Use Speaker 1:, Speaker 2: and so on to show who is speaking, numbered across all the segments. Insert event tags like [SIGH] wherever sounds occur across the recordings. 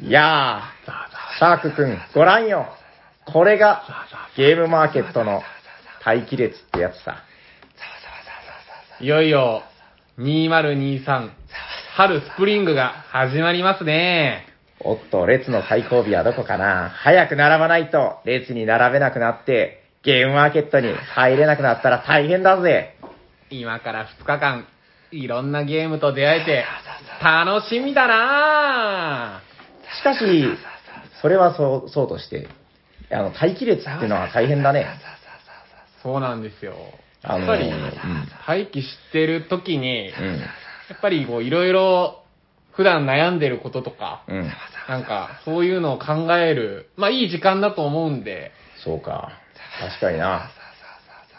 Speaker 1: いやー、シャークくん、ご覧よ。これが、ゲームマーケットの待機列ってやつさ。
Speaker 2: いよいよ、2023、春スプリングが始まりますね。
Speaker 1: おっと、列の最後尾はどこかな早く並ばないと、列に並べなくなって、ゲームマーケットに入れなくなったら大変だぜ。
Speaker 2: 今から2日間、いろんなゲームと出会えて、楽しみだな
Speaker 1: しかし、それはそう、そうとして、あの、待機列っていうのは大変だね。
Speaker 2: そうなんですよ。や
Speaker 1: あ
Speaker 2: っ
Speaker 1: の
Speaker 2: ぱ
Speaker 1: ー
Speaker 2: り、
Speaker 1: うん
Speaker 2: 廃棄してる時に、
Speaker 1: う
Speaker 2: や
Speaker 1: ん。
Speaker 2: っぱりこう、いろいろ、普段悩んでることとか、
Speaker 1: うん。
Speaker 2: なんか、そういうのを考える、まあいい時間だと思うんで、
Speaker 1: そうか。確かにな。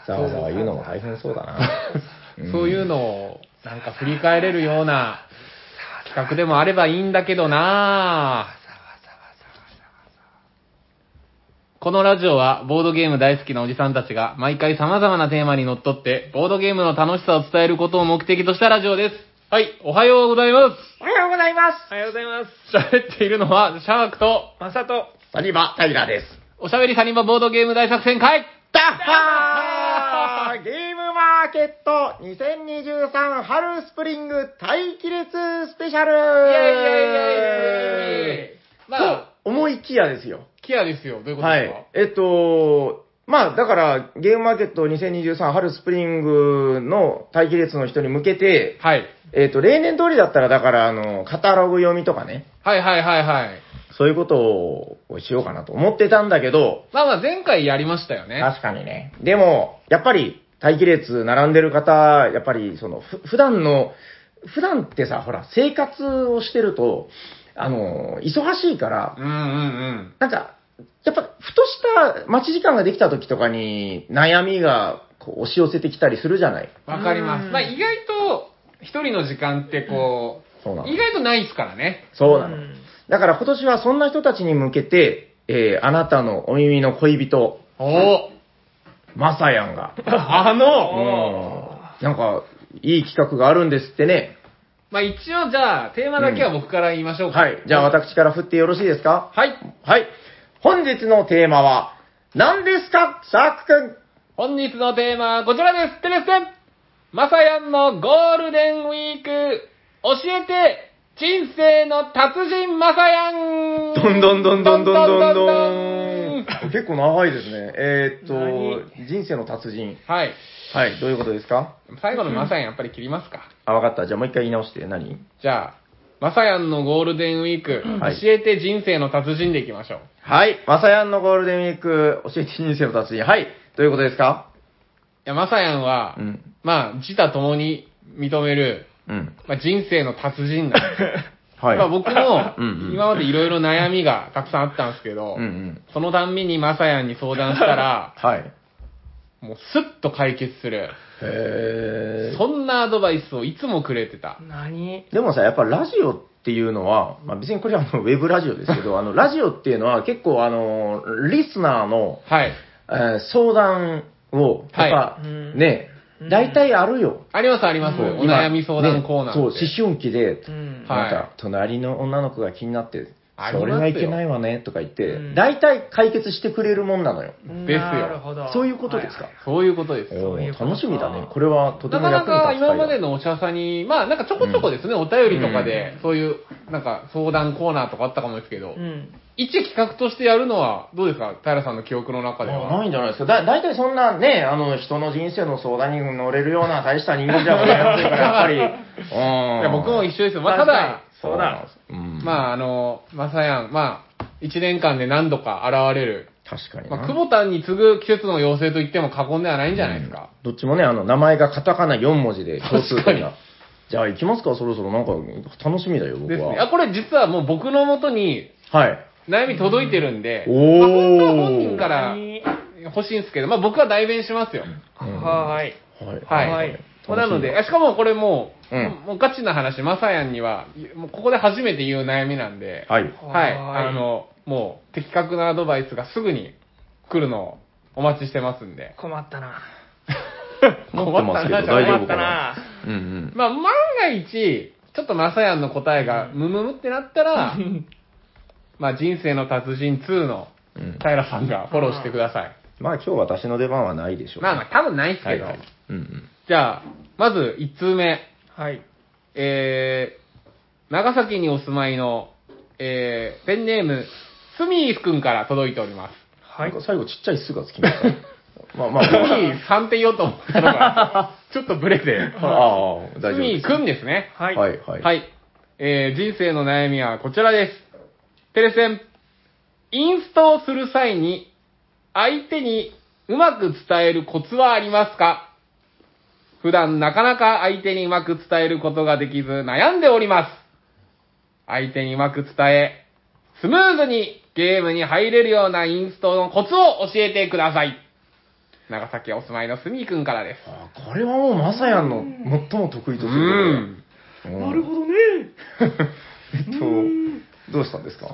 Speaker 1: ざわざわ言うのも大変そうだ
Speaker 2: [LAUGHS]
Speaker 1: な。うん
Speaker 2: そういうのを、なんか振り返れるような企画でもあればいいんだけどなこのラジオは、ボードゲーム大好きなおじさんたちが、毎回様々なテーマにのっとって、ボードゲームの楽しさを伝えることを目的としたラジオです。はい、おはようございます。
Speaker 1: おはようございます。
Speaker 3: おはようございます。
Speaker 2: [LAUGHS] 喋っているのは、シャークと、
Speaker 3: まさと。
Speaker 1: サニバ・タイラです。
Speaker 2: おしゃべりサニバボードゲーム大作戦会
Speaker 1: ダッハ [LAUGHS] ーゲームマーケット2023春スプリング待機列スペシャルイ
Speaker 2: イェイイェイイェイイェイまあ、
Speaker 1: と思いきやですよ。
Speaker 2: キアですよ。どういうこと
Speaker 1: は
Speaker 2: ですか、
Speaker 1: い。えっと、まあ、だから、ゲームマーケット2023春スプリングの待機列の人に向けて、
Speaker 2: はい。
Speaker 1: えっと、例年通りだったら、だから、あの、カタログ読みとかね、
Speaker 2: はいはいはいはい。
Speaker 1: そういうことをしようかなと思ってたんだけど、
Speaker 2: まあまあ前回やりましたよね。
Speaker 1: 確かにね。でも、やっぱり、待機列並んでる方、やっぱり、その、ふ普段の、普段ってさ、ほら、生活をしてると、あの、忙しいから
Speaker 2: う、んうんうん。
Speaker 1: なんか、やっぱ、ふとした待ち時間ができた時とかに、悩みが、こう、押し寄せてきたりするじゃない。
Speaker 2: わかりま
Speaker 3: う
Speaker 2: す。
Speaker 3: ん
Speaker 2: まあ意外と一人の時間ってこ
Speaker 1: そうなの
Speaker 2: う、意。外とないですからね。
Speaker 1: そうなの。だから今年はそんな人たちに向けて、えーあなたのお耳の恋人、
Speaker 2: お
Speaker 1: マサヤンが、 [LAUGHS]
Speaker 2: あの
Speaker 1: うんなんか、いい企画があるんですってね。
Speaker 2: まあ一応じゃあテーマだけは僕から言いましょうか。
Speaker 1: はい。じゃあ私から振ってよろしいですか
Speaker 2: はい。
Speaker 1: はい。本日のテーマは、何ですかシャークくん。
Speaker 2: 本日のテーマはこちらです。テレステンまさやんのゴールデンウィーク、教えて人生の達人まさやん
Speaker 1: どんどんどんどんどんどんどん
Speaker 2: どん。
Speaker 1: 結構長いですね。えーっと、
Speaker 3: 何
Speaker 1: 人生の達人。
Speaker 2: はい。
Speaker 1: はい。どういうことですか
Speaker 2: 最後のまさやんやっぱり切りますか。
Speaker 1: あ、わかった。じゃあもう一回言い直して。何
Speaker 2: じゃあ、まさやんのゴールデンウィーク、
Speaker 1: はい
Speaker 2: 教えて人生の達人でいきましょう。
Speaker 1: はい。まさやんのゴールデンウィーク、教えて人生の達人。はい。どういうことですか
Speaker 2: いや、まさやんは、
Speaker 1: うん。
Speaker 2: まあ、自他ともに認める、
Speaker 1: うん。
Speaker 2: まあ、人生の達人なんですよ。
Speaker 1: [LAUGHS] はい。
Speaker 2: まあ、僕も
Speaker 1: うんうん、
Speaker 2: 今までいろいろ悩みがたくさんあったんですけど、
Speaker 1: うんうん。
Speaker 2: そのたんびにまさやんに相談し
Speaker 1: [LAUGHS]
Speaker 2: たら、
Speaker 1: はい。
Speaker 2: もうスッと解決する。
Speaker 1: へー
Speaker 2: そんなアドバイスをいつもくれてた。
Speaker 3: 何
Speaker 1: でもさ、やっぱラジオっていうのは、まあ、別にこれはあのウェブラジオですけど、
Speaker 2: [LAUGHS]
Speaker 1: あのラジオっていうのは結構あの、リスナーの、
Speaker 2: はい。
Speaker 1: えー相談を、とか、
Speaker 2: は
Speaker 3: うん
Speaker 1: ね
Speaker 3: う、ん
Speaker 1: 大体あるよ。
Speaker 2: ありますあります。
Speaker 1: そう
Speaker 2: お悩み相談
Speaker 1: 今
Speaker 2: コーナーって、
Speaker 1: ねそう、思春期で、
Speaker 3: うん
Speaker 2: はい
Speaker 1: なんか、隣の女の子が気になって、
Speaker 2: ありますよ
Speaker 1: それはいけないわね、とか言って、
Speaker 3: うん
Speaker 1: 大体解決してくれるもんなのよ。
Speaker 2: ですよ
Speaker 3: なるほど。
Speaker 1: そういうことですか、
Speaker 2: そういうことです。
Speaker 3: そういうこと
Speaker 1: おー楽しみだね。これはとて
Speaker 2: な
Speaker 1: も
Speaker 2: か
Speaker 1: 役
Speaker 2: な
Speaker 1: に立つ
Speaker 2: か
Speaker 1: 会だ
Speaker 2: 今までのお茶さんに、まあなんかちょこちょこですね、お便りとかで、そういうなんか相談コーナーとかあったかもですけど、
Speaker 3: うん。
Speaker 2: 一企画としてやるのはどうですか平さんの記憶の中で
Speaker 1: あな
Speaker 2: は。
Speaker 1: いんじゃないですか。だ、大体そんなね、あの、人の人生の相談に乗れるような大した人間じゃございませんから、やっぱり。うん
Speaker 2: いや僕も一緒ですよ。まあた
Speaker 3: 確かに
Speaker 2: だ、
Speaker 1: そうなんです。うん
Speaker 2: まああの、まさやん、まあ、一年間で何度か現れる。
Speaker 1: 確かにな。
Speaker 2: まあ、久保田に次ぐ季節の妖精と言っても過言ではないんじゃないですか。
Speaker 1: どっちもね、あの、名前がカタカナ4文字で共通
Speaker 2: 確か
Speaker 1: 点
Speaker 2: に
Speaker 1: が。じゃあ行きますか、そろそろ。なんか、楽しみだよ、僕
Speaker 2: ですね。あ、
Speaker 1: は。
Speaker 2: これ実はもう僕のもとに
Speaker 1: はい。
Speaker 2: 悩み届いてるんで、
Speaker 1: お
Speaker 2: まあ本当は本人
Speaker 1: ー。
Speaker 2: から
Speaker 3: 何
Speaker 2: 欲しいんですけど、まあ僕は代弁しますよ。
Speaker 1: うん
Speaker 3: はーい。
Speaker 1: はい。
Speaker 2: はいもうなので、あしかもこれもう、
Speaker 1: うん
Speaker 2: もうガチな話、まさやんには、もうここで初めて言う悩みなんで、
Speaker 1: はい。
Speaker 2: はい、
Speaker 3: はーい
Speaker 2: あの、もう的確なアドバイスがすぐに来るのをお待ちしてますんで。
Speaker 3: 困ったな。
Speaker 1: [LAUGHS] 持ってますけど、大
Speaker 2: 困っ
Speaker 1: 丈
Speaker 2: たな
Speaker 3: 困
Speaker 1: 夫
Speaker 3: っ
Speaker 1: か
Speaker 3: た
Speaker 1: な
Speaker 3: な。
Speaker 1: うんうん。
Speaker 2: まあ、
Speaker 1: [LAUGHS]
Speaker 2: 万が一、ちょっとまさやんの答えがムムムってなったら、まあ、人生の達人2の
Speaker 1: うん
Speaker 2: 平さんがフォローしてください。
Speaker 1: まあ今日私の出番はないでしょうね。
Speaker 2: まあまあ、多分ないっす
Speaker 1: は
Speaker 2: け
Speaker 1: い
Speaker 2: ど。
Speaker 1: はい。うんうん。
Speaker 2: じゃあ、まず1通目。
Speaker 3: はい。
Speaker 2: えー、長崎にお住まいの、えー、ペンネーム、スミーフくんから届いてお
Speaker 1: [LAUGHS]
Speaker 2: ります。
Speaker 3: は
Speaker 1: なん
Speaker 3: い
Speaker 1: か。最後ちっちゃいすがつきました。 [LAUGHS] まあまあ、
Speaker 2: スミーさんって言おうと思ったの
Speaker 1: [LAUGHS]
Speaker 2: が、ちょっとブレて。
Speaker 1: ああ、
Speaker 2: ス
Speaker 1: 大丈夫
Speaker 2: ミ
Speaker 1: で
Speaker 2: ー
Speaker 1: す。
Speaker 2: くんですね。
Speaker 3: はい。
Speaker 1: はいはい。
Speaker 2: はい。えー、人生の悩みはこちらです。テレセン、インストをする際に、相手にうまく伝えるコツはありますか普段なかなか相手にうまく伝えることができず悩んでおります。相手にうまく伝え、スムーズにゲームに入れるようなインストのコツを教えてください。長崎お住まいのすみくんからです。
Speaker 1: ああこれはもうまさやんの最も得意とす
Speaker 2: う
Speaker 1: る
Speaker 2: ん。
Speaker 1: ところで。
Speaker 3: なるほどね。
Speaker 1: うん。えっと、どうしたんですか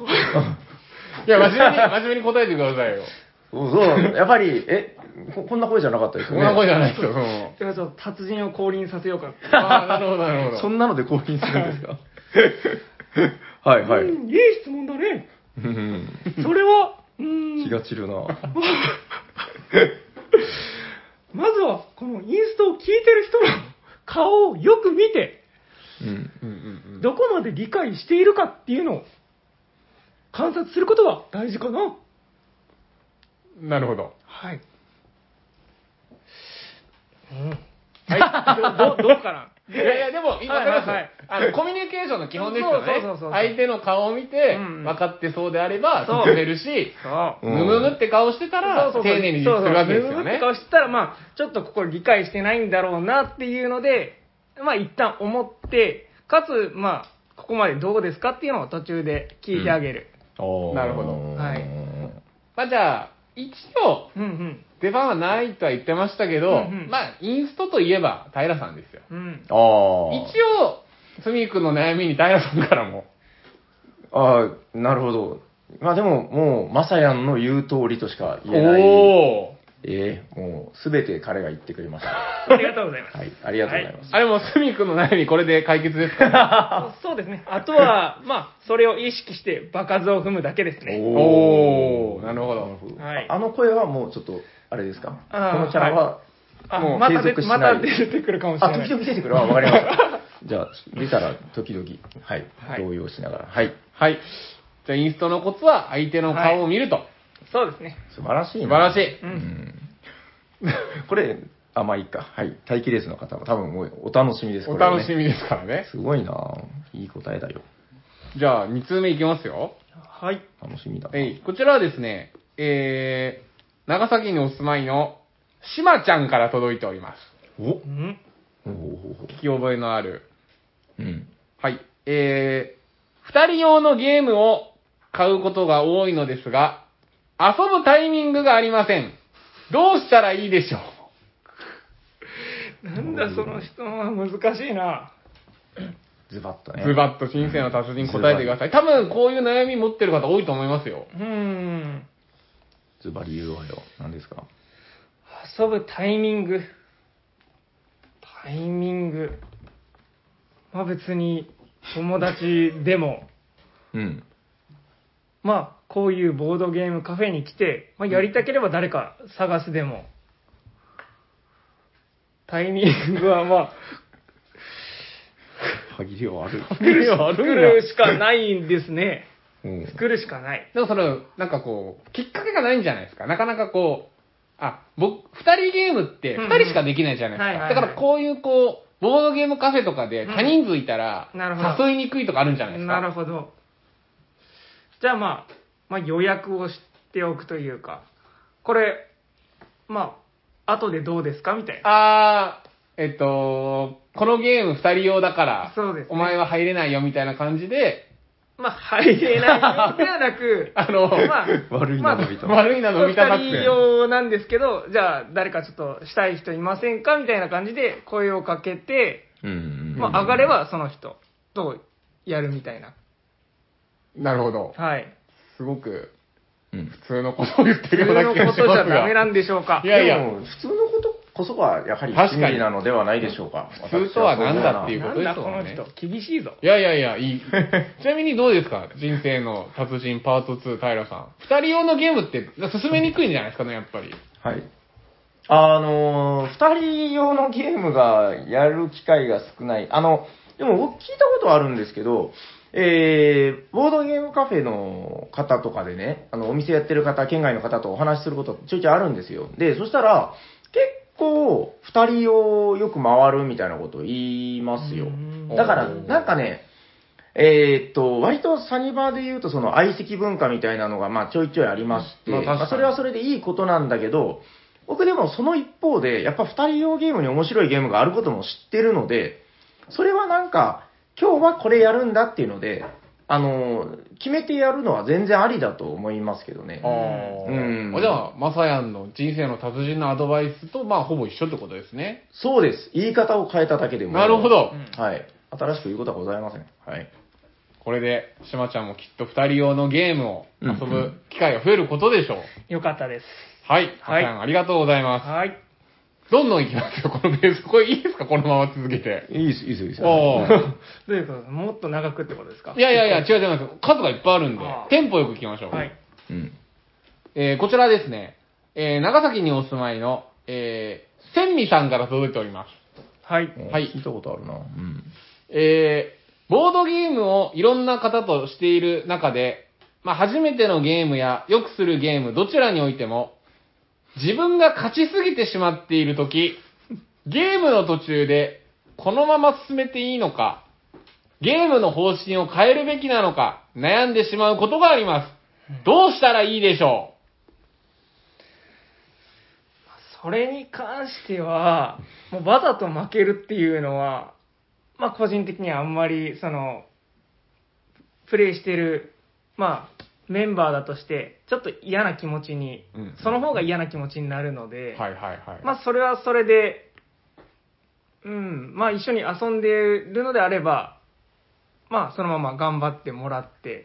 Speaker 2: いや、真面目に、真面目に答えてくださいよ。
Speaker 1: [LAUGHS] そうそう、やっぱり、え、ここんな声じゃなかったです
Speaker 2: そ
Speaker 1: よ
Speaker 2: ん
Speaker 1: ね。
Speaker 2: なことじゃないですよ。 [LAUGHS] う
Speaker 3: い
Speaker 2: ん
Speaker 3: や、ちょっと達人を降臨させようか。
Speaker 2: ああ、なるほど、なるほど。
Speaker 1: そんなので降臨するんですかはいはい。
Speaker 3: うん、いい質問だね。
Speaker 1: うん
Speaker 3: それは、うん。
Speaker 1: 気が散るな。
Speaker 3: [LAUGHS] まずは、このインストを聞いてる人の顔をよく見て、
Speaker 1: うん。
Speaker 2: うんうんうん。
Speaker 3: どこまで理解しているかっていうのを観察することは大事かな。
Speaker 2: なるほど。
Speaker 3: はい。はい。ど、ど、どうか [LAUGHS] な。
Speaker 2: いやいや、でも、今、わ
Speaker 3: はい
Speaker 2: か
Speaker 3: は
Speaker 2: り
Speaker 3: い
Speaker 2: ます
Speaker 3: はい
Speaker 2: あの、コミュニケーションの基本ですよね
Speaker 3: そうそうそうそう。
Speaker 2: 相手の顔を見て、
Speaker 3: うん
Speaker 2: 分かってそうであれば、
Speaker 3: そう
Speaker 2: 進めるし、
Speaker 3: そう
Speaker 2: ム
Speaker 1: ん
Speaker 2: ムムって顔してたら、丁寧に実施するわけです
Speaker 3: そうそうそうムーブ
Speaker 2: よ
Speaker 3: って
Speaker 2: ね。
Speaker 3: 顔してたら、まあ、ちょっとここ理解してないんだろうなっていうので、まあ、一旦思って、かつ、まあ、ここまでどうですかっていうのを途中で聞いてあげる。
Speaker 1: ああ
Speaker 2: なるほど
Speaker 3: はい
Speaker 2: まあ、じゃあ、一応、
Speaker 3: うん、うん、
Speaker 2: 出番はないとは言ってましたけ
Speaker 3: う
Speaker 2: ど
Speaker 3: んうん、
Speaker 2: まあ、インストといえば、平さんですよ。
Speaker 3: うん。
Speaker 1: ああ。
Speaker 2: 一応、スミー君の悩みに平さんからも。
Speaker 1: ああ、なるほど。まあでも、もう、まさやんの言う通りとしか言えない。
Speaker 2: おー。
Speaker 1: ええもう、すべて彼が言ってくれま
Speaker 2: [LAUGHS]
Speaker 1: した。
Speaker 3: ありがとうございます。
Speaker 1: はい、ありがとうございます。
Speaker 2: あれも、スミー君の悩み、これで解決ですか
Speaker 3: [LAUGHS] そうそうですね。あとは、まあ、それを意識して、場数を踏むだけですね。
Speaker 2: おーなるほど
Speaker 3: はい
Speaker 1: ああの声はもうちょっと、あれですかこ
Speaker 3: あー
Speaker 1: のキャラは、
Speaker 3: あ、
Speaker 1: もう
Speaker 3: また
Speaker 1: 継
Speaker 3: 出
Speaker 1: 続
Speaker 3: て、
Speaker 1: しな
Speaker 3: ま
Speaker 1: い
Speaker 3: た出てくるかもしれ
Speaker 1: あ、
Speaker 3: な
Speaker 1: 時
Speaker 3: い。
Speaker 1: 々出てくる。あ、わかりま
Speaker 2: [LAUGHS]
Speaker 1: した。じゃあ、出たら時々、はい、
Speaker 3: はい
Speaker 1: 動揺しながら。はい。
Speaker 2: はい。じゃあ、インストのコツは、相手の顔を見ると。
Speaker 3: そうですね。
Speaker 1: 素晴らしい
Speaker 2: 素
Speaker 1: な。
Speaker 2: 晴
Speaker 1: い。
Speaker 2: らしい。
Speaker 3: う。
Speaker 1: うんん。 [LAUGHS] これ、あ、まあいいか。はい。待機レースの方も多分もうお楽しみです。
Speaker 2: お楽し
Speaker 1: み。
Speaker 2: みですからね。
Speaker 1: すごいな。いい答えだよ。
Speaker 2: じゃあ、2通目いきますよ。
Speaker 3: はい。
Speaker 1: 楽しみだな。
Speaker 2: えいこちらはですね、えー、長崎にお住まいの、しまちゃんから届いております。
Speaker 1: お
Speaker 3: うん。
Speaker 1: おお
Speaker 2: 聞き覚えのある。
Speaker 1: うん。
Speaker 2: はい。えー、二人用のゲームを買うことが多いのですが、遊ぶタイミングがありません。どうしたらいいでしょう
Speaker 3: なんだ、その質問は難しいな。
Speaker 1: ズバッとね。
Speaker 2: ズバッと人生の達人答えてください。多分こういう悩み持ってる方多いと思いますよ。
Speaker 3: うん。
Speaker 1: ズバ理由はよ。何ですか
Speaker 3: 遊ぶタイミングタイミングまあ別に友達でも [LAUGHS]
Speaker 1: うん。
Speaker 3: まあこういうボードゲームカフェに来て、まあ、やりたければ誰か探すでもタイミングは [LAUGHS] ま
Speaker 1: 歯切れはある。
Speaker 3: あ作る作るしかないんですね
Speaker 1: うん。
Speaker 3: 作るしかない
Speaker 2: でもその、なんかこう、きっかけがないんじゃないですか。なかなかこう、あ、僕、二人ゲームって
Speaker 3: うんう
Speaker 2: 二
Speaker 3: ん
Speaker 2: 人しかできないじゃないです
Speaker 3: は
Speaker 2: か。
Speaker 3: いはいは
Speaker 2: だ
Speaker 3: い
Speaker 2: からこういうこう、ボードゲームカフェとかで
Speaker 3: うん
Speaker 2: 他人数いたら
Speaker 3: なるほ、ど
Speaker 2: 誘いにくいとかあるんじゃないです
Speaker 3: なる
Speaker 2: か。
Speaker 3: ほどじゃあまあ、まあ、予約をしておくというかこれまあ後でどうですかみたいな
Speaker 2: あー、えっと、このゲーム二人用だから、
Speaker 3: そうですね
Speaker 2: お前は入れないよみたいな感じで、、
Speaker 3: まあ、入れないではなく [LAUGHS]
Speaker 2: あの、
Speaker 3: まあ、
Speaker 1: 悪い
Speaker 3: ま
Speaker 1: な、
Speaker 3: あ
Speaker 1: 伸びた。
Speaker 2: 悪いな飲みたなく
Speaker 3: 二人
Speaker 2: て。
Speaker 3: 用なんですけど、じゃあ、誰かちょっとしたい人いませんかみたいな感じで声をかけて、
Speaker 1: うんうんうん。
Speaker 3: まあ、上がればその人とやるみたいな。
Speaker 2: なるほど。
Speaker 3: はい。
Speaker 2: すごく
Speaker 1: うん。
Speaker 2: 普通のことを言って
Speaker 3: 普
Speaker 2: る
Speaker 3: 通
Speaker 2: ような
Speaker 3: の
Speaker 2: 気が
Speaker 3: こ
Speaker 2: し
Speaker 3: とじ
Speaker 2: ま
Speaker 3: ゃ
Speaker 2: す
Speaker 3: ダメ
Speaker 2: が。
Speaker 3: なんでしょうか
Speaker 2: い。やいや
Speaker 1: でも普通のことこそが、やはり
Speaker 2: 確かに
Speaker 1: 真理なのではないでしょうか。
Speaker 2: 普通とは何だっていう
Speaker 1: 私はそう思うな
Speaker 3: なん
Speaker 2: ことで
Speaker 3: だこ
Speaker 2: すも
Speaker 3: の
Speaker 2: んね
Speaker 3: 人、厳しいぞ。
Speaker 2: いやいやいや、いい。ちなみにどうですか人生の達人パート2、平さん。二人用のゲームって進めにくいんじゃないですかね、やっぱり。
Speaker 1: はい。あのー、二人用のゲームがやる機会が少ない。あの、でも僕聞いたことはあるんですけど、えー、ボードゲームカフェの方とかでね、あの、お店やってる方、県外の方とお話しすることちょいちょいあるんですよ。で、そしたら、結構、二人用よく回るみたいなこと言いますよ。だから、なんかね、えーっと、割とサニバーで言うと、その相席文化みたいなのが、まあ、ちょいちょいありまして、
Speaker 2: まあ確かに
Speaker 1: まあそれはそれでいいことなんだけど、僕でもその一方で、やっぱ二人用ゲームに面白いゲームがあることも知ってるので、それはなんか、今日はこれやるんだっていうので、あの、決めてやるのは全然ありだと思いますけどね。うん
Speaker 2: あじゃあ、まさやんの人生の達人のアドバイスと、まあ、ほぼ一緒ってことですね。
Speaker 1: そうです。言い方を変えただけでも。
Speaker 2: なるほ。ど。
Speaker 3: うん
Speaker 1: はい。新しく言うことはございません。はい。
Speaker 2: これで、しまちゃんもきっと二人用のゲームを遊
Speaker 1: うんう
Speaker 2: ぶ
Speaker 1: ん
Speaker 2: 機会が増えることでしょう。
Speaker 3: よかったです。
Speaker 2: はい。まさ
Speaker 3: はい
Speaker 2: やん、ありがとうございま
Speaker 3: はい。
Speaker 2: す。どんどんいきますよ、このベース。これいいですかこのまま続けて。
Speaker 1: いいです、いいです、いいです。
Speaker 2: おー
Speaker 3: どういうこともっと長くってことですか
Speaker 2: いやいやいや、違う違う違う。数がいっぱいあるんで
Speaker 3: あ、ー
Speaker 2: テンポよく行きましょう。
Speaker 3: はい。
Speaker 1: うん。
Speaker 2: えーこちらですね、えー長崎にお住まいの、えー、千美さんから届いております。
Speaker 3: はい。
Speaker 2: はい
Speaker 1: 聞いたことあるな。うん。
Speaker 2: えーボードゲームをいろんな方としている中で、まあ、初めてのゲームやよくするゲーム、どちらにおいても、自分が勝ちすぎてしまっていると [LAUGHS] き、ゲームの途中で、このまま進めていいのか、ゲームの方針を変えるべきなのか、悩んでしまうことがあります。どうしたらいいでしょ
Speaker 3: それに関しては、もうわざと負けるっていうのは、まあ個人的にはあんまり、その、プレイしてる、まあ、メンバーだとして、ちょっと嫌な気持ちに、
Speaker 2: う、うん
Speaker 3: その方が嫌な気持ちになるので、
Speaker 2: はいはいはい。
Speaker 3: まあそれはそれで、うん、まあ一緒に遊んでるのであれば、まあそのまま頑張ってもらって、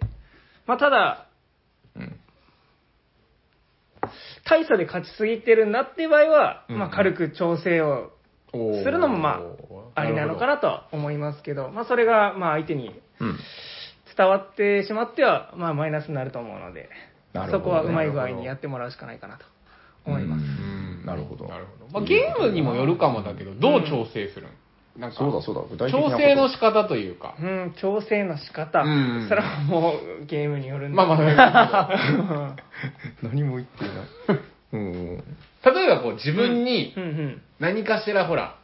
Speaker 3: まあただ、
Speaker 1: うん。
Speaker 3: 大差で勝ちすぎてるなっていう場合は、
Speaker 2: うん
Speaker 3: まあ軽く調整を
Speaker 2: おー
Speaker 3: するのもまあありなのかなとは思いますけど、まあそれがまあ相手に
Speaker 1: うん。
Speaker 3: 伝わってしまっては、まあマイナスになると思うので、
Speaker 1: なるほど
Speaker 3: そ
Speaker 1: ね
Speaker 3: こはうまい具合にやってもらうしかないかなと思います。
Speaker 1: うんなるほど。
Speaker 2: なるほど。まあ、ゲームにもよるかもだけど、どう調整するん、なんか、
Speaker 1: そうだそうだ、具体的なこと
Speaker 2: 調整の仕方というか。
Speaker 3: うん、調整の仕方、
Speaker 2: うん
Speaker 3: それはもうゲームによるんだ
Speaker 2: まあまあ、
Speaker 3: あ、
Speaker 1: 何も言っていない。 [LAUGHS] うん。
Speaker 2: 例えばこう自分
Speaker 3: [LAUGHS]
Speaker 2: に
Speaker 3: うんうん。
Speaker 2: 何かしらほら、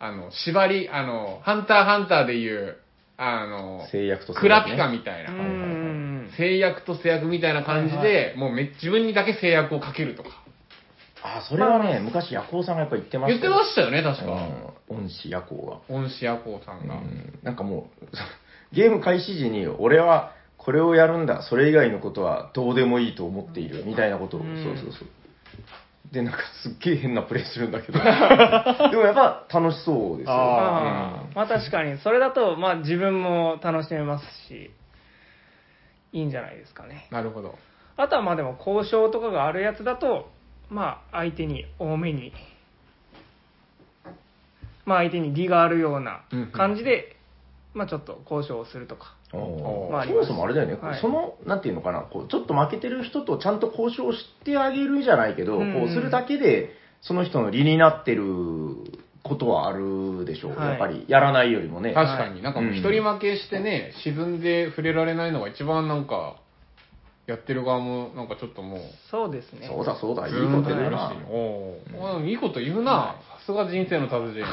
Speaker 2: あの、縛り、あの、ハンターハンターでいう、あの、
Speaker 1: 制約と
Speaker 2: クラピカ
Speaker 1: み
Speaker 2: みたいな、
Speaker 3: う
Speaker 1: はいはいはい
Speaker 3: ん
Speaker 2: 制約と制約みたいな感じで、
Speaker 3: はい
Speaker 2: もうめ自分にだけ制約をかけるとか。
Speaker 1: あ、それはね、昔、夜行さんがやっぱ言ってま
Speaker 2: 言
Speaker 1: し
Speaker 2: ったて
Speaker 1: よ。
Speaker 2: ましたよね、確か。
Speaker 1: うん。恩師夜行
Speaker 2: 恩師夜行さん
Speaker 1: が。
Speaker 2: が。
Speaker 1: うん。なんかもう、 [LAUGHS] ゲーム開始時に、俺はこれをやるんだ、それ以外のことはどうでもいいと思っている、みたいなことを、
Speaker 3: う
Speaker 1: そうんそうそう。で、なんかすっげえ変なプレイするんだけ
Speaker 2: [LAUGHS]
Speaker 1: ど。でもやっぱ楽しそうですよ。
Speaker 2: あ
Speaker 3: ああまあ確かに、それだと、まあ自分も楽しめますし、いいんじゃないですかね。
Speaker 2: なるほど。
Speaker 3: あとはまあでも交渉とかがあるやつだと、まあ相手に多めに、まあ相手に利があるような感じで、まあちょっと交渉をするとか。
Speaker 1: おー
Speaker 3: まああ
Speaker 1: そ
Speaker 3: りま
Speaker 1: も
Speaker 3: す
Speaker 1: そもあれだよね、
Speaker 3: はい
Speaker 1: その、なんていうのかな、こうちょっと負けてる人とちゃんと交渉してあげるじゃないけど、
Speaker 3: うん
Speaker 1: こうするだけで、その人の利になってることはあるでしょう、
Speaker 3: はい
Speaker 1: やっぱり、やらないよりもね。
Speaker 2: 確かに、なんかもう
Speaker 1: うん
Speaker 2: 一人負けしてね、沈んで触れられないのが一番なんか、やってる側もなんかちょっともう、
Speaker 3: そうですね。
Speaker 1: そうだそうだ、いい
Speaker 2: ず
Speaker 1: こ
Speaker 2: ーん
Speaker 1: と
Speaker 2: と
Speaker 1: 言
Speaker 2: な
Speaker 1: う
Speaker 2: る
Speaker 1: な
Speaker 2: し。、おーうんいいこと言うな、さすが人生の達人。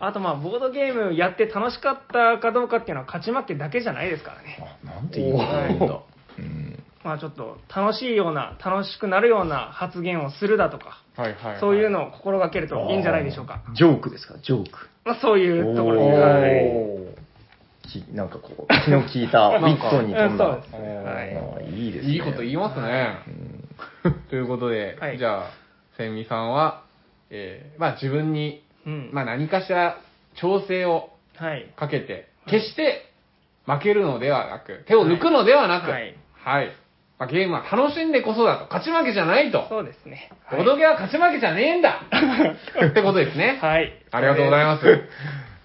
Speaker 3: あとまあボードゲームやって楽しかったかどうかっていうのは勝ち負けだけじゃないですからね。
Speaker 1: あなんていいこと言うんだ。うん
Speaker 3: まあちょっと楽しいような、楽しくなるような発言をするだとか、
Speaker 2: はいはい、はい。
Speaker 3: そういうのを心がけるといいんじゃないでしょうか。
Speaker 1: ジョークですか、ジョーク。
Speaker 3: まあそういうところ
Speaker 2: お
Speaker 3: で
Speaker 2: ー。
Speaker 3: はい。
Speaker 1: きなんかこう、気の利いた、ウィットに
Speaker 3: う
Speaker 1: 飛
Speaker 3: ん
Speaker 1: ん
Speaker 3: そう
Speaker 1: だ
Speaker 3: で。す
Speaker 2: お
Speaker 3: ね。
Speaker 2: ー
Speaker 3: はい。
Speaker 1: あーいいですね。
Speaker 2: いいこと言いますね。ということで、
Speaker 3: はい
Speaker 2: じゃあ、千美さんは、えーまあ自分に、
Speaker 3: うん。
Speaker 2: まあ何かしら調整を
Speaker 3: はい。
Speaker 2: かけて、決して負けるのではなく、手を抜くのではなく、は
Speaker 3: はいい。
Speaker 2: まあまあ、ゲームは楽しんでこそだと。勝ち負けじゃないと。
Speaker 3: そうですね。
Speaker 2: ボドゲは勝ち負けじゃねえんだってことですね。
Speaker 3: はい。
Speaker 2: ありがとうござい
Speaker 3: ま
Speaker 2: ます。い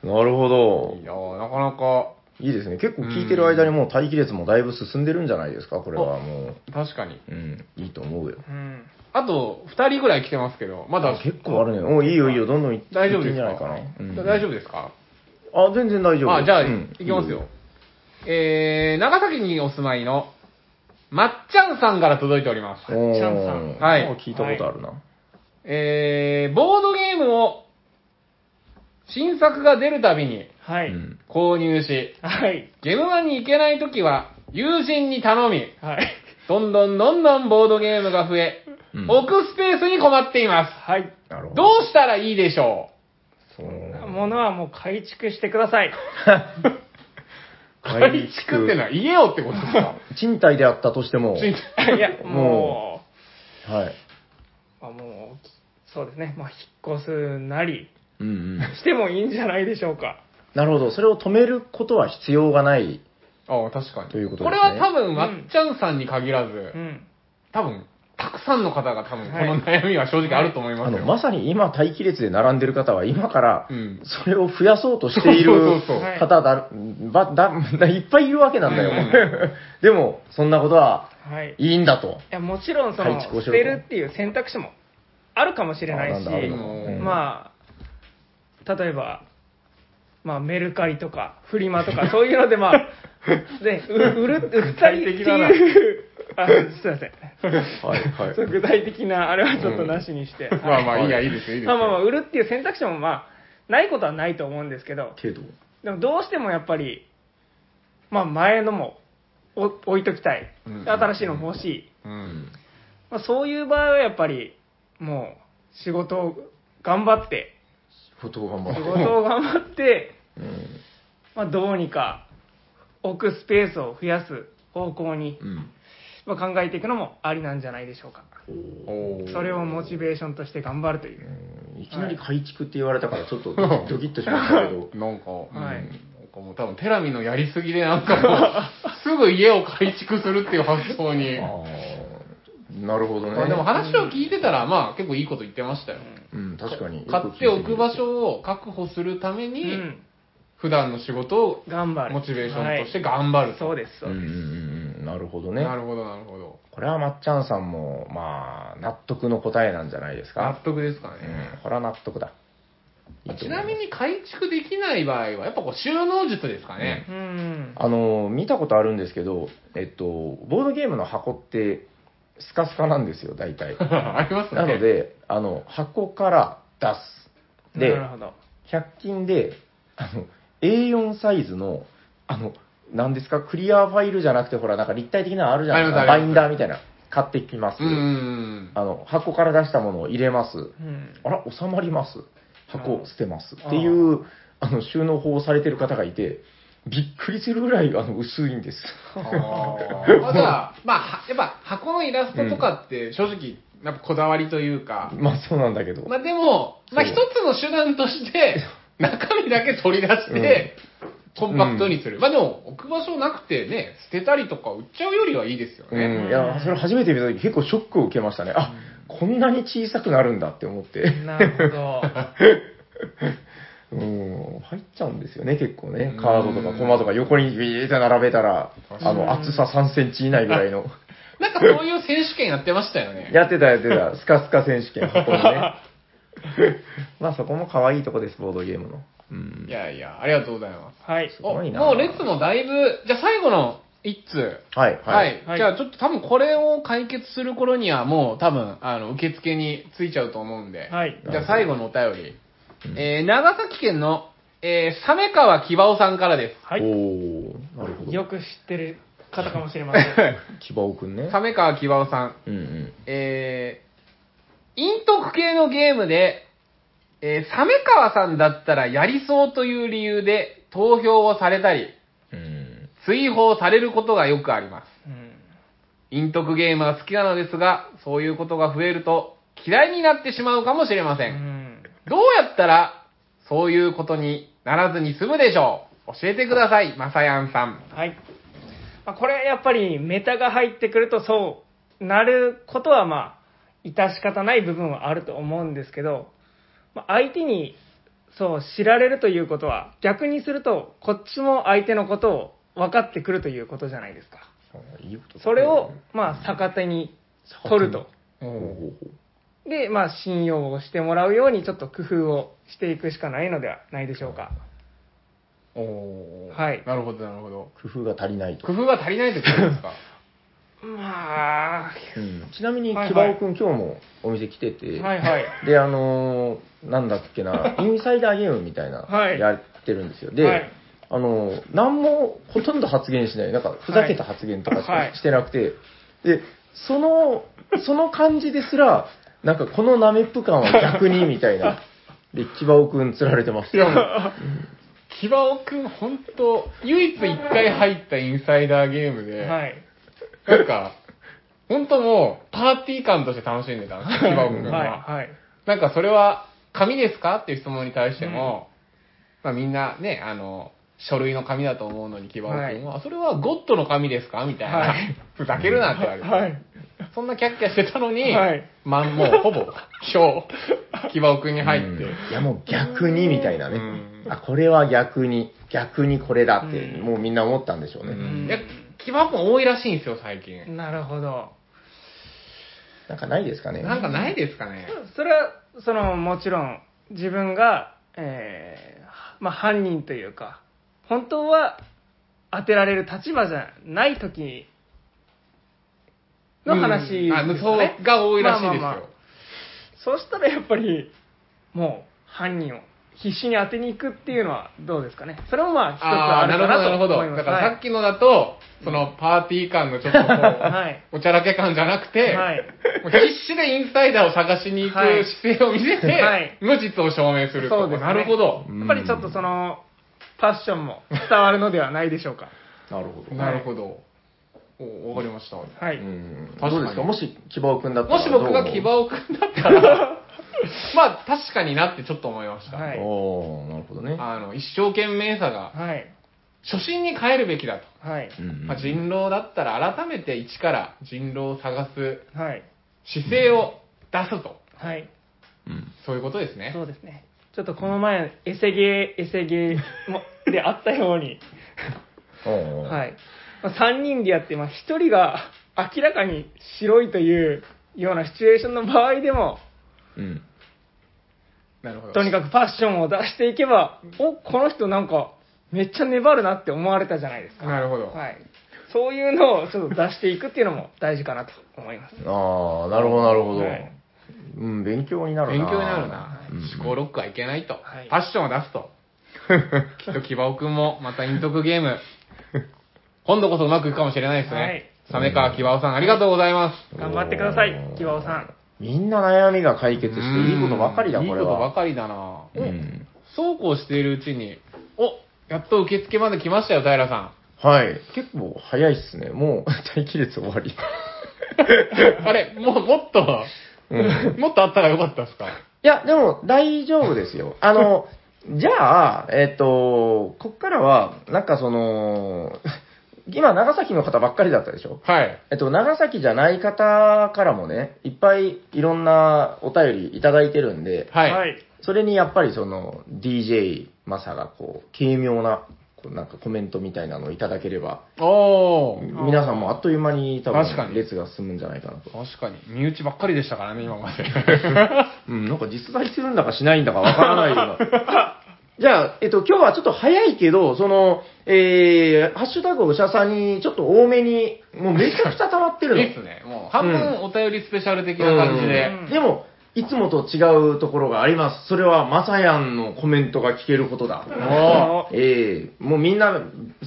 Speaker 1: なるほど。
Speaker 2: やーなかなか、
Speaker 1: いいですね。結構聞いてる間にもう待機列もだいぶ進んでるんじゃないですか、これはも
Speaker 2: 確かに。
Speaker 1: う。うん、いいと思うよ。
Speaker 3: す。うん。
Speaker 2: あと、二人ぐらい来てますけど、まだ
Speaker 1: あ、結構あるね。おいいよいいよ、どんどん行って
Speaker 2: 大丈
Speaker 1: い
Speaker 2: 夫
Speaker 1: い
Speaker 2: で
Speaker 1: ん
Speaker 2: す
Speaker 1: じゃ
Speaker 2: か
Speaker 1: ないかな。うん
Speaker 2: 大丈夫ですか
Speaker 1: あ、全然大丈夫。
Speaker 2: あ、じゃあ、
Speaker 1: うん
Speaker 2: いきますよ。。えー、長崎にお住まいの、まっちゃんさんから届いております。
Speaker 1: いいよおー
Speaker 3: チャンさん
Speaker 2: はい
Speaker 1: もう聞いたことあるな。
Speaker 2: えー、ボードゲームを、新作が出るたびに
Speaker 3: は
Speaker 1: う
Speaker 3: い。
Speaker 1: ん
Speaker 2: 購入し、
Speaker 3: はい。
Speaker 2: ゲームマンに行けないときは、友人に頼み、
Speaker 3: はい。
Speaker 2: どんどんどんどんボードゲームが増え、
Speaker 1: うん
Speaker 2: 置くスペースに困っています。
Speaker 3: はい。
Speaker 1: なるほ
Speaker 2: どうしたらいいでしょ
Speaker 1: そう
Speaker 3: ものはもう改築してください。
Speaker 2: う改築ってのは家をってことですか
Speaker 1: 賃貸であったとしても、
Speaker 2: 賃貸
Speaker 3: いや、も
Speaker 1: はい。
Speaker 3: う、あもう、そうですね。まあ、引っ越すなり、
Speaker 1: うんうん。
Speaker 3: してもいいんじゃないでしょうか。
Speaker 1: なるほど。それを止めることは必要がない。
Speaker 2: ああ、確かに。
Speaker 1: ということ
Speaker 2: こ
Speaker 1: です
Speaker 2: れ
Speaker 1: ね
Speaker 2: は多分、まっちゃんさんに限らず、
Speaker 3: うん。
Speaker 2: 多分、たくさんの方が多分、こ
Speaker 3: はい
Speaker 2: の悩みは正直あると思いま
Speaker 1: あ
Speaker 2: すよ。
Speaker 1: の、まさに今待機列で並んでる方は、今から
Speaker 2: う、ん。
Speaker 1: それを増やそうとしてい
Speaker 2: そう
Speaker 1: る
Speaker 2: そうそう
Speaker 3: はい
Speaker 1: 方だ、ばだ、いっぱいいるわけなんだよ。 [LAUGHS] でも、そんなことは
Speaker 3: はい。い
Speaker 1: いいんだと。
Speaker 3: や、もちろん、その、
Speaker 1: 改築をし
Speaker 3: 捨
Speaker 1: ろ
Speaker 3: て
Speaker 1: と
Speaker 3: るっていう選択肢もあるかもしれないし、
Speaker 1: あなんだあるの
Speaker 2: うん
Speaker 3: まあ、例えば、まあ、メルカリとか、フリマとか、そういうので、まあ、で、う売る、売ったりって
Speaker 2: 具体的だな
Speaker 3: いう、あ、すいません。
Speaker 1: はいは
Speaker 3: そう具体的な、あれはちょっとなしにして。
Speaker 2: [LAUGHS] まあまあ、いいや、
Speaker 1: はい
Speaker 2: いいですよ、いいです
Speaker 3: ま
Speaker 2: よ。
Speaker 3: あまあまあ、売るっていう選択肢もまあ、ないことはないと思うんですけど、
Speaker 1: けど、
Speaker 3: でもどうしてもやっぱり、まあ前のもお置いときたい
Speaker 2: うん。
Speaker 3: 新しいのも欲しい。
Speaker 2: うん。
Speaker 3: まあそういう場合はやっぱり、もう仕事を頑張
Speaker 2: [LAUGHS]
Speaker 3: って、
Speaker 1: ことを頑
Speaker 3: 仕
Speaker 1: 張
Speaker 3: 事を頑張って、
Speaker 1: る。うん
Speaker 3: まあどうにか置くスペースを増やす方向に、
Speaker 1: うん。
Speaker 3: まあ、考えていくのもありなんじゃないでしょうか。
Speaker 2: おー。
Speaker 3: それをモチベーションとして頑張るという。
Speaker 1: うんいきなり改築って言われたから、ちょっとドキッとしましたけど
Speaker 2: なんか、うん
Speaker 3: はい
Speaker 2: なんかもう多分、テラミのやりすぎで、なんかもう、
Speaker 1: [LAUGHS]
Speaker 2: すぐ家を改築するっていう発想に。
Speaker 1: あーなるほどね。
Speaker 2: まあでも話を聞いてたら、まあ結構いいこと言ってましたよ。
Speaker 1: うん、確かに。
Speaker 2: 買っておく場所を確保するため
Speaker 3: う
Speaker 2: に、
Speaker 3: ん、
Speaker 2: 普段の仕事を
Speaker 3: 頑張る。
Speaker 2: モチベーションとして頑張ると。
Speaker 3: そうです、そう
Speaker 1: うん
Speaker 3: で
Speaker 1: うん
Speaker 3: す。
Speaker 1: うんうん、なるほどね。
Speaker 2: なるほど、なるほど。
Speaker 1: これはまっちゃんさんも、まあ、納得の答えなんじゃないです
Speaker 2: 納
Speaker 1: か。
Speaker 2: 得ですか
Speaker 1: う
Speaker 2: ね。
Speaker 1: ん、これは納得だ。いいと
Speaker 2: ち
Speaker 1: 思い
Speaker 2: な
Speaker 1: ます
Speaker 2: み、に改築できない場合は、やっぱこう収納術ですかね。。
Speaker 3: うん。
Speaker 1: あの、見たことあるんですけど、えっと、ボードゲームの箱って、スカスカなんですよ、大体
Speaker 2: [LAUGHS] ありますね。
Speaker 1: なの、で、あの、箱から出す。で
Speaker 3: なる、ほど。
Speaker 1: 100均で、あの、A4 サイズの、あの、なんですか、クリアファイルじゃなくて、ほら、なんか立体的なのあるじゃないですか。
Speaker 2: ありま
Speaker 1: バ
Speaker 2: すあります
Speaker 1: インダーみたいな、買ってきます。
Speaker 2: うんうん
Speaker 1: あの、箱から出したものを入れます。
Speaker 3: うん。
Speaker 1: あら、収まります。箱を捨てます。
Speaker 3: あー
Speaker 1: っていう、あの、収納法をされてる方がいて、びっくりするぐらい、あの、薄いんです。
Speaker 2: う
Speaker 1: [LAUGHS]
Speaker 2: ん。ああ。じゃあ、まあ、はやっぱ箱のイラストとかって正直、やっぱこだわりというか、
Speaker 1: まあ、そうなんだけど。
Speaker 2: まあでも、まあ
Speaker 1: そ
Speaker 2: 一
Speaker 1: う
Speaker 2: つの手段と
Speaker 1: [LAUGHS]
Speaker 2: して、中身だけ取り出して、コンパクトにする。まあでも、置く場所なくてね、捨てたりとか売っちゃうよりはいいですよ
Speaker 1: う
Speaker 2: ね。
Speaker 1: ん、いや、それ初めて見た時結構ショックを受けましたね。あ、こんなに小さくなるんだって思って。
Speaker 3: な
Speaker 2: [LAUGHS]
Speaker 3: るほど。
Speaker 1: うん、入っちゃうんですよね、結構ね。カードとかコマとか横にビーって並べたら、あ
Speaker 3: う
Speaker 1: の、
Speaker 3: ん
Speaker 1: 厚さ3センチ以内ぐらいの。 [LAUGHS]
Speaker 2: なんかそういう選手権やってましたよね。
Speaker 1: やってた、やってた。スカスカ選手権、箱にね。まあ、そこも可愛いとこです、ボードゲームの。うん
Speaker 2: い。やいや、ありがとうございます。
Speaker 3: はい。
Speaker 1: す
Speaker 2: お
Speaker 1: ごいな
Speaker 2: もう列もだいぶ、じゃあ最後の一通。
Speaker 1: はい、は。
Speaker 2: はいい、
Speaker 3: はい
Speaker 2: じゃあちょっと多分これを解決する頃にはもう多分あの受付についちゃうと思うんで、
Speaker 3: はい
Speaker 2: じゃあ最後のお便り、
Speaker 1: うん
Speaker 2: えー、長崎県の、えー、鮫川木場さんからです。
Speaker 3: は
Speaker 1: お
Speaker 3: い。
Speaker 1: ー、なるほ
Speaker 3: よ
Speaker 1: ど。
Speaker 3: く知ってる方かもしれま
Speaker 2: [LAUGHS]
Speaker 3: せん。
Speaker 1: キバオくんね。
Speaker 2: 鮫川木場さん、
Speaker 1: うんうん。
Speaker 2: えー、陰徳系のゲームで、えー、鮫川さんだったらやりそうという理由で投票をされたり、
Speaker 1: うん。
Speaker 2: 追放されることがよくあります。
Speaker 3: うん
Speaker 2: 陰徳ゲームが好きなのですが、そういうことが増えると嫌いになってしまうかもしれま
Speaker 3: う
Speaker 2: せん。
Speaker 3: ん。
Speaker 2: どうやったらそういうことにならずに済むでしょう教えてください、まさやんさん。
Speaker 3: はい。まあ、これやっぱりメタが入ってくるとそうなることはまあ、致し方ない部分はあると思うんですけど、まあ、相手にそう知られるということは、逆にするとこっちも相手のことを分かってくるということじゃないですか。
Speaker 1: いいこと
Speaker 3: それをまあ逆手に取ると。
Speaker 1: ほうほう
Speaker 2: お
Speaker 1: ほう
Speaker 3: で、まあ信用をしてもらうようにちょっと工夫をしていくしかないのではないでしょうか。
Speaker 2: おお
Speaker 3: はい
Speaker 2: なるほど、なるほど。
Speaker 1: 工夫が足りないと
Speaker 2: 工夫が足りないってこ
Speaker 3: [LAUGHS]
Speaker 2: とですか
Speaker 3: まあ、
Speaker 1: うんちなみに、
Speaker 3: はいはい
Speaker 1: 木場君、今日もお店来てて、
Speaker 3: はい [LAUGHS] はい。
Speaker 1: で、あのーなんだっ
Speaker 3: [LAUGHS]
Speaker 1: けな、インサイダーゲームみたいな、
Speaker 3: はい
Speaker 1: やってるんですよ。で、
Speaker 3: はい
Speaker 1: あのー何もほとんど発言しない、なんかふざけた発言とかしか
Speaker 3: はい
Speaker 1: してなくて、で、その、その感じですら、なんかこのナメップ感は逆にみた
Speaker 3: [LAUGHS]
Speaker 1: いな。で、木場君釣られてます。
Speaker 2: 木場尾くん、ほんと、唯一一回入ったインサイダーゲームで、
Speaker 3: はい。
Speaker 2: なんか、ほんともう、パーティー感として楽しんでたんですよ、木場尾くんが。
Speaker 3: はいはい。
Speaker 2: なんかそれは、紙ですかっていう質問に対しても、まあみんなね、あの、書類の紙だと思うのに、木場君は、それはゴッドの紙ですかみたいな、
Speaker 3: はい
Speaker 2: ふざけるなって言われて、
Speaker 3: はい
Speaker 2: そんなキャッキャしてたのに、
Speaker 3: はい
Speaker 2: まんもうほぼ、今日、木場君に入って、
Speaker 1: うんいや、もう逆にみたいなね。
Speaker 2: うん
Speaker 1: あ、これは逆に、逆にこれだって、
Speaker 3: うん
Speaker 1: もうみんな思ったんでしょうね。
Speaker 3: ん
Speaker 2: いや木場君多いらしいんですよ、最近。
Speaker 3: なるほど。
Speaker 1: なんかないですかね。
Speaker 2: なんかないですかね。
Speaker 3: それは、その、もちろん、自分が、えー、まあ、犯人というか、本当は当てられる立場じゃない時の話です
Speaker 2: うん
Speaker 3: か
Speaker 2: あ
Speaker 3: ね、
Speaker 2: そうが多いらしいですよ。
Speaker 3: まあまあまあそうしたらやっぱり、もう、犯人を必死に当てに行くっていうのはどうですかね。それもまあ、一つ
Speaker 2: あ
Speaker 3: あ
Speaker 2: あー、な
Speaker 3: るか
Speaker 2: る
Speaker 3: なと
Speaker 2: ほど、なるほど。
Speaker 3: 思います。
Speaker 2: だからさっきのだと、そのパーティー感のちょっとこう、
Speaker 3: はい
Speaker 2: おちゃらけ感じゃなくて、
Speaker 3: はい
Speaker 2: もう必死でインサイダーを探しに行く
Speaker 3: はい
Speaker 2: 姿勢を見せて、
Speaker 3: はい
Speaker 2: 無実を証明すると。
Speaker 3: そうですね
Speaker 2: なるほど。
Speaker 1: う
Speaker 3: やっぱりちょっとその、パッションも伝わるのではないでしょうか。
Speaker 1: なるほど。
Speaker 2: なるほど。おわかりました。も
Speaker 3: はい。
Speaker 1: うん
Speaker 2: 確かに
Speaker 1: どうですかもし希望君だったら
Speaker 2: し僕が希望くんだったら、 [LAUGHS] まあ確かになってちょっと思いました。
Speaker 3: はい
Speaker 1: おおなるほどね。
Speaker 2: あの、一生懸命さが、
Speaker 3: はい。
Speaker 2: 初心に変えるべきだと。
Speaker 3: はい。
Speaker 1: うん
Speaker 2: まあ、人狼だったら改めて一から人狼を探す
Speaker 3: はい。
Speaker 2: 姿勢を出すと。
Speaker 3: はい。
Speaker 1: うん
Speaker 2: そういうことですね。
Speaker 3: そうですね。ちょっとこの前、エセゲー、エセゲーもであったように、
Speaker 1: おー
Speaker 3: はい。まあ、3人でやって、まあ、1人が明らかに白いというようなシチュエーションの場合でも、
Speaker 1: うん
Speaker 2: なるほど。
Speaker 3: とにかくパッションを出していけば、お、この人なんか、めっちゃ粘るなって思われたじゃないですか。
Speaker 2: なるほど。
Speaker 3: はい。そういうのをちょっと出していくっていうのも大事かなと思います。
Speaker 1: ああ、なるほど、なるほど
Speaker 3: はい。
Speaker 1: うん、勉強になる
Speaker 2: 勉
Speaker 1: な。
Speaker 2: 強になるな
Speaker 1: うん。
Speaker 2: 思考ロックはいけないと。
Speaker 3: はい
Speaker 2: パッションを出す
Speaker 3: [LAUGHS]
Speaker 2: と。きっと、キバオくんも、また、陰徳ゲーム、今度こそうまくいくかもしれないです
Speaker 3: はい
Speaker 2: ね。サメカキバオさん、ありがとうございます。
Speaker 3: 頑張ってください、木場さん。
Speaker 1: みんな悩みが解決して、いいことばかりだ、
Speaker 2: うん
Speaker 1: これ
Speaker 2: いいことば
Speaker 1: は。
Speaker 2: かりだな。
Speaker 1: う
Speaker 2: お
Speaker 1: ん
Speaker 2: そうこうしているうちに、おやっと受付まで来ましたよ、平
Speaker 3: [LAUGHS]
Speaker 2: さ
Speaker 1: はい。結構早いっすね。もう、 [LAUGHS] 待機列終わ
Speaker 2: [LAUGHS]
Speaker 1: り。
Speaker 2: ん。あれ、もう、もっと、
Speaker 1: うん
Speaker 2: もっとあったらよかったですか
Speaker 1: いや、でも大丈夫です
Speaker 2: [LAUGHS]
Speaker 1: よ。あの、じゃあ、えっ、と、こっからは、なんかその、 [LAUGHS] 今、長崎の方ばっかりだったでしょ
Speaker 2: はい。
Speaker 1: えっと、長崎じゃない方からもね、いっぱいいろんなお便りいただいてるんで、
Speaker 2: はい。
Speaker 3: い。
Speaker 1: それにやっぱりその DJ マサがこう、軽妙な、こうなんかコメントみたいなのをいただければ、
Speaker 2: おー。
Speaker 1: 皆さんもあっという間に多
Speaker 2: 確か
Speaker 1: 分
Speaker 2: に
Speaker 1: 列が進むんじゃないかなと。
Speaker 2: 確かに。身内ばっかりでしたからね、今まで。
Speaker 1: うん、なんか実在するんだかしないんだかわからないような。 [LAUGHS] じゃあ、えっと、今日はちょっと早いけど、その、えー、ハッシュタグをしゃさんにちょっと多めに、もうめちゃくちゃ溜まってる
Speaker 2: [LAUGHS]
Speaker 1: の。
Speaker 2: ですね。もう、半分お便りスペシャル的な感じで。
Speaker 1: うんでも、いつもと違うところがあります。それは、まさやんのコメントが聞けることだ。
Speaker 2: お
Speaker 1: えー、もうみんな、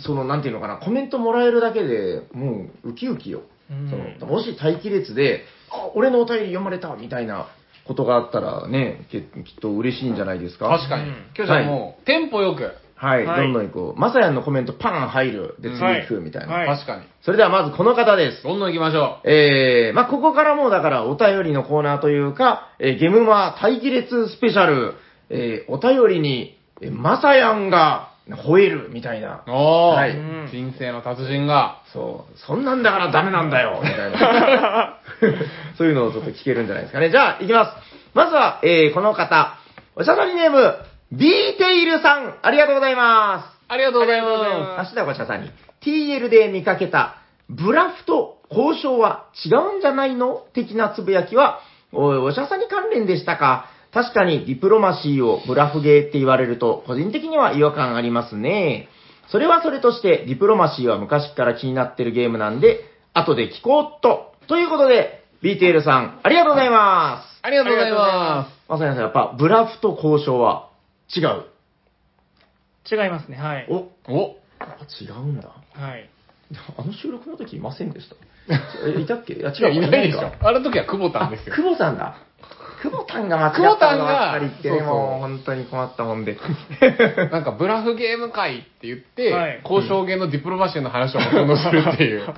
Speaker 1: その、なんていうのかな、コメントもらえるだけでもう、ウキウキよ。
Speaker 3: うん
Speaker 1: そのもし待機列で、あ俺のお便り読まれたみたいなことがあったらね、ききっと嬉しいんじゃないですか。
Speaker 2: 確かに
Speaker 3: うん。
Speaker 2: 今日じゃあもう、テンポよく。
Speaker 1: はい、
Speaker 3: はい
Speaker 1: どんどん行こう。まさやんのコメントパン入る。で、
Speaker 2: うん
Speaker 1: 次行くみたいな。
Speaker 3: はい
Speaker 2: 確かに。
Speaker 1: それではまずこの方です。
Speaker 2: どんどん行きましょ
Speaker 1: えー、まあ、ここからもうだからお便りのコーナーというか、えーゲムマ待機列スペシャル、えー、お便りに、えーまさやんが、吠えるみたいな。
Speaker 2: おー、
Speaker 1: はい
Speaker 3: うん
Speaker 2: 人生の達人が。
Speaker 1: そう、そんなんだからダメなんだよ
Speaker 3: [LAUGHS]
Speaker 1: みたいな。 [LAUGHS] そういうのをちょっと聞けるんじゃないですかね。じゃあ、いきます。まずは、えー、この方、おしゃべりネーム、ビーテイルさん、ありがとうございます。
Speaker 2: ありがとうございま
Speaker 1: 芦田ごしゃさんに、TL で見かけた、ブラフと交渉は違うんじゃないの的なつぶやきは、おい、おしゃさに関連でしたか。確かにディプロマシーをブラフゲーって言われると、個人的には違和感ありますね。それはそれとして、ディプロマシーは昔から気になってるゲームなんで、後で聞こうっと。ということで、BTL さん、ありがとうございます。
Speaker 2: す。ありがとうございま
Speaker 1: まさにさん、やっぱ、ブラフと交渉は違う。
Speaker 3: [LAUGHS] 違いますね、はい。
Speaker 1: お、
Speaker 2: す。お
Speaker 1: やっぱ違うんだ。
Speaker 3: はい。
Speaker 1: あの収録の時いませんでした。えいたっけいや
Speaker 2: 違う、いないでし
Speaker 1: か
Speaker 2: ょ。あの時は久保田
Speaker 1: あ、
Speaker 2: で
Speaker 1: [LAUGHS]
Speaker 2: すよ。
Speaker 1: 久保さんだ。久保さんが間違った
Speaker 2: 久保田が
Speaker 1: ばっかり言ってね、
Speaker 2: そうそう
Speaker 1: もう本当に困ったもんで。
Speaker 2: なんかブラフゲーム会って言って、
Speaker 3: はい
Speaker 2: 交渉ゲーのディプロマシーの話をほとんどするっていう。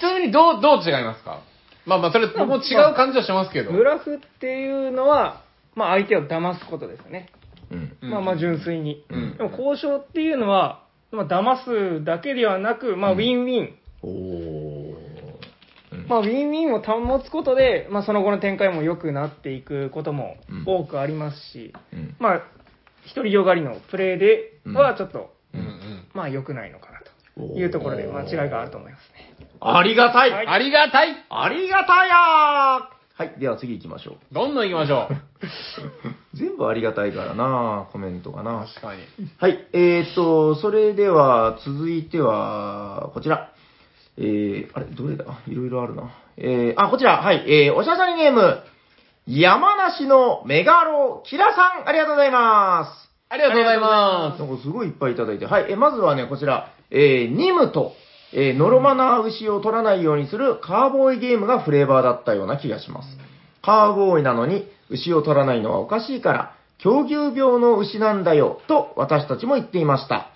Speaker 2: ちなみにどう、どう違いますかまあまあ、それ、僕も違う感じはしますけど。
Speaker 3: ブラフっていうのは、まあ相手を騙すことですよね。
Speaker 1: うん。
Speaker 2: うん
Speaker 3: まあまあ純粋に。
Speaker 2: うん
Speaker 3: でも交渉っていうのは、まあ騙すだけではなく、まあウィンウィン。
Speaker 1: おー。うん
Speaker 3: まあウィンウィンを保つことで、まあその後の展開も良くなっていくことも多くありますし、
Speaker 1: うん
Speaker 3: まあ、独りよがりのプレーではちょっと、
Speaker 2: うんうん。
Speaker 3: まあ良くないのかなというところで間違いがあると思いますね。
Speaker 1: ありがたい、
Speaker 3: はい
Speaker 2: ありがたい
Speaker 1: ありがたやーはい、では次行きましょう。 [LAUGHS]
Speaker 2: どんどん行きましょ
Speaker 1: 全部ありがたいからなコメントが
Speaker 2: う。
Speaker 1: な
Speaker 2: [LAUGHS] 確かに。
Speaker 1: はい、えーっと、それでは続いては、こちら。えー、あれ、どれだあいろいろあるな。えー、あ、こちら、はい、えー、おしゃさりネーム、山梨のメガロキラさん、ありがとうございます。
Speaker 2: ありがとうございま
Speaker 1: なんかすごいいっぱいいただいて。はい。え、まずはね、こちら。えーニムと、えーノロマな牛を取らないようにするカーボーイゲームがフレーバーだったような気がします。カーボーイなのに牛を取らないのはおかしいから、狂牛病の牛なんだよ、と私たちも言っていました。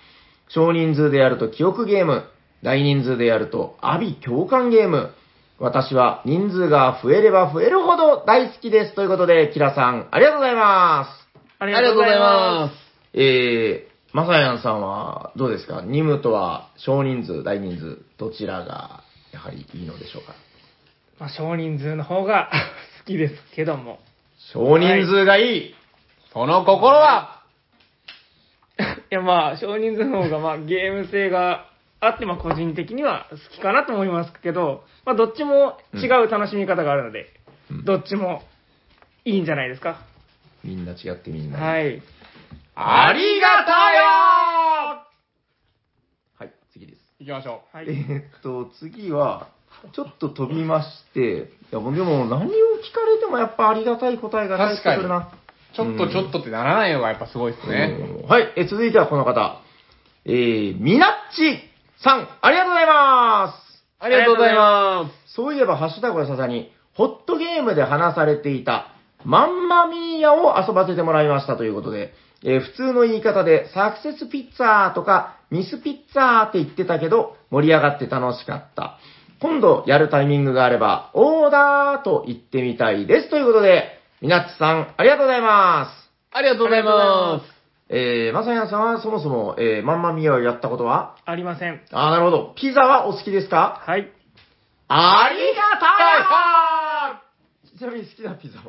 Speaker 1: 少人数でやると記憶ゲーム、大人数でやると阿鼻共感ゲーム。私は人数が増えれば増えるほど大好きです。ということで、キラさん、ありがとうございます。
Speaker 3: あ。
Speaker 2: す。ありがとうございますす。
Speaker 1: えー、まさやんさんはどうですか任務とは少人数、大人数、どちらがやはりいいのでしょうか
Speaker 3: まあ少人数の方が [LAUGHS] 好きですけども。 [LAUGHS]
Speaker 1: 少人数がいい、
Speaker 2: その心は、
Speaker 3: いやまあ少人数の方がまあゲーム性があってまあ個人的には好きかなと思いますけど、まあどっちも違う楽しみ方があるので、
Speaker 1: うん
Speaker 3: どっちもいいんじゃないですか。
Speaker 1: みんな違ってみんな。。
Speaker 3: はいい。
Speaker 2: ありがた
Speaker 1: はい、次です。
Speaker 2: いよ行きましょ
Speaker 3: は
Speaker 1: え
Speaker 3: い。
Speaker 1: ーっと、次は、ちょっと飛びまして、いやもうでも何を聞かれてもやっぱありがたい答えが返ってくるな。
Speaker 2: う。ちょっとちょっとってならないのがやっぱすごいですね。
Speaker 1: うんはい、え続いてはこの方。えー、みなっちさん、ありがとうございます。
Speaker 2: ありがとうございます。
Speaker 1: そういえば、ハッシュタグやささに、ホットゲームで話されていた、マンマミーヤを遊ばせてもらいましたということで、えー普通の言い方で、サクセスピッツァーとか、ミスピッツァーって言ってたけど、盛り上がって楽しかった。今度やるタイミングがあれば、オーダーと言ってみたいです。ということで、みなっちさん、ありがとうございます。
Speaker 2: ありがとうございます。
Speaker 1: えー、まさやんさんはそもそも、えーマンマミーヤをやったことは
Speaker 3: ありません。
Speaker 1: あー、なるほど。ピザはお好きですか
Speaker 3: はい。
Speaker 1: ありがたい [LAUGHS] ちなみに好きなピザは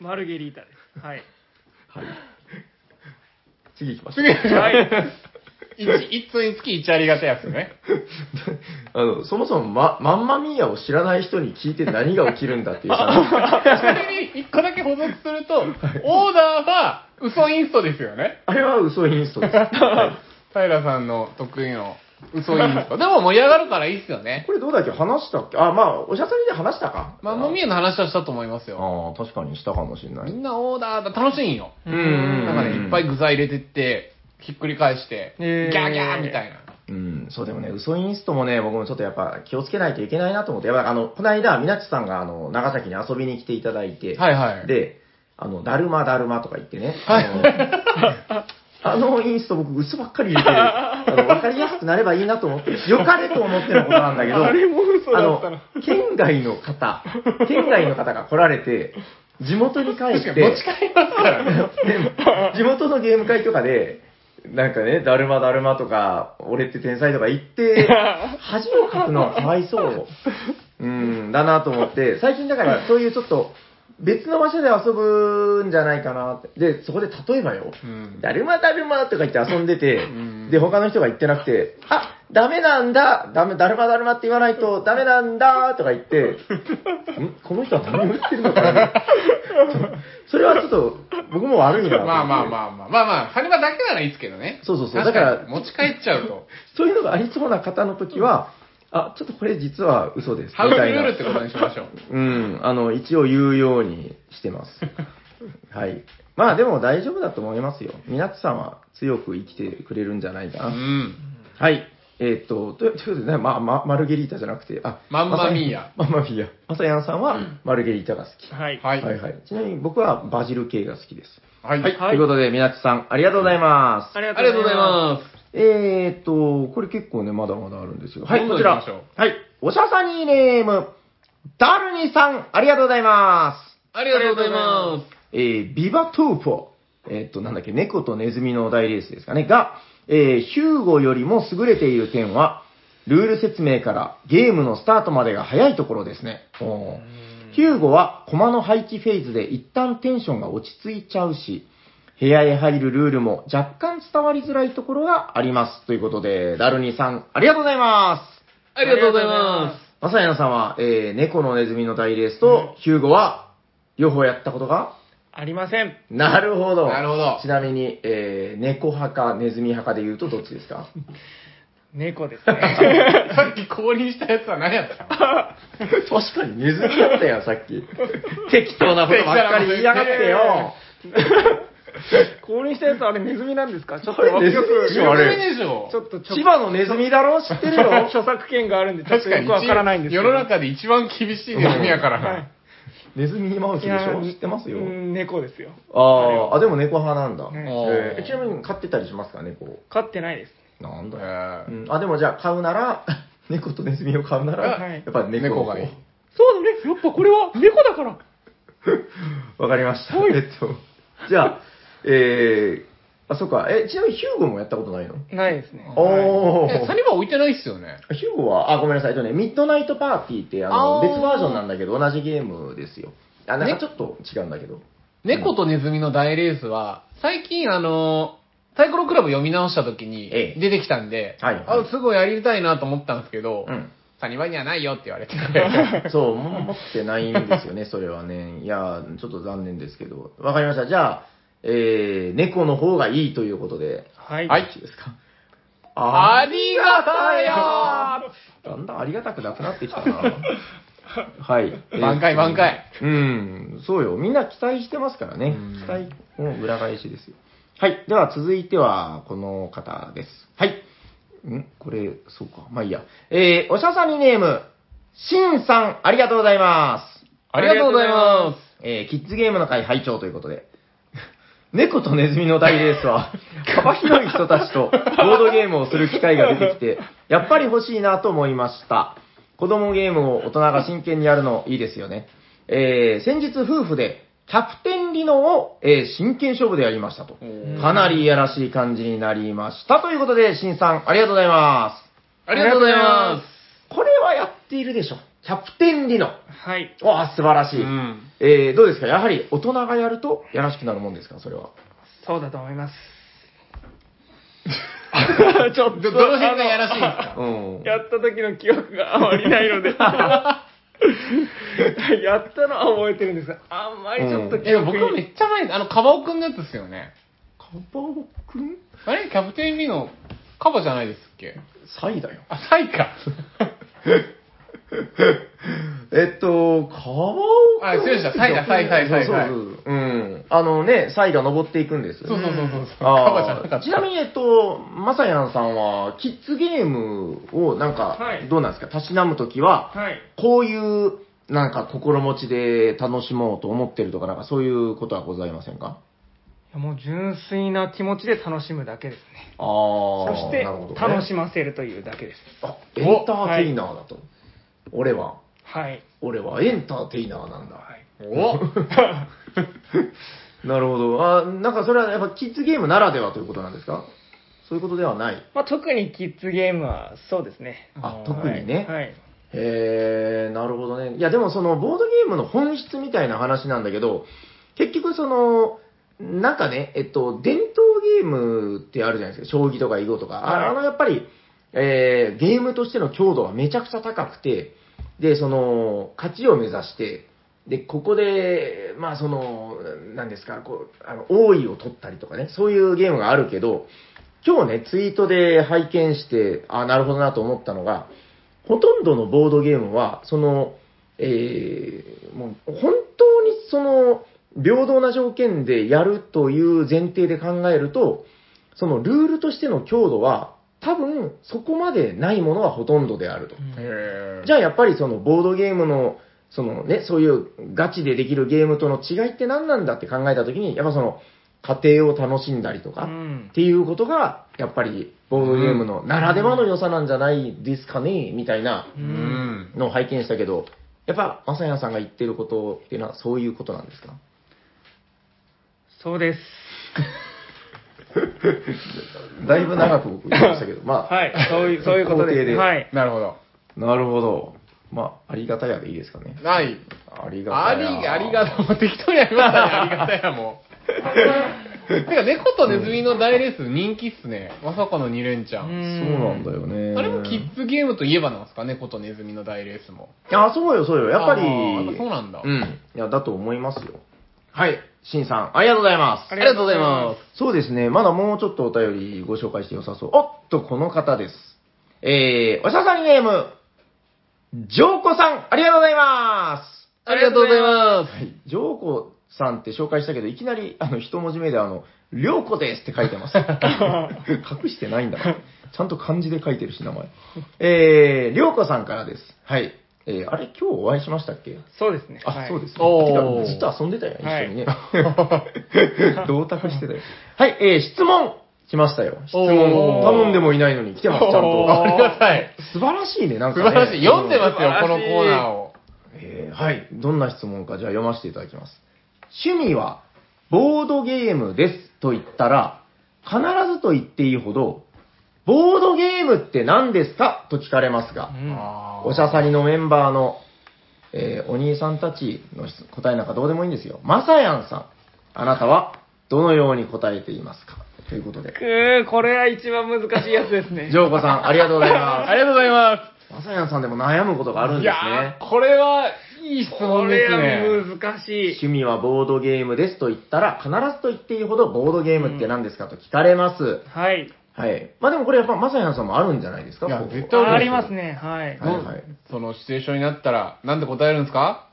Speaker 3: まマルゲリータです。はい。
Speaker 1: はい。次行きましょ
Speaker 2: 次、
Speaker 1: う。
Speaker 3: はい。
Speaker 2: [LAUGHS] 一一通につき一ありがたいやつね。
Speaker 1: [LAUGHS]
Speaker 2: [LAUGHS]
Speaker 1: あの、そもそも、ま、マンマミーヤを知らない人に聞いて何が起きるんだっていう話。
Speaker 2: ちなみに一個だけ補足すると、オーダーは嘘インストですよね。
Speaker 1: [LAUGHS] あれは嘘インス
Speaker 2: [LAUGHS]
Speaker 1: トです。は
Speaker 2: 平さんの得意の嘘イン [LAUGHS] スト。でも盛り上がるからいいっすよ
Speaker 1: い
Speaker 2: ね。
Speaker 1: これどうだっけ話したっけあ、まあ、おしゃさりで話したか。
Speaker 2: まあ、もみえの話はしたと思いますよ。
Speaker 1: ああ、確かにしたかもしれな
Speaker 2: み
Speaker 1: い。
Speaker 2: んなオーダーだ。楽しいんよ。
Speaker 1: う
Speaker 2: なんかね、いっぱい具材入れてって、ひっくり返して、ギ
Speaker 3: へー
Speaker 2: ャーギャーみたいな。
Speaker 1: うん、そうでもね、嘘インストもね、僕もちょっとやっぱ気をつけないといけないなと思って、やっぱあの、この間、みなちさんがあの、長崎に遊びに来ていただいて、
Speaker 2: はいはい。
Speaker 1: で、あの、だるまだるまとか言ってね、
Speaker 2: はい
Speaker 1: あの、あのインスト僕嘘ばっかり入れてる。あの、わかりやすくなればいいなと思って、良かれと思ってのことなんだけど、
Speaker 3: あれも嘘
Speaker 1: あ
Speaker 3: だ
Speaker 1: の
Speaker 3: ったな。、
Speaker 1: 県外の方、県外の方が来られて、地元に帰
Speaker 2: 確
Speaker 1: っ
Speaker 2: か
Speaker 1: て、
Speaker 2: に持ち帰りますからね。
Speaker 1: で地元のゲーム会とかで、なんかね、だるまだるまとか、俺って天才とか言って、恥をかくのはかわいそう。うん、だなと思って、 [LAUGHS] 最近だからそういうちょっと、別の場所で遊ぶんじゃないかなって。で、そこで例えばよ、
Speaker 2: うん
Speaker 1: だるまだるまとか言って遊んでて
Speaker 2: ん、
Speaker 1: で、他の人が言ってなくて、あ、ダメなんだ、ダメ、だるまだるまって言わない [LAUGHS] とダメなんだとか言って、んこの人は何を言ってるのか [LAUGHS] なそれはちょっと、僕も悪いな。
Speaker 2: まあまあまあまあ。まあまあ、羽場だけならいいですけどね。
Speaker 1: そうそうそう
Speaker 2: 確かに
Speaker 1: だから
Speaker 2: 持ち帰っちゃうと。
Speaker 1: そういうのがありそうな方の時は、あ、ちょっとこれ実は嘘です。み
Speaker 2: ハウスル
Speaker 1: たい
Speaker 2: ール
Speaker 1: な
Speaker 2: って。ことにしましょう。
Speaker 1: うん、あの、一応言うようにして [LAUGHS] ます。はい。まあでも大丈夫だと思いますよ。皆さんは強く生きてくれるんじゃないか
Speaker 2: う
Speaker 1: な。
Speaker 2: ん。
Speaker 1: はい。えーっと、とということでね、まあ、ま、マルゲリータじゃなくて、あ、
Speaker 2: マンマミーヤ
Speaker 1: ヤ。マンマミーヤ。マサヤンさんはマルゲリータが好き。
Speaker 3: はい。
Speaker 2: は。
Speaker 1: はいはいはい。ちなみに僕はバジル系が好きです。
Speaker 2: はい。
Speaker 1: はい。ということで、皆さん、ありがとうございます。
Speaker 3: あり
Speaker 2: あ
Speaker 3: が
Speaker 2: りが
Speaker 3: と
Speaker 2: と
Speaker 3: う
Speaker 2: うご
Speaker 3: ご
Speaker 2: ざ
Speaker 3: ざ
Speaker 2: い
Speaker 3: いま
Speaker 2: ます。
Speaker 1: えーっと、これ結構ね、まだまだあるんですよ。はい、
Speaker 2: ど
Speaker 1: こ
Speaker 2: ん
Speaker 1: ち
Speaker 2: どん
Speaker 1: ら。
Speaker 2: 行きましょ
Speaker 1: はい。おしゃさにネーム、ダルニさん、ありがとうございます。
Speaker 2: ありがとうございま
Speaker 1: えー、ビバトゥーポ、えーっと、なんだっけ、猫とネズミの大レースですかね、が、えー、ヒューゴよりも優れている点は、ルール説明からゲームのスタートまでが早いところですね。おーヒューゴは駒の配置フェーズで一旦テンションが落ち着いちゃうし、部屋へ入るルールも若干伝わりづらいところがあります。ということで、ダルニーさん、ありがとうございます。
Speaker 2: す。ありがとうございま
Speaker 1: まさやなさんは、えー、猫のネズミの大レースと、ヒューゴは、両方やったことが
Speaker 3: ありません。
Speaker 1: なるほど。
Speaker 2: なるほど
Speaker 1: ちなみに、えー、猫派かネズミ派かで言うとどっちですか
Speaker 3: 猫ですね。
Speaker 2: す。 [LAUGHS] さっき降臨したやつは何やったの
Speaker 1: 確かにネズミだったよ、さっき。適当なことばっかり言いやがってよ。
Speaker 3: [LAUGHS] 降臨したやつあれネズミなんですかちょっと
Speaker 1: あれネズミ
Speaker 3: よ
Speaker 1: でしょ、あ
Speaker 2: 有
Speaker 1: れ。
Speaker 2: 名でしょ
Speaker 3: ちょっとちょ
Speaker 1: 千葉のネズミだろ知ってるよ
Speaker 3: く。著作権があるんで、ちょっ
Speaker 2: 確
Speaker 3: と
Speaker 2: か
Speaker 3: よ
Speaker 2: に
Speaker 3: くわからないんですけ
Speaker 2: 世
Speaker 3: ど。
Speaker 2: の中で一番厳しいネズミやか
Speaker 3: は。
Speaker 2: らない
Speaker 1: ネズミマウスでしょ知ってますよ
Speaker 3: う。ん猫ですよ。
Speaker 1: あーあ、でも猫派なんだ。
Speaker 3: ね
Speaker 1: え
Speaker 2: あ
Speaker 1: ー
Speaker 2: ー
Speaker 1: ちなみに飼ってたりしますか、猫。
Speaker 3: 飼ってないです。
Speaker 1: なんだよ。
Speaker 2: え
Speaker 1: う
Speaker 2: ー
Speaker 1: ん、あでもじゃあ買うなら [LAUGHS] 猫とネズミを買うなら、
Speaker 3: はい
Speaker 1: やっぱ猫の方
Speaker 2: 猫がいい
Speaker 3: そうだね。やっぱこれは猫だから。
Speaker 1: わかりました、えっとじゃあえー、あそっかえちなみにヒューゴもやったことないの、
Speaker 3: ないですね。
Speaker 1: おお
Speaker 2: えサニバ置いてないっすよね。
Speaker 1: ヒューゴはあごめんなさいえっとねミッドナイトパーティーってあの
Speaker 2: あー
Speaker 1: 別バージョンなんだけど同じゲームですよあなんかちょっと違うんだけど、
Speaker 2: 猫とネズミの大レースは、最近あの、サイコロクラブ読み直した時に
Speaker 1: ええ
Speaker 2: 出てきたんで、
Speaker 1: はいはい
Speaker 2: あ、すごいやりたいなと思ったんですけど、
Speaker 1: うん
Speaker 2: サニバにはないよって
Speaker 3: [LAUGHS]
Speaker 2: 言われて。
Speaker 1: そう、も持ってないんですよね、それはね。いや、ちょっと残念ですけど。わかりました。じゃあ、えー、猫の方がいいということで。
Speaker 3: はい。
Speaker 2: はい
Speaker 1: どっちですか
Speaker 2: ありがた
Speaker 1: よだんだんありがたくなくなってきた
Speaker 2: [LAUGHS]
Speaker 1: な。はい。
Speaker 2: 挽回挽回。
Speaker 1: うん、そうよ。みんな期待してますからね
Speaker 2: うん。
Speaker 1: 期待の裏返しですよ。はい。では続いては、この方です。はい。んこれ、そうか。まあいいや。えー、おしゃさにネーム、しんさん、ありがとうございます。
Speaker 2: ありがとうございま
Speaker 1: えーキッズゲームの会拝聴ということで。 [LAUGHS] 猫とネズミの大レース
Speaker 2: [LAUGHS]
Speaker 1: は、幅広い人たちとボードゲームをする機会が出てきて、やっぱり欲しいなと思いました。子供ゲームを大人が真剣にやるのいいですよね。えー先日夫婦で、キャプテン理論を、えー真剣勝負でやりましたと。
Speaker 2: お
Speaker 1: かなりいやらしい感じになりました。ということで、しんさん、ありがとうございま。
Speaker 2: ありがとうございます
Speaker 1: これはやっているでしょ。キャプテン理論。
Speaker 3: はい。
Speaker 1: わあ、素晴らし
Speaker 2: す。
Speaker 1: い。
Speaker 2: うん
Speaker 1: えーどうですかやはり大人がやるとやらしくなるもんですかそれは。
Speaker 3: そうだと思い [LAUGHS] ます。
Speaker 2: ちょっと、どの辺がやらしいんですか
Speaker 1: うん。
Speaker 3: やった時の記憶があまりないの
Speaker 1: [LAUGHS]
Speaker 3: で。やったのは覚えてるんですが、あんまりちょっと
Speaker 2: え、
Speaker 3: 記
Speaker 2: でも
Speaker 3: 憶
Speaker 2: 僕はめ
Speaker 3: に。
Speaker 2: っちゃ前に、あの、カバオくんのやつですよね。
Speaker 1: カバオくん
Speaker 2: あれキャプテンリのカバじゃないですっけ
Speaker 1: サイだよ。 [LAUGHS]
Speaker 2: あ、サイか。
Speaker 1: えっと、カバオくん。
Speaker 2: あ失礼しましたサイだサイサイサイ
Speaker 1: そうそうそう。うん。あのね、サイが登っていくんです。
Speaker 2: そうそうそうそう。カバじゃなか
Speaker 1: あ
Speaker 2: った。
Speaker 1: ーちなみに、えっと、まさやんさんは、キッズゲームを、なんか
Speaker 3: は、い
Speaker 1: どうなんですか、たしなむときは、
Speaker 3: はい。
Speaker 1: こういう、なんか、心持ちで楽しもうと思ってるとか、なんか、そういうことはございませんか
Speaker 3: いやもう純粋な気持ちで楽しむだけですね。
Speaker 1: ああ
Speaker 3: そ
Speaker 1: ー、
Speaker 3: して
Speaker 1: なるほどね
Speaker 3: 楽しませるというだけです。
Speaker 1: あ、エンターテイナーだと。俺は、
Speaker 3: はい。
Speaker 1: 俺はエンターテイナーなんだ。
Speaker 2: お
Speaker 1: なるほど。あ、なんかそれはやっぱキッズゲームならではということなんですかそういうことではない。
Speaker 3: まあ、特にキッズゲームはそうですね。
Speaker 1: あ
Speaker 2: あ、ー
Speaker 1: 特にね。
Speaker 3: はい。はい
Speaker 1: へえ、なるほどね。いや、でもその、ボードゲームの本質みたいな話なんだけど、結局その、なんかね、えっと、伝統ゲームってあるじゃないですか、将棋とか囲碁とか。ああの、やっぱり、えーゲームとしての強度がめちゃくちゃ高くて、で、その、勝ちを目指して、で、ここで、まあその、なんですか、こう、あの、王位を取ったりとかね、そういうゲームがあるけど、今日ね、ツイートで拝見して、あ、なるほどなと思ったのが、ほとんどのボードゲームは、その、えーもう本当にその、平等な条件でやるという前提で考えると、そのルールとしての強度は、多分そこまでないものはほとんどであると。
Speaker 3: うん
Speaker 2: へ
Speaker 1: じゃあやっぱりそのボードゲームの、そのね、そういうガチでできるゲームとの違いって何なんだって考えたときに、やっぱその、家庭を楽しんだりとか、
Speaker 3: うん
Speaker 1: っていうことが、やっぱり、ボードゲームのならではの良さなんじゃないですかね、みたいな
Speaker 2: う
Speaker 3: うんん。
Speaker 1: のを拝見したけど、やっぱ、まさやさんが言ってることっていうのは、そういうことなんです
Speaker 2: [LAUGHS]
Speaker 1: か
Speaker 3: そうです。
Speaker 1: だいぶ長く僕言いましたけど、まあ、
Speaker 3: はい。そういう、そういうこと
Speaker 1: 肯定
Speaker 3: で。
Speaker 1: です
Speaker 3: はい。
Speaker 2: なるほど。
Speaker 1: なるほど。まあ、ありがたやでいいですかね。
Speaker 2: ない。
Speaker 1: ありがた
Speaker 2: あり、
Speaker 1: や。
Speaker 2: ありがとう。もう適当にやりま [LAUGHS] したね、ありがたやもう。てか、猫とネズミの大レース人気っすね。まさかの2連チャン。
Speaker 1: そううなんだ
Speaker 3: よ。
Speaker 1: よね。
Speaker 2: あれもキッズゲームといえばなんですか猫とネズミの大レースも。
Speaker 1: あ、そうよ、そうよ。やっぱり
Speaker 2: あーやっぱそうなんだ
Speaker 1: うん。いや、だと思いますよ。はい。しんさん、ありがとうございます。。
Speaker 3: ありがとうございます
Speaker 1: そうですね。まだもうちょっとお便りご紹介してよさそう。おっと、この方です。えー、おしゃさんゲーム、ジョーコさん、ありがとうございます。
Speaker 3: ありがとうござい
Speaker 2: ま
Speaker 1: はい。ジョーコさんって紹介したけど、いきなり、あの、一文字目で、あの、りょうこですって書いて
Speaker 3: [LAUGHS]
Speaker 1: ます。隠してないんだな。ちゃんと漢字で書いてるし、名前。えー、りょうこさんからです。はい。えー、あれ、今日お会いしましたっけ
Speaker 3: そうですね。
Speaker 1: あ、
Speaker 3: はい
Speaker 1: そうです、ね。
Speaker 2: おー
Speaker 1: てかずっと遊んでたよね、一緒にね。
Speaker 2: [LAUGHS]
Speaker 1: 同卓してたよ。はい、えー、質問来ましたよ。質問
Speaker 2: おー
Speaker 1: 頼んでもいないのに来てます、ちゃん
Speaker 2: おーあり
Speaker 1: と。
Speaker 2: がたい。
Speaker 1: [LAUGHS] 素晴らしいね、なんか、
Speaker 2: 素
Speaker 1: ね。
Speaker 2: 晴らしい。読んでますよ、
Speaker 3: 素
Speaker 2: こ
Speaker 3: 晴
Speaker 2: の
Speaker 3: らしい
Speaker 2: コーナーを。
Speaker 1: えーはい。どんな質問か、じゃあ読ませていただきます。趣味は、ボードゲームですと言ったら、必ずと言っていいほど、ボードゲームって何ですかと聞かれますが
Speaker 3: う、ん
Speaker 2: あー
Speaker 1: おしゃさりのメンバーの、えーお兄さんたちの質答えなんかどうでもいいんですよ。まさやんさん、あなたはどのように答えていますかということで。
Speaker 3: くーこれは一番難しいやつです
Speaker 1: [LAUGHS]
Speaker 3: ね
Speaker 1: ジ。ョーコさん、ありがとうございま
Speaker 2: ありがとうございます。
Speaker 1: す。まさやんさんでも悩むことがあるん
Speaker 2: い
Speaker 1: で
Speaker 2: や
Speaker 1: すね。
Speaker 2: ーこれはいい質
Speaker 3: こ
Speaker 2: 問で
Speaker 3: れ
Speaker 2: すね。
Speaker 3: は難しい。
Speaker 1: 趣味はボードゲームですと言ったら、必ずと言っていいほどボードゲームって何ですかと聞かれます。
Speaker 3: はい。
Speaker 1: はい。まあでもこれやっぱまさやんさんもあるんじゃないですか
Speaker 2: いや
Speaker 1: ここ
Speaker 2: 絶対
Speaker 3: あありますね。はい。
Speaker 1: はいはい
Speaker 2: そのシチュエーションになったら、なんで答えるんですか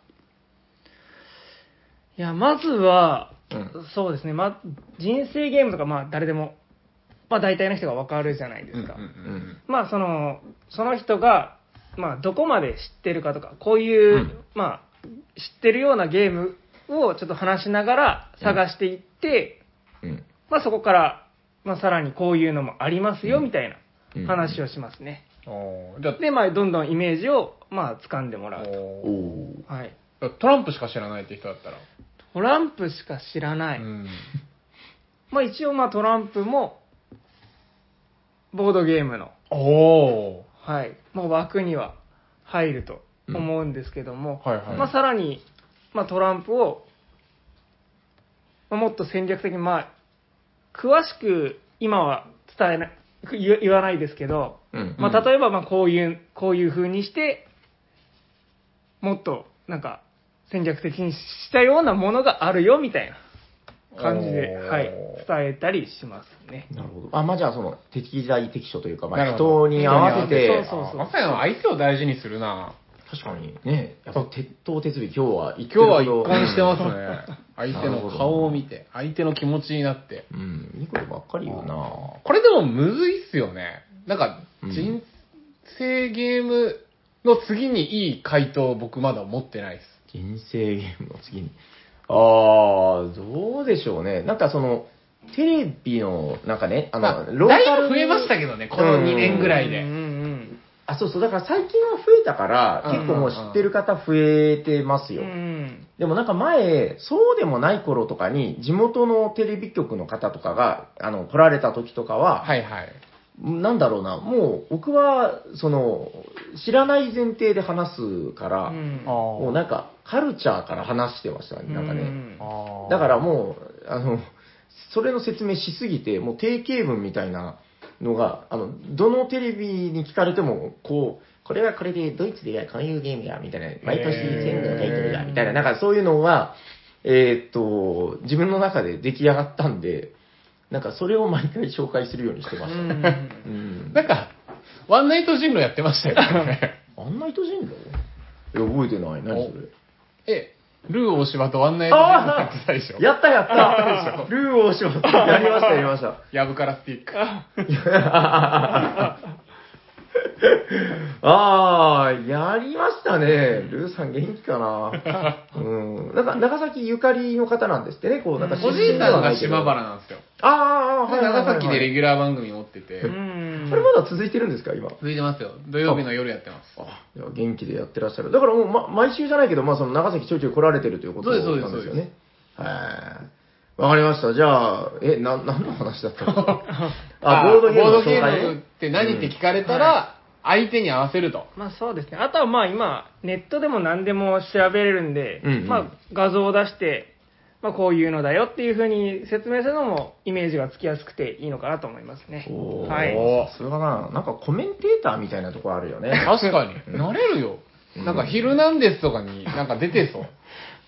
Speaker 3: いや、まずは、
Speaker 1: うん
Speaker 3: そうですね。ま、人生ゲームとか、まあ、誰でも、まあ、大体の人がわかるじゃないですか。
Speaker 1: ん
Speaker 3: まあ、その、その人が、まあ、どこまで知ってるかとか、こう
Speaker 1: う
Speaker 3: いう、
Speaker 1: ん
Speaker 3: まあ、知ってるようなゲームをちょっと話しながら探していって、
Speaker 1: うん
Speaker 3: まあ、そこから、まあ、さらにこういうのもありますよ、みたいな
Speaker 1: うん
Speaker 3: 話をしますね。
Speaker 2: おーじゃあ
Speaker 3: で、まあ、どんどんイメージを、まあ、掴んでもらうと。
Speaker 1: お
Speaker 2: おー
Speaker 1: ー
Speaker 3: はい。
Speaker 2: トランプしか知らないって人だったら。
Speaker 3: トランプしか知らない。
Speaker 2: うん
Speaker 3: まあ一応まあトランプも、ボードゲームの、
Speaker 2: おー
Speaker 3: はい、まあ枠には入ると思うんですけども、
Speaker 2: うんはいはい
Speaker 3: まあさらに、まあトランプを、まあ、もっと戦略的に、まあ、詳しく今は伝えない、言言わないですけど、
Speaker 1: うん
Speaker 3: まあ例えばまあこういう、こういう風にして、もっとなんか戦略的にしたようなものがあるよみたいな。感じで、
Speaker 2: おー
Speaker 3: はい、伝えたりしますね。
Speaker 1: なるほど。あ、まあじゃあその適材適所というか、ま
Speaker 2: な
Speaker 1: あ
Speaker 2: るほ
Speaker 1: 人
Speaker 2: ど
Speaker 1: に合わせて、
Speaker 3: そうそうそう
Speaker 2: まさやんは相手を大事にするな。
Speaker 1: 確かにね、やっぱ鉄頭鉄尾今日は一
Speaker 2: 今日は一貫してますね。 [LAUGHS] 相手の顔を見て、相手の気持ちになって。
Speaker 1: うん、いいことばっかり言うな
Speaker 2: これでもむずいっすよね。なんか、
Speaker 1: うん
Speaker 2: 人生ゲームの次にいい回答を僕まだ持ってないです。
Speaker 1: 人生ゲームの次に。あー、どうでしょうね。なんかその、テレビの、なんかね、あ
Speaker 2: まあ、
Speaker 1: の、ロー
Speaker 2: だ
Speaker 1: カ
Speaker 2: い
Speaker 1: ル
Speaker 2: ぶ増えましたけどね、この2年ぐらい
Speaker 3: うん
Speaker 2: で。
Speaker 1: あ、そうそう、だから最近は増えたから、
Speaker 2: うん
Speaker 1: 結構もう知ってる方増えてます
Speaker 3: うんう
Speaker 1: よ。
Speaker 3: ん。
Speaker 1: でもなんか前、そうでもない頃とかに、地元のテレビ局の方とかが、あの、来られた時とかは、
Speaker 2: はいはい。
Speaker 1: なんだろうな、もう僕は、その、知らない前提で話すから、
Speaker 3: うん
Speaker 1: もうなんか、カルチャーから話してましたね、なんか
Speaker 3: う
Speaker 1: ね。
Speaker 2: あー
Speaker 1: だからもう、あの、それの説明しすぎて、もう定型文みたいなのが、あの、どのテレビに聞かれても、こう、これはこれで、ドイツでや、こういうゲームや、みたいな、毎年全部のタイトルや、みたいな、なんかそういうのは、えーっと、自分の中で出来上がったんで、なんかそれを毎回紹介するようにしてましたね。
Speaker 3: うん
Speaker 1: うん。
Speaker 2: なんか、ワンナイト人狼やってましたよ
Speaker 1: [LAUGHS]
Speaker 2: ね。
Speaker 1: あんな人人狼いや、覚えてない。何それ。
Speaker 2: え、ルー大柴とワンナイト人狼やってたでしょ。
Speaker 1: やったやった [LAUGHS] ルー大島やりましたやりました。
Speaker 2: やぶからスティック。
Speaker 1: [LAUGHS] ああ、やりましたね。ルーさん元気か
Speaker 2: [LAUGHS]
Speaker 1: な。うん。なんか、長崎ゆかりの方なんですってね、こう、なんか、
Speaker 2: おじいさんが島
Speaker 1: あ
Speaker 2: 原なんですよ。
Speaker 1: あー、あーあー、はいはいはいはい。
Speaker 2: 長崎でレギュラー番組持ってて
Speaker 3: う、ん
Speaker 1: それまだ続いてるんですか、今。
Speaker 2: 続いてますよ。土曜日の夜やってます。
Speaker 1: あ、いや元気でやってらっしゃる。だからもう、ま、毎週じゃないけど、まあ、その長崎ちょいちょい来られてるということ
Speaker 2: そう
Speaker 1: なん
Speaker 2: ですそうです
Speaker 1: ですよね。はい。わかりました。じゃあ、え、な、何の話だったの
Speaker 2: [LAUGHS]
Speaker 1: あ、ボードゲームの紹
Speaker 2: ボードゲー
Speaker 1: 介
Speaker 2: ムっ
Speaker 1: ね。
Speaker 2: て何って聞かれた
Speaker 3: うん
Speaker 2: ら、相手に合わせると。
Speaker 3: まあそうですね。あとはまあ今、ネットでも何でも調べれるんで、
Speaker 1: うんうん
Speaker 3: まあ画像を出して、まあこういうのだよっていうふうに説明するのもイメージがつきやすくていいのかなと思いますね。
Speaker 1: おー
Speaker 3: はい。
Speaker 1: さすがだな。なんかコメンテーターみたいなところあるよね。
Speaker 2: 確かに。なれるよ。なんか、ヒルナンデスとかになんか出てそ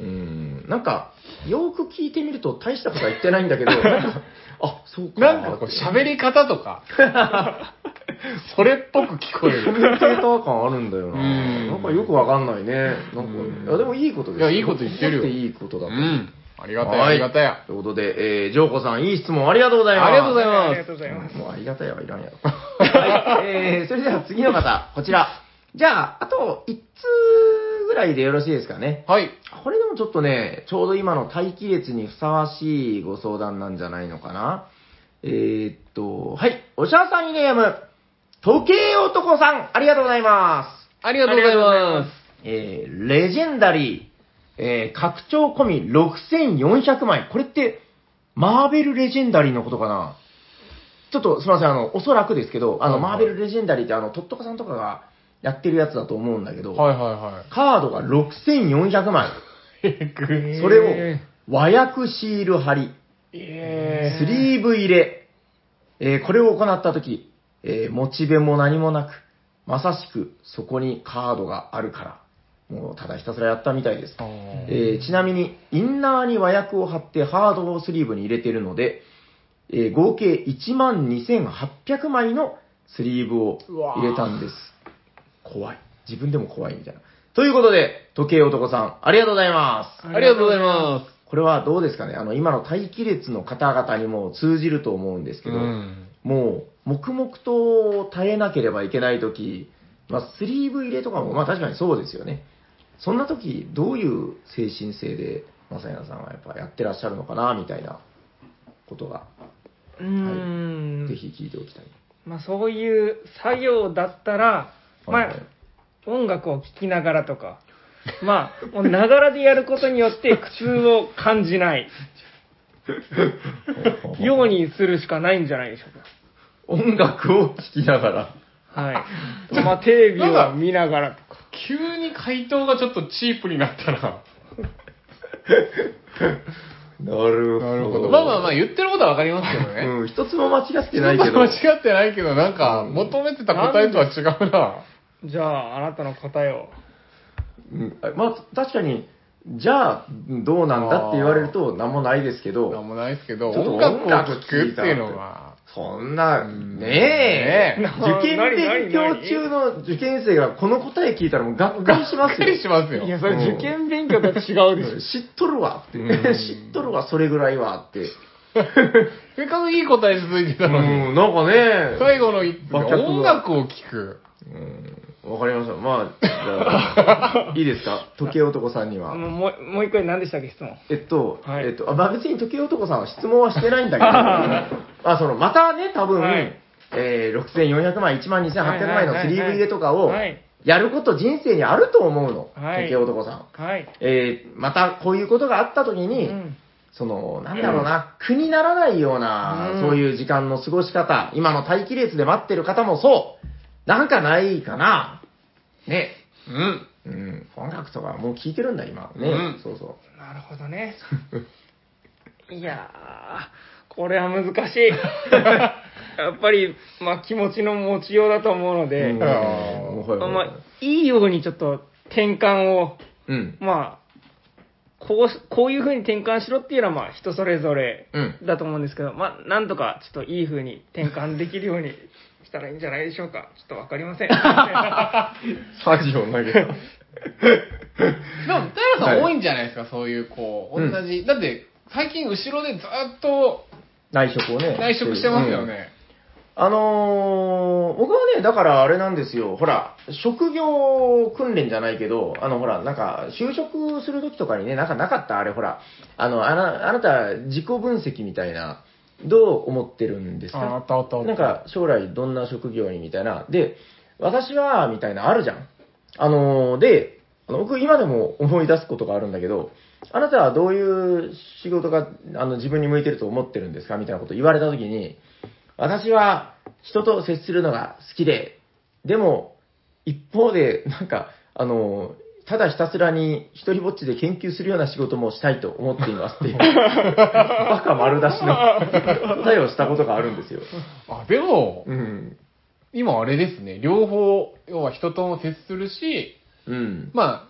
Speaker 2: う。
Speaker 1: うん。なんか、よく聞いてみると大したことは言ってないんだけ
Speaker 2: [LAUGHS]
Speaker 1: ど、なんか、あ、そうか。
Speaker 2: なんかこう喋り方と [LAUGHS] か、それっぽく聞こえ
Speaker 1: コメ
Speaker 2: る。
Speaker 1: ンテーター感あるんだよな。
Speaker 2: うん
Speaker 1: なんかよくわかんないね。なん
Speaker 2: うん
Speaker 1: か、いやでもいいことです
Speaker 2: いやいいこと言ってるよ
Speaker 1: 怒いいことだ
Speaker 2: う
Speaker 1: と。
Speaker 2: ん。ありがた
Speaker 1: はい
Speaker 2: や、ありがたや。
Speaker 1: ということで、えー、ジョーコさん、いい質問ありがとうございます。
Speaker 2: ありがとうござい
Speaker 3: あ
Speaker 2: ま
Speaker 3: りが
Speaker 2: す
Speaker 3: と。うございます。
Speaker 1: もうありがたいはいらんやろ。はい。えー、それでは次の方、こちら。じゃあ、あと1通ぐらいでよろしいですかね。
Speaker 2: はい。
Speaker 1: これでもちょっとね、ちょうど今の待機列にふさわしいご相談なんじゃないのかな。えー、っと、はい。おしゃさんにネーム、時計男さん、ありがとうございます。
Speaker 2: ありがとうございま
Speaker 1: えーレジェンダリー、えー拡張込み6400枚。これって、マーベルレジェンダリーのことかなちょっとすみません、あの、おそらくですけど、あの、
Speaker 2: はいはい
Speaker 1: マーベルレジェンダリーって、あの、とっとかさんとかがやってるやつだと思うんだけ
Speaker 2: す。
Speaker 1: ど、
Speaker 2: はいは
Speaker 1: カードが6400枚。
Speaker 2: いはい。
Speaker 1: それを、和訳シール貼り、
Speaker 3: え
Speaker 1: スリーブ入れ、えーこれを行ったとき、えーモチベも何もなく、まさしくそこにカードがあるから、もうただひたすらやったみたいです。えーちなみに、インナーに和訳を貼ってハードをスリーブに入れてるので、えー合計12,800枚のスリーブを入れたんです。怖い。自分でも怖いみたいな。ということで、時計男さん、ありがとうございます。
Speaker 2: ありがとうございま
Speaker 1: これはどうですかねあの、今の待機列の方々にも通じると思うんです
Speaker 2: す。
Speaker 1: け
Speaker 2: う
Speaker 1: ど、
Speaker 2: ん。
Speaker 1: もう、黙々と耐えなければいけないとき、まあ、スリーブ入れとかも、まあ確かにそうですよね。そんなとき、どういう精神性で、まさやさんはやっぱやってらっしゃるのかな、みたいなことが、
Speaker 3: うーん。
Speaker 1: ぜひ聞いておきたい。
Speaker 3: まあそういう作業だったら、ま
Speaker 1: はい
Speaker 3: あ
Speaker 1: はい
Speaker 3: 音楽を聴きながらとか、まあ、もうながらでやることによって苦痛を感じないようにするしかないんじゃないでしょうか。
Speaker 1: 音楽を聴きながら。
Speaker 3: はい。まあ、テレビを見ながらとか。
Speaker 2: 急に回答がちょっとチープになったな。
Speaker 1: なる
Speaker 2: なるほど。まあまあまあ言ってることはわかりますけどね。
Speaker 1: うん、一つも間違って
Speaker 2: ち
Speaker 1: な
Speaker 2: ょ
Speaker 1: い
Speaker 2: っ
Speaker 1: け
Speaker 2: と
Speaker 1: ど。
Speaker 2: 間違ってないけど、なんか、求めてた答えとは違うな。
Speaker 3: じゃあ、あなたの答えを。
Speaker 1: うんまあ、確かに、じゃあ、どうなんだって言われると、なんもないですけど、
Speaker 2: なんもないですけど、
Speaker 1: ちょっと
Speaker 2: 音楽
Speaker 1: 音楽
Speaker 2: を聴くっていうのは、
Speaker 1: そんな、
Speaker 2: ね
Speaker 1: ねえ、
Speaker 3: え
Speaker 1: [LAUGHS] 受験
Speaker 3: 何
Speaker 1: 勉強中の受験生がこの答え聞いたらもうがっかりし
Speaker 2: び
Speaker 1: ま
Speaker 2: っ
Speaker 1: す
Speaker 2: く
Speaker 1: よ。
Speaker 2: りしますよ。
Speaker 3: いや、
Speaker 2: う
Speaker 3: それ受験勉強と違うでしょ。
Speaker 1: 知っとるわって、
Speaker 2: うん
Speaker 1: 知っとるわ、それぐらいはって。
Speaker 2: せっかくいい答え続いてたのに、、
Speaker 1: なんかね、
Speaker 2: 最後の一
Speaker 1: 馬脚が
Speaker 2: 音楽を聴く。
Speaker 1: うん、わかりました。まあ、じゃあいいですか時計男さんに
Speaker 3: あ
Speaker 1: は。
Speaker 3: のもう、もう一回何でしたっけ、質問。
Speaker 1: えっと、
Speaker 3: はい
Speaker 1: えっと、あまあ、別に時計男さんは質問はしてないん
Speaker 3: [LAUGHS]
Speaker 1: だけど、 [LAUGHS] あそのまたね、多分、
Speaker 3: はい
Speaker 1: えー6400枚、12800枚の
Speaker 3: はいはいはいはい
Speaker 1: 3V 入れとかを、
Speaker 3: はい
Speaker 1: やること人生にあると思うの。
Speaker 3: はい
Speaker 1: 竹男さん。
Speaker 3: はい。
Speaker 1: えーまたこういうことがあった時
Speaker 3: う
Speaker 1: に、
Speaker 3: ん。
Speaker 1: その、なんだろうな、苦にならないような、
Speaker 3: うん
Speaker 1: そういう時間の過ごし方、今の待機列で待ってる方もそう、なんかないかな。ね。
Speaker 2: うん。
Speaker 1: うん。ファン学とかもう聞いてるんだ、今。ね。
Speaker 2: うん
Speaker 1: そうそう。
Speaker 3: なるほどね。 [LAUGHS] いやー、これは難し [LAUGHS] い。やっぱり、まあ、気持ちの持ちようだと思うので、
Speaker 1: うん
Speaker 2: あ
Speaker 1: はいはい
Speaker 3: ま
Speaker 1: はい
Speaker 3: あ、いいようにちょっと転換を、
Speaker 1: うん。
Speaker 3: まあ、こう、こういう風に転換しろっていうのは、まあ、人それぞれ
Speaker 1: うん。
Speaker 3: だと思うんですけど、まあ、なんとか、ちょっといい風に転換できるようにしたらいいんじゃないでしょうか。ちょっとわかりません。
Speaker 1: 作業投げた。
Speaker 2: でも、平さ
Speaker 1: はい
Speaker 2: ん多いんじゃないですか、そういう、こう、
Speaker 1: うん
Speaker 2: 同じ。だって、最近後ろでずっと
Speaker 1: [LAUGHS] 内職をね。
Speaker 2: 内職してますよ
Speaker 1: うん
Speaker 2: ね。
Speaker 1: あのー僕はね、だからあれなんですよ。ほら、職業訓練じゃないけど、あのほら、なんか、就職するときとかにね、なんかなかった、あれほら、あの、あなあなた、自己分析みたいな、どう思ってるんですか
Speaker 2: ったあっ
Speaker 1: なん、か、将来どんな職業にみたいな。で、私は、みたいな、あるじゃん。あのーで、あの僕今でも思い出すことがあるんだけど、あなたはどういう仕事があの自分に向いてると思ってるんですかみたいなこと言われたときに、私は人と接するのが好きで、でも、一方で、なんか、あのーただひたすらに一人ぼっちで研究するような仕事もしたいと思っていますっていう、バカ丸出しの答えをしたことがあるんですよ。
Speaker 2: あ、でも、
Speaker 1: うん。
Speaker 2: 今あれですね、両方、要は人とも接するし、
Speaker 1: うん。
Speaker 2: まあ、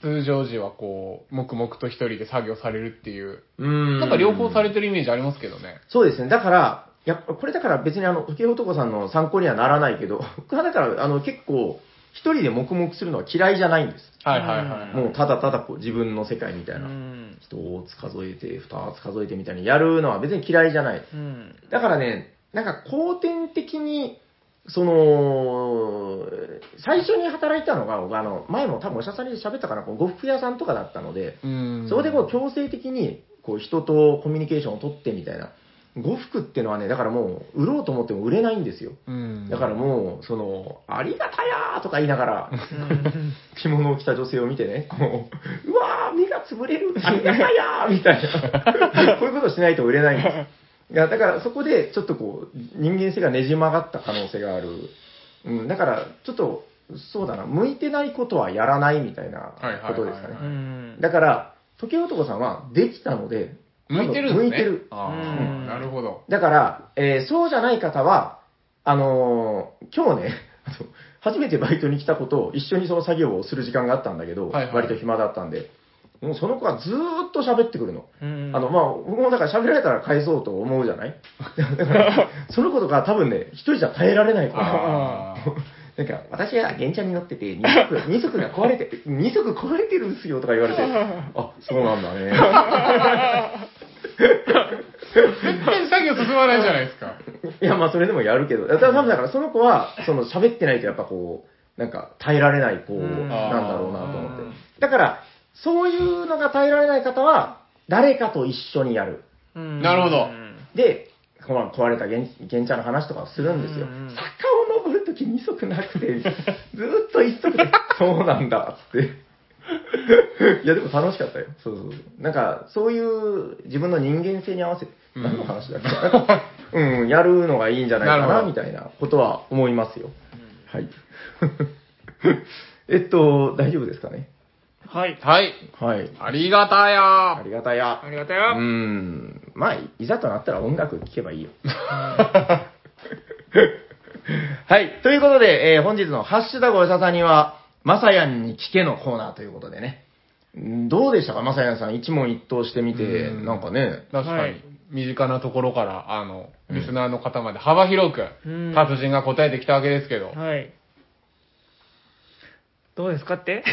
Speaker 2: 通常時はこう、黙々と一人で作業されるっていう、
Speaker 1: うん
Speaker 2: なんか両方されてるイメージありますけどね。
Speaker 1: そうですね。だから、やっぱこれだから別にあの、時計男さんの参考にはならないけど、 [LAUGHS] 僕はだから、あの、結構、一人で黙々するのは嫌いじゃないんです。
Speaker 2: はいはいはい。
Speaker 1: もうただただこう自分の世界みたいな。
Speaker 3: ん。
Speaker 1: 一つ数えて、二つ数えてみたいにやるのは別に嫌いじゃない。
Speaker 3: うん。。
Speaker 1: だからね、なんか後天的に、その、最初に働いたのが、僕あの、前も多分お医者さんに喋ったかな、こう呉服屋さんとかだったので、
Speaker 2: うん
Speaker 1: そこでこう強制的にこう人とコミュニケーションを取ってみたいな。呉服ってのはね、だからもう売ろうと思っても売れないんですよ。
Speaker 2: うん
Speaker 1: だからもう、その、ありがたやーとか言いなが [LAUGHS] ら、着物を着た女性を見てね、こう、うわー、目が潰れる、ありがたやーみたいな。 [LAUGHS] こういうことしないと売れないん [LAUGHS] です。いや、だからそこでちょっとこう、人間性がねじ曲がった可能性がある。うん、だからちょっと、そうだな、向いてないことはやらないみたいなことですかね
Speaker 2: はいはいはいはいう
Speaker 3: ん。
Speaker 1: だから、時計男さんはできたので、
Speaker 2: 向いてるんですね。
Speaker 1: 向いてる。
Speaker 2: あ
Speaker 3: う
Speaker 2: あ、
Speaker 3: ん
Speaker 2: なるほど。
Speaker 1: だから、えーそうじゃない方は、あのー今日ね、あの初めてバイトに来たことを一緒にその作業をする時間があったんだけど、
Speaker 2: はいはい
Speaker 1: 割と暇だったんで、もうその子はずーっと喋ってくるの。
Speaker 3: うん
Speaker 1: あの、まあ、僕もだから喋られたら返そうと思うじゃない [LAUGHS] だからその子とか多分ね、一人じゃ耐えられない子
Speaker 2: [LAUGHS] あー
Speaker 1: なんか、私は原チャンに乗ってて、二足、二足が壊れて、二足壊れてるんすよとか言われて、あ、そうなんだ
Speaker 2: [LAUGHS]
Speaker 1: ね。
Speaker 2: 絶対作業進まないじゃないですか。
Speaker 1: いや、まあ、それでもやるけど。だから、多分だから、その子は、その、喋ってないと、やっぱこう、なんか、耐えられない子
Speaker 3: うん
Speaker 1: なんだろうなと思って
Speaker 3: うん。
Speaker 1: だから、そういうのが耐えられない方は、誰かと一緒にやる。
Speaker 2: な
Speaker 3: な
Speaker 2: るほど
Speaker 1: で、この壊れた原原茶の話とかをするんですよ。
Speaker 3: うんうん
Speaker 1: 坂を登るとき二足なくて、 [LAUGHS] ずーっと一足で、 [LAUGHS] そうなんだ、つって。い [LAUGHS] や、でも楽しかったよ。そうそうそう。なんか、そういう自分の人間性に合わせて、
Speaker 2: うん
Speaker 1: 何の話だっけなんか、うん、やるのがいいんじゃないか
Speaker 2: なる
Speaker 1: な、
Speaker 2: ほど
Speaker 1: みたいなことは思いますよ。はい。 [LAUGHS] えっと、大丈夫ですかね。
Speaker 3: はい。
Speaker 2: はい。
Speaker 1: はい。
Speaker 2: ありがた
Speaker 1: あ
Speaker 2: や
Speaker 1: りがたや
Speaker 3: あ。りがと
Speaker 1: う
Speaker 3: よ。
Speaker 1: ん。まあ、いざとなったら音楽聴けばいいよ。 [LAUGHS] はい。ということで、えー本日のハッシュタグおささんには、まさやんに聞けのコーナーということでね。んどうでしたかまさやんさん一問一答してみて、
Speaker 2: うん
Speaker 1: なんかね。
Speaker 2: 確かに、
Speaker 3: はい
Speaker 2: 身近なところから、あの、
Speaker 1: うん
Speaker 2: リスナーの方まで幅広く、
Speaker 3: うん
Speaker 2: 達人が答えてきたわけですけど。
Speaker 3: はい。どうですか
Speaker 1: [LAUGHS]
Speaker 3: って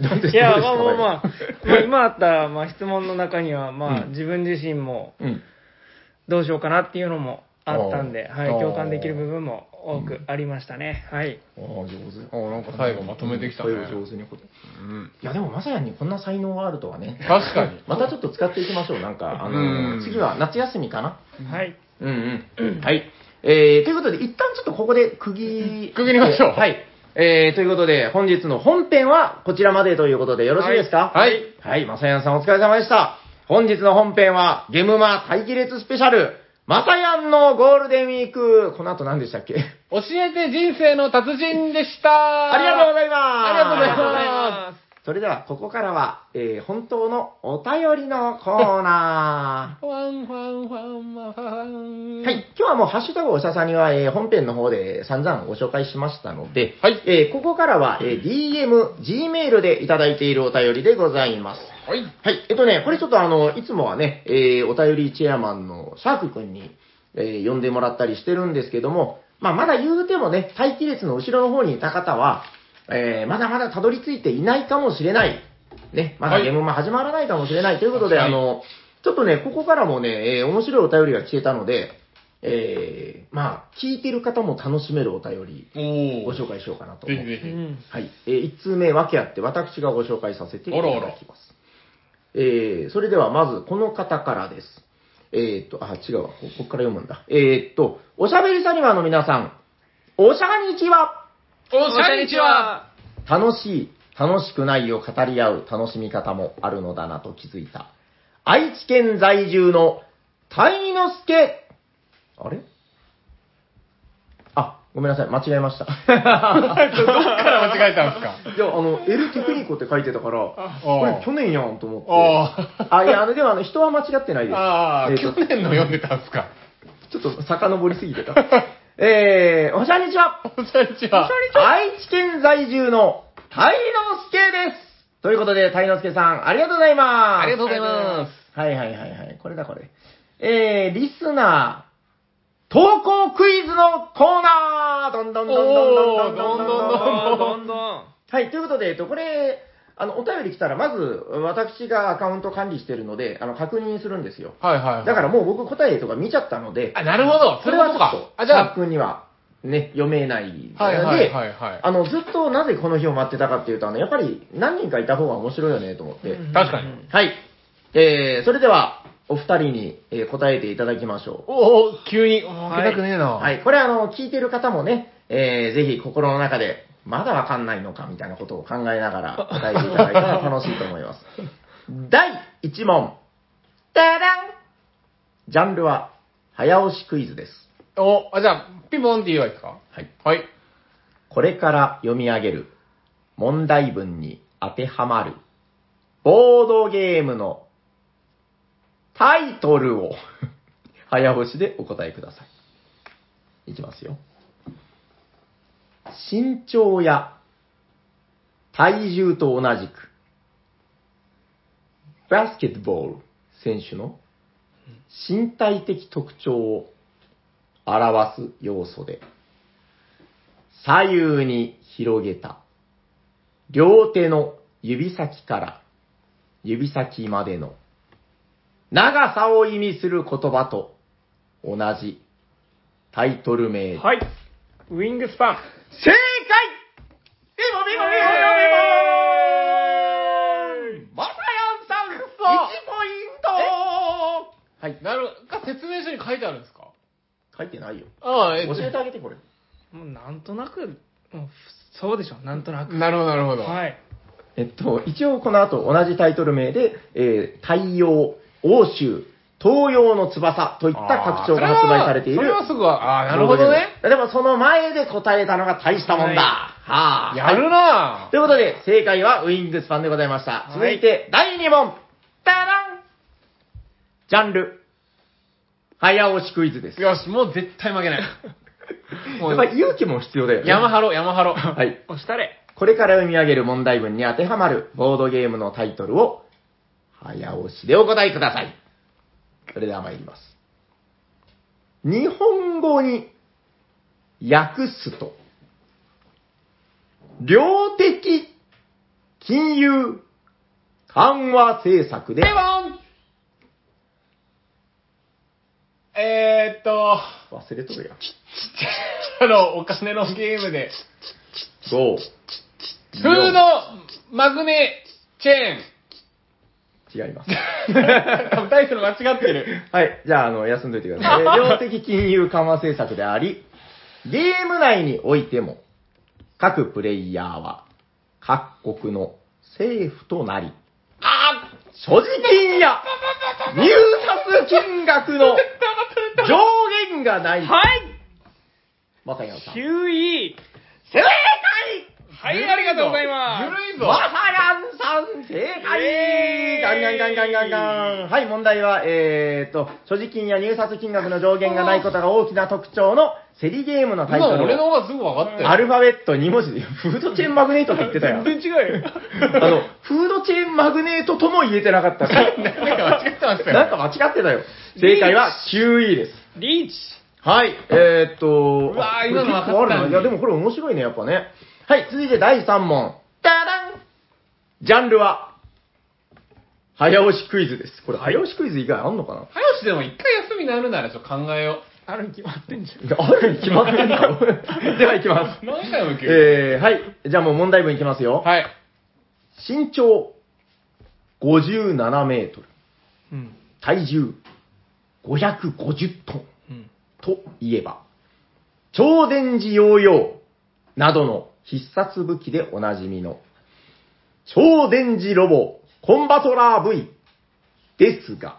Speaker 1: どうで
Speaker 3: いや、
Speaker 1: どう
Speaker 3: まあま
Speaker 1: で
Speaker 3: あまあ
Speaker 1: はい、
Speaker 3: まあ今あった、まあ、質問の中には、まあ、
Speaker 1: うん
Speaker 3: 自分自身も
Speaker 1: うん。
Speaker 3: どうしようかなっていうのもあったんで、
Speaker 2: あー
Speaker 3: はい、
Speaker 2: あー
Speaker 3: 共感できる部分も多くありましたね。はい。
Speaker 1: ああ、上手。
Speaker 2: おなんか最後まとめてきたね
Speaker 1: うん最後上手に答え
Speaker 2: うん。
Speaker 1: いや、でもまさやんにこんな才能があるとはね。
Speaker 2: 確かに。
Speaker 1: またちょっと使っていきましょう。なんか、あ
Speaker 2: うん
Speaker 1: の、次は夏休みかな
Speaker 3: はい。
Speaker 1: うんうん。はい。えー、ということで、一旦ちょっとここで区切
Speaker 2: 区切りましょう
Speaker 1: はい。えー、ということで、本日の本編はこちらまでということでよろしいですか
Speaker 2: はい
Speaker 1: [LAUGHS] はい、まさやんさんお疲れ様でした。本日の本編は、ゲムマ待機列スペシャル、まさやんのゴールデンウィーク、この後何でしたっけ
Speaker 2: 教えて人生の達人でした
Speaker 1: ありがとうございます
Speaker 2: ありがとうござい
Speaker 3: あ
Speaker 2: ま
Speaker 1: それでは、ここからは、えー、本当のお便りのコーナー。
Speaker 2: すファンファンファンマファン
Speaker 1: はい。今日はもう、ハッシュタグおしゃさには、えー本編の方で散々ご紹介しましたので、
Speaker 2: はい
Speaker 1: えーここからは、えー DM、G メールでいただいているお便りでございます。
Speaker 2: はい
Speaker 1: はい。えっとね、これちょっとあの、いつもはね、えーお便りチェアマンのシャーク君に、えー呼んでもらったりしてるんですけども、まあ、まだ言うてもね、待機列の後ろの方にいた方は、えーまだまだたどり着いていないかもしれない。ね、まだ
Speaker 2: はい
Speaker 1: ゲームも始まらないかもしれないということで、
Speaker 2: はい
Speaker 1: あの、ちょっとね、ここからもね、えー面白いお便りが聞けたので、えーまあ、聞いてる方も楽しめるお便り、ご
Speaker 2: お
Speaker 1: 紹介しようかなと
Speaker 2: ぜ
Speaker 1: 思
Speaker 2: ひ
Speaker 1: って
Speaker 2: ぜ
Speaker 3: う
Speaker 2: ひ。
Speaker 3: ん。
Speaker 1: はい。えー、1通目分けあって、私がご紹介させていただきます。
Speaker 2: あらあら
Speaker 1: えー、それではまず、この方からです。えーっと、あ、違うわ。ここっから読むんだ。えーっと、おしゃべりサニバーの皆さん、おしゃにちは
Speaker 2: おしゃにちは
Speaker 1: 楽しい、楽しくないを語り合う楽しみ方もあるのだなと気づいた。愛知県在住の、タイノスケあれあ、ごめんなさい。間違えま
Speaker 2: [LAUGHS]
Speaker 1: した。 [LAUGHS]
Speaker 2: どっから間違えたんですか
Speaker 1: いや、あの、エルテクニコって書いてたから、これ去年やんと思って。
Speaker 2: あ
Speaker 1: あ、いや、あの、でもあの、人は間違ってない
Speaker 2: ー
Speaker 1: です。
Speaker 2: あ
Speaker 1: え
Speaker 2: ー、
Speaker 1: ー
Speaker 2: 去
Speaker 1: と
Speaker 2: 年の読んでたんですか。
Speaker 1: ちょっと遡りすぎてた。えー、おしゃにちは
Speaker 2: おしゃにちは。
Speaker 1: 愛知県在住の、タイノスケですということで、タイノスケさん、ありがとうございます。
Speaker 2: ありがとうございます。
Speaker 1: す。はいはいはいはい、これだこれ。えー、リスナー、投稿クイズのコーナーどんどんどんどんどんどんどんどんどんどん
Speaker 3: どんどん。
Speaker 1: はい、ということで、えっと、これ、あの、お便り来たら、まず、私がアカウント管理してるので、あの、確認するんですよ。
Speaker 2: はいはいは
Speaker 1: だ
Speaker 2: い。
Speaker 1: からもう僕答えとか見ちゃったので、
Speaker 2: あ、なるほど。
Speaker 1: そ
Speaker 2: そ
Speaker 1: れ
Speaker 2: れ
Speaker 1: は
Speaker 2: は
Speaker 1: ち
Speaker 2: そ
Speaker 1: ょ
Speaker 2: う
Speaker 1: っ
Speaker 2: か。
Speaker 1: と、
Speaker 2: あ、
Speaker 1: シ
Speaker 2: じ
Speaker 1: ャー
Speaker 2: ゃ
Speaker 1: クには、ね、読めないので、
Speaker 2: あ、はいはいはいはい。
Speaker 1: あの、ずっとなぜこの日を待ってたかっていうと、あの、やっぱり何人かいた方が面白いよね、と思って。
Speaker 2: 確かに。
Speaker 1: はい。えー、それでは、お二人に、えー答えていただきましょう。
Speaker 2: おお、急に。負けたくねえな。
Speaker 1: はい、これあの、聞いてる方もね、えー、ぜひ心の中で、まだわかんないのかみたいなことを考えなが [LAUGHS] ら答えていただいたら楽しいと思います。第1問。ダダンジャンルは、早押しクイズです。
Speaker 2: お、あ、じゃあ、ピンポンって言えばいいですか
Speaker 1: はい。
Speaker 2: はい。
Speaker 1: これから読み上げる問題文に当てはまるボードゲームのタイトルを [LAUGHS] 早押しでお答えください。いきますよ。身長や体重と同じくバスケットボール選手の身体的特徴を表す要素で左右に広げた。両手の指先から指先までの長さを意味する言葉と同じタイトル名。
Speaker 3: はい。ウィングスパン。
Speaker 1: 正解ビボビボビボビボビボまさやんさん、1
Speaker 2: そ
Speaker 1: ポイントはい。
Speaker 2: なる、か、説明書に書いてあるんですか
Speaker 1: 書いてないよ。
Speaker 2: ああ、えっ
Speaker 1: 教
Speaker 2: と
Speaker 1: えてあげて、これ。
Speaker 3: もうなんとなく、もうそうでしょ、なんとなく。
Speaker 2: なるほど、なるほど。
Speaker 3: はい。
Speaker 1: えっと、一応この後同じタイトル名で、えー、太陽、欧州、東洋の翼といっ
Speaker 2: あー。
Speaker 1: た拡張が発売されてい
Speaker 2: そ
Speaker 1: る
Speaker 2: れ。はそれはすぐは、ああ、なるほどね。
Speaker 1: でもその前で答えたのが大したもんだ。はあ。
Speaker 2: やるな
Speaker 1: ということで、正解はウィングスパンでございました。続いて、第2問。ダランジャンル。早押しクイズです。や
Speaker 2: よし、もう絶対負けない。も
Speaker 1: っぱり勇気も必要だよね。
Speaker 2: 山ハロ、山ハロ。
Speaker 1: はい。
Speaker 3: おしたれ。
Speaker 1: これから読み上げる問題文に当てはまるボードゲームのタイトルを早押しでお答えください。それでは参ります。日本語に訳すと、量的金融緩和政策で
Speaker 2: ピン、ポンえーっと、
Speaker 1: 忘れとるやん。
Speaker 2: あの、お金のゲームで、
Speaker 1: 5、
Speaker 2: フードマグネチェ [LAUGHS]
Speaker 1: 4違います。
Speaker 2: ーン。タイトル間違ってる。
Speaker 1: はい。じゃあ、あの、休んどいてください。えー量的金融緩和政策であり、ゲーム内においても、各プレイヤーは、各国の政府となり、あー所持金や入札金額の上限がない。
Speaker 3: はい
Speaker 1: まさやさん。正
Speaker 3: !9 位
Speaker 1: 解
Speaker 3: はい、ありがとうございます。
Speaker 2: ずるいぞ
Speaker 1: まさやんさん、正
Speaker 3: イェー
Speaker 1: 解
Speaker 3: イ
Speaker 1: ガンガンガンガンガンガン。はい、問題は、えーと、所持金や入札金額の上限がないことが大きな特徴の競りゲームのタイト
Speaker 2: 今
Speaker 1: ルを
Speaker 2: 俺の方がすぐ分かったよ。
Speaker 1: アルファベット2文字で、フードチェーンマグネートって言ってたよ。
Speaker 3: 全然違うよ。
Speaker 1: あの、フードチェーンマグネートとも言えてなかったし
Speaker 2: [LAUGHS] なんか間違ってましたよ。
Speaker 1: なんか間違ってたよ。正解は9位です。
Speaker 3: リーチ
Speaker 1: はい、えー、っと、
Speaker 2: うわー
Speaker 1: あ
Speaker 2: 今の分かった
Speaker 1: これ結構あるな。いや、でもこれ面白いね、やっぱね。はい、続いて第3問。ダダンジャンルは、早押しクイズです。これ、早押しクイズ以外あんのかな
Speaker 2: 早押しでも一回休みになるならちょっと考えよ
Speaker 3: あるに決まってんじゃん。
Speaker 1: あるに決ま
Speaker 2: [LAUGHS]
Speaker 1: ってんだ。では、いきます
Speaker 2: う。。何回も行くよ。
Speaker 1: えー、はい、じゃあもう問題文いきますよ。
Speaker 2: はい。
Speaker 1: 身長57メートル、
Speaker 3: うん。
Speaker 1: 体重550トン
Speaker 3: うん。
Speaker 1: といえば、超電磁ヨーヨーなどの必殺武器でおなじみの、超電磁ロボコンバトラー V ですが、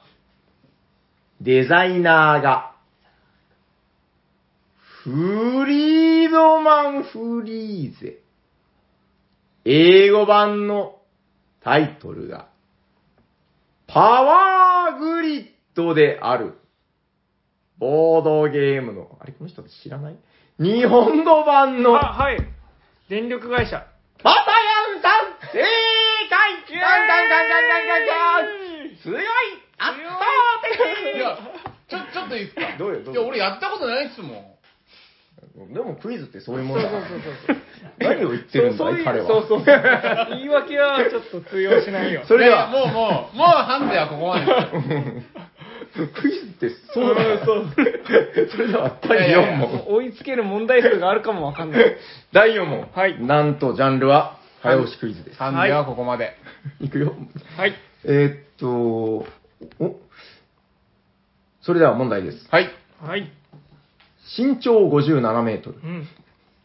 Speaker 1: デザイナーが、フリードマン・フリーゼ。英語版のタイトルが、パワーグリッドである、ボードゲームの、あれこの人知らない日本語版の、
Speaker 3: あ、はい。電力会社。
Speaker 1: パパヤンさん正解
Speaker 3: イエーイ
Speaker 1: ガンガンガンガンガンガンガン強い圧
Speaker 2: い
Speaker 1: 倒
Speaker 2: や、ちょ、ちょっといいですか
Speaker 1: どうよどう
Speaker 2: い
Speaker 1: よ
Speaker 2: や、俺やったことないっすもん。
Speaker 1: 的でもクイズってそういう
Speaker 3: そ
Speaker 1: も
Speaker 3: う
Speaker 1: の
Speaker 3: そう
Speaker 1: だ
Speaker 3: そうそう。
Speaker 1: 何を言ってるん
Speaker 3: そうそ
Speaker 1: だ
Speaker 3: うい
Speaker 1: いう彼は。
Speaker 3: そうそう。 [LAUGHS] 言い訳はちょっと通用しないよ。
Speaker 1: それで
Speaker 2: いやいや
Speaker 1: は、
Speaker 2: もうもう、もうハンデはここまでですよ。
Speaker 1: クイズってそうだよ。それでは、第4問。
Speaker 3: 追いつける問題数があるかもわかんない。
Speaker 1: 第4問。
Speaker 3: はい
Speaker 1: なんと、ジャンルは、早押しクイズです。
Speaker 2: ハンデはここまで。
Speaker 1: いくよ。
Speaker 3: はい。
Speaker 1: えーっと、おそれでは問題です。
Speaker 2: はい。
Speaker 3: はい。
Speaker 1: 身長57メートル
Speaker 3: う。ん。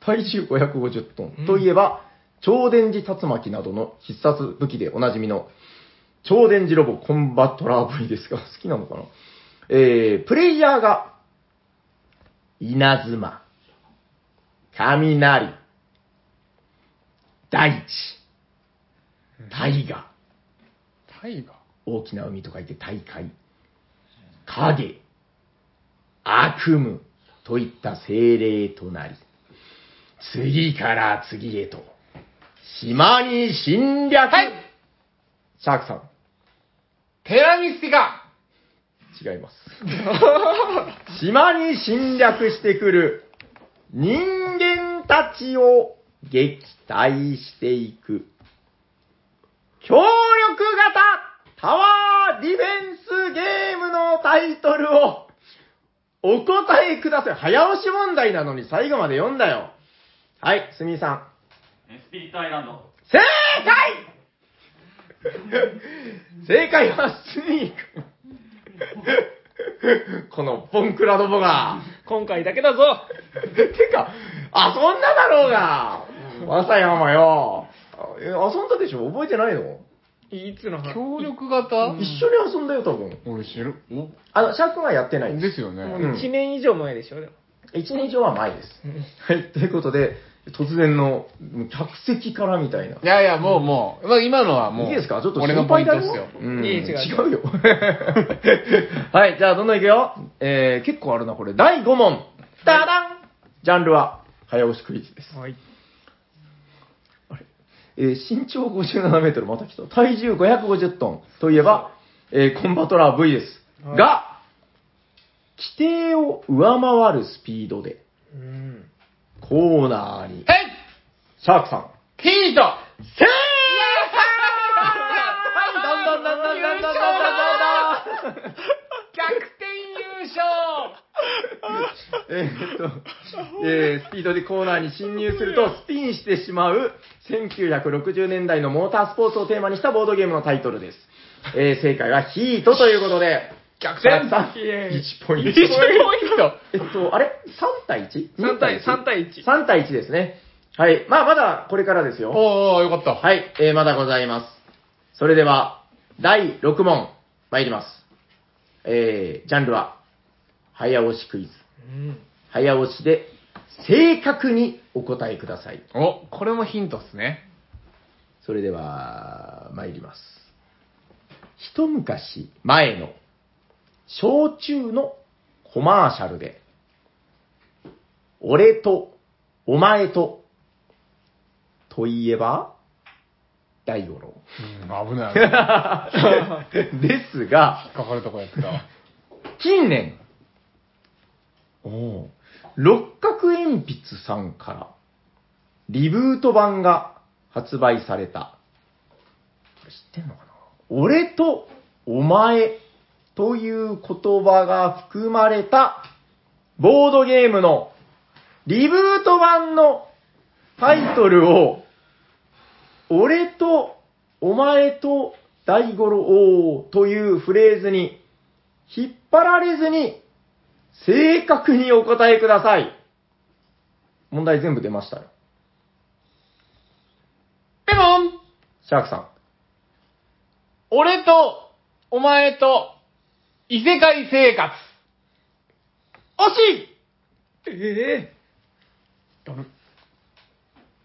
Speaker 1: 体重550トン、といえば、超電磁竜巻などの必殺武器でおなじみの、超電磁ロボコンバトラー V ですが、好きなのかな [LAUGHS] えー、プレイヤーが、稲妻、雷、大地、大河、
Speaker 2: タイガ
Speaker 1: 大きな海と書いて大海、影、悪夢といった精霊となり、次から次へと、島に侵略、
Speaker 2: はい
Speaker 1: シャークさん、
Speaker 2: テラミスティカ
Speaker 1: 違います。島に侵略してくる人間たちを撃退していく。協力型タワーディフェンスゲームのタイトルをお答えください。早押し問題なのに最後まで読んだよ。はい、すみさん。
Speaker 4: えスピリットアイランド。
Speaker 1: 正解正解はスニーク。このボンクラどもが。
Speaker 3: 今回だけだぞ
Speaker 1: てか、遊んだだろうが。まさやまよ。あえ遊んだでしょ覚えてないの
Speaker 3: いつの話
Speaker 2: 協力
Speaker 1: 一
Speaker 2: 型
Speaker 1: 緒に遊んだよ、多分。
Speaker 2: 俺知る。
Speaker 1: あの、シャークはやってないです。
Speaker 2: ですよね。
Speaker 3: も
Speaker 1: ん
Speaker 3: う1年以上前でしょ、でも。
Speaker 1: 1年以上は前です。はい、ということで、突然のもう客席からみたいな。
Speaker 2: いやいや、もうもう、まあ今のはもう、
Speaker 1: いいですかちょっと
Speaker 2: 俺の
Speaker 1: 心
Speaker 2: ポイ
Speaker 1: 配
Speaker 2: ント
Speaker 1: だ
Speaker 2: っ
Speaker 1: よ。
Speaker 2: すよ。
Speaker 1: うん、
Speaker 3: いい違う
Speaker 1: 違うよ。はい、じゃあどんどんいくよ。えー、結構あるな、これ。第5問。ダダンジャンルは、早押しクイズです。
Speaker 3: はい。
Speaker 1: えー、身長57メートル、また来た。体重550トンといえば、えー、コンバトラー V です。
Speaker 3: はい
Speaker 1: が、規定を上回るスピードで、
Speaker 3: うん。
Speaker 1: コーナーに、
Speaker 2: はい
Speaker 1: シャークさん。
Speaker 2: ヒート
Speaker 1: せーどんどんどんどんどんどんどんどんどん
Speaker 2: 逆転優勝
Speaker 1: えーっと、えースピードでコーナーに侵入するとスピンしてしまう1960年代のモータースポーツをテーマにしたボードゲームのタイトルです。えー正解はヒートということで、
Speaker 2: 逆
Speaker 1: さ
Speaker 2: 転
Speaker 1: んさん
Speaker 3: イエーイ
Speaker 1: 1ポイン [LAUGHS] ト。
Speaker 2: !1 ポイント
Speaker 1: えっと、あれ ?3 対 1?3
Speaker 3: 3対、3対1。
Speaker 1: 3対1ですね。はい。まあ、まだこれからですよ。
Speaker 2: おーおーよかった。。
Speaker 1: はいい。えー、まだございます。それでは、第6問、参ります。えー、ジャンルは、早押しクイズ。
Speaker 3: うん。
Speaker 1: 早押しで、正確にお答えください。
Speaker 2: お、これもヒントっすね。
Speaker 1: それでは、参ります。一昔前の、焼酎のコマーシャルで、俺と、お前と、といえば、大五郎。 [LAUGHS]
Speaker 2: うん、危ない。引っ
Speaker 1: ですが、
Speaker 2: かかるとこやってたわ。
Speaker 1: 近年、おう六角鉛筆さんから、リブート版が発売された。これ知ってんのかな俺とお前という言葉が含まれたボードゲームのリブート版のタイトルを、俺とお前と大五郎というフレーズに引っ張られずに、正確にお答えください。問題全部出ましたよ。
Speaker 2: ペモン
Speaker 1: シャークさん。
Speaker 2: 俺と、お前と、異世界生活。惜しい
Speaker 3: え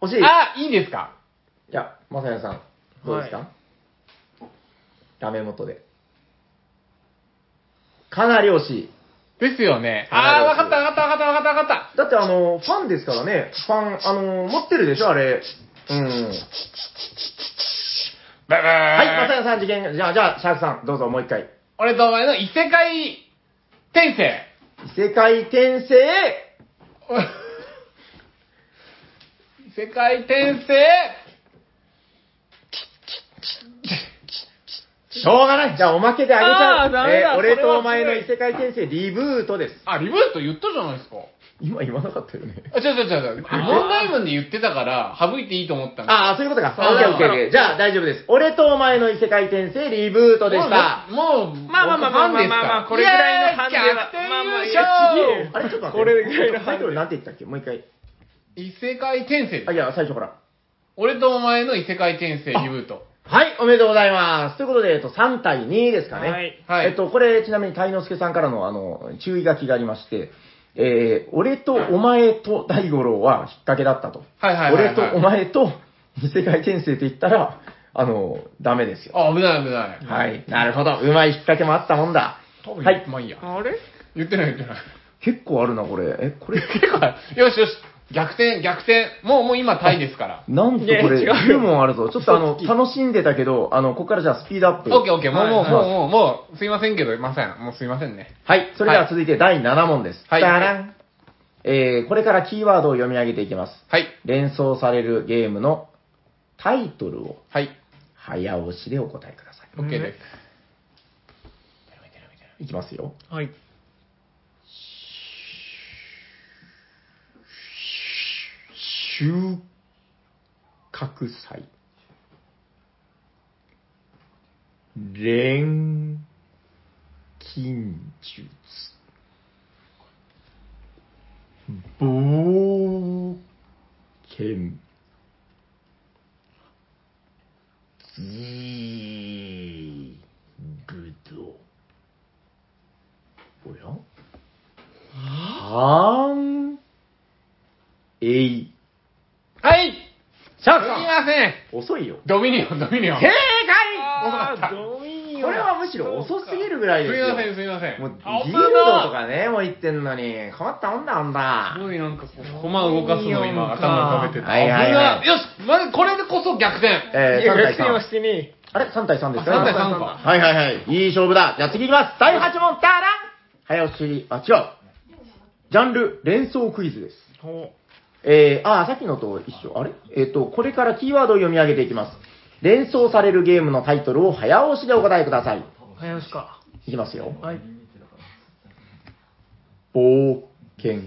Speaker 1: 惜しい。い
Speaker 2: あ、いいですか
Speaker 1: や、まさやさん、どうですか、ダメ元で。かなり惜しい。
Speaker 2: ですよね。
Speaker 1: あ
Speaker 2: あ
Speaker 1: ー
Speaker 2: ー、わかったわかったわかったわかったわかっ
Speaker 1: だってあの、ファンですからね。ファン、あの、持ってるでしょあれ。うん。
Speaker 2: た。ババー
Speaker 1: はい、まさやさん、次元、じゃあ、じゃあ、シャークさん、どうぞもう一回。
Speaker 2: 俺とお前の異世界転生。
Speaker 1: 異世界転生、
Speaker 2: 異世界転生
Speaker 1: しょうがない。じゃあ、おまけであげちゃ
Speaker 3: あ
Speaker 1: う。
Speaker 3: ーダメだ
Speaker 1: えー俺
Speaker 3: それは
Speaker 1: とお前の異世界転生、リブートです。
Speaker 2: あ、リブート言ったじゃないですか。
Speaker 1: 今言わなかったよね。
Speaker 2: あ、違う違う違う違う。問題文で言ってたから、省いていいと思ったん
Speaker 1: ああ、そういうことか。
Speaker 2: そう
Speaker 1: オッケーオッケーオッケー。じゃあ大丈夫です。俺とお前の異世界転生リブートでした。
Speaker 2: もう、もう、
Speaker 3: まあまあまあまあまあまあまあこれぐらいの判定はまあまあいや違うよ
Speaker 1: あれちょっと待って。
Speaker 3: これぐらいの
Speaker 1: タイトルなんて言ったっけもう一回。
Speaker 2: 異世界転生
Speaker 1: あ、いや、最初から。
Speaker 2: 俺とお前の異世界転生リブート。
Speaker 1: はい、おめでとうございます。ということで、えっと、3対2ですかね。
Speaker 3: はい
Speaker 2: はい
Speaker 1: えっと、これ、ちなみに、鯛之助さんからの、あの、注意書きがありまして、えー、俺とお前と大五郎は引っ掛けだったと。
Speaker 2: はいはいはいはい
Speaker 1: 俺とお前と異世界転生って言ったら、あの、ダメですよ。
Speaker 2: あ、危ない危ない。
Speaker 1: はい。なるほど。うまい引っ掛けもあったもんだ。
Speaker 2: 多分、
Speaker 1: は
Speaker 2: はいい、まあいいや。
Speaker 3: あれ
Speaker 2: 言ってない言ってない。
Speaker 1: 結構あるな、これ。え、これ、
Speaker 2: 結構ある、よしよし、逆転、逆転。もう、もう今タイですから。
Speaker 1: なんとこれ、
Speaker 3: いや違うよ
Speaker 1: 10問あるぞ。ちょっとあの、楽しんでたけど、あの、ここからじゃあスピードアッ
Speaker 2: オ
Speaker 1: プ。
Speaker 2: ッケーオッケー、もう、もう、
Speaker 1: はい
Speaker 2: もう、もう、もう、すいませんけど、ません。もうすいませんね。
Speaker 1: はい。それでは続いて第7問です。
Speaker 2: はい
Speaker 1: ダランえー、これからキーワードを読み上げていきます。
Speaker 2: はい。
Speaker 1: 連想されるゲームのタイトルを
Speaker 2: はい。
Speaker 1: 早押しでお答えくださ
Speaker 2: オッケーです。
Speaker 1: い。いきますよ。
Speaker 3: はい。
Speaker 1: 収穫祭。錬金術。冒険。ギーグド。おやはーん。えい。
Speaker 2: はい
Speaker 1: シャー
Speaker 2: す
Speaker 1: ク
Speaker 2: い
Speaker 1: さん
Speaker 2: ません
Speaker 1: 遅いよ。
Speaker 2: ドミニオン、ドミニオン。
Speaker 1: 正解
Speaker 3: あ
Speaker 2: 遅か
Speaker 3: あ、
Speaker 2: った
Speaker 3: ドミニオン
Speaker 1: これはむしろ遅すぎるぐらいです
Speaker 2: すい
Speaker 1: よ。
Speaker 2: ません、すいません。
Speaker 1: もう、
Speaker 2: あ
Speaker 1: ギルドとかね、もう言ってんのに、困ったもんだ、あんだ
Speaker 2: す。ごいなんかこう、駒を動かすのを今、頭に浮かべてた。
Speaker 1: はいはいはい
Speaker 2: 危なよし、まずこれでこそ逆転。
Speaker 3: い
Speaker 1: えー、
Speaker 3: や、
Speaker 1: 3対
Speaker 3: 逆転は
Speaker 1: 3。
Speaker 3: してね
Speaker 1: あれ ?3 対3ですか
Speaker 2: 3対3
Speaker 1: 今
Speaker 2: か
Speaker 1: はいはいはい。いい勝負だ。じゃあ次いきます。第8問、ダラン早押し、あ、違う。ジャンル、連想クイズです。
Speaker 3: え。ほ
Speaker 1: えー、あー、さっきのと一緒。あれえっ、と、これからキーワードを読み上げていきます。連想されるゲームのタイトルを早押しでお答えください。
Speaker 3: う。早押しか。
Speaker 1: いきますよ。
Speaker 3: はい。
Speaker 1: 冒険。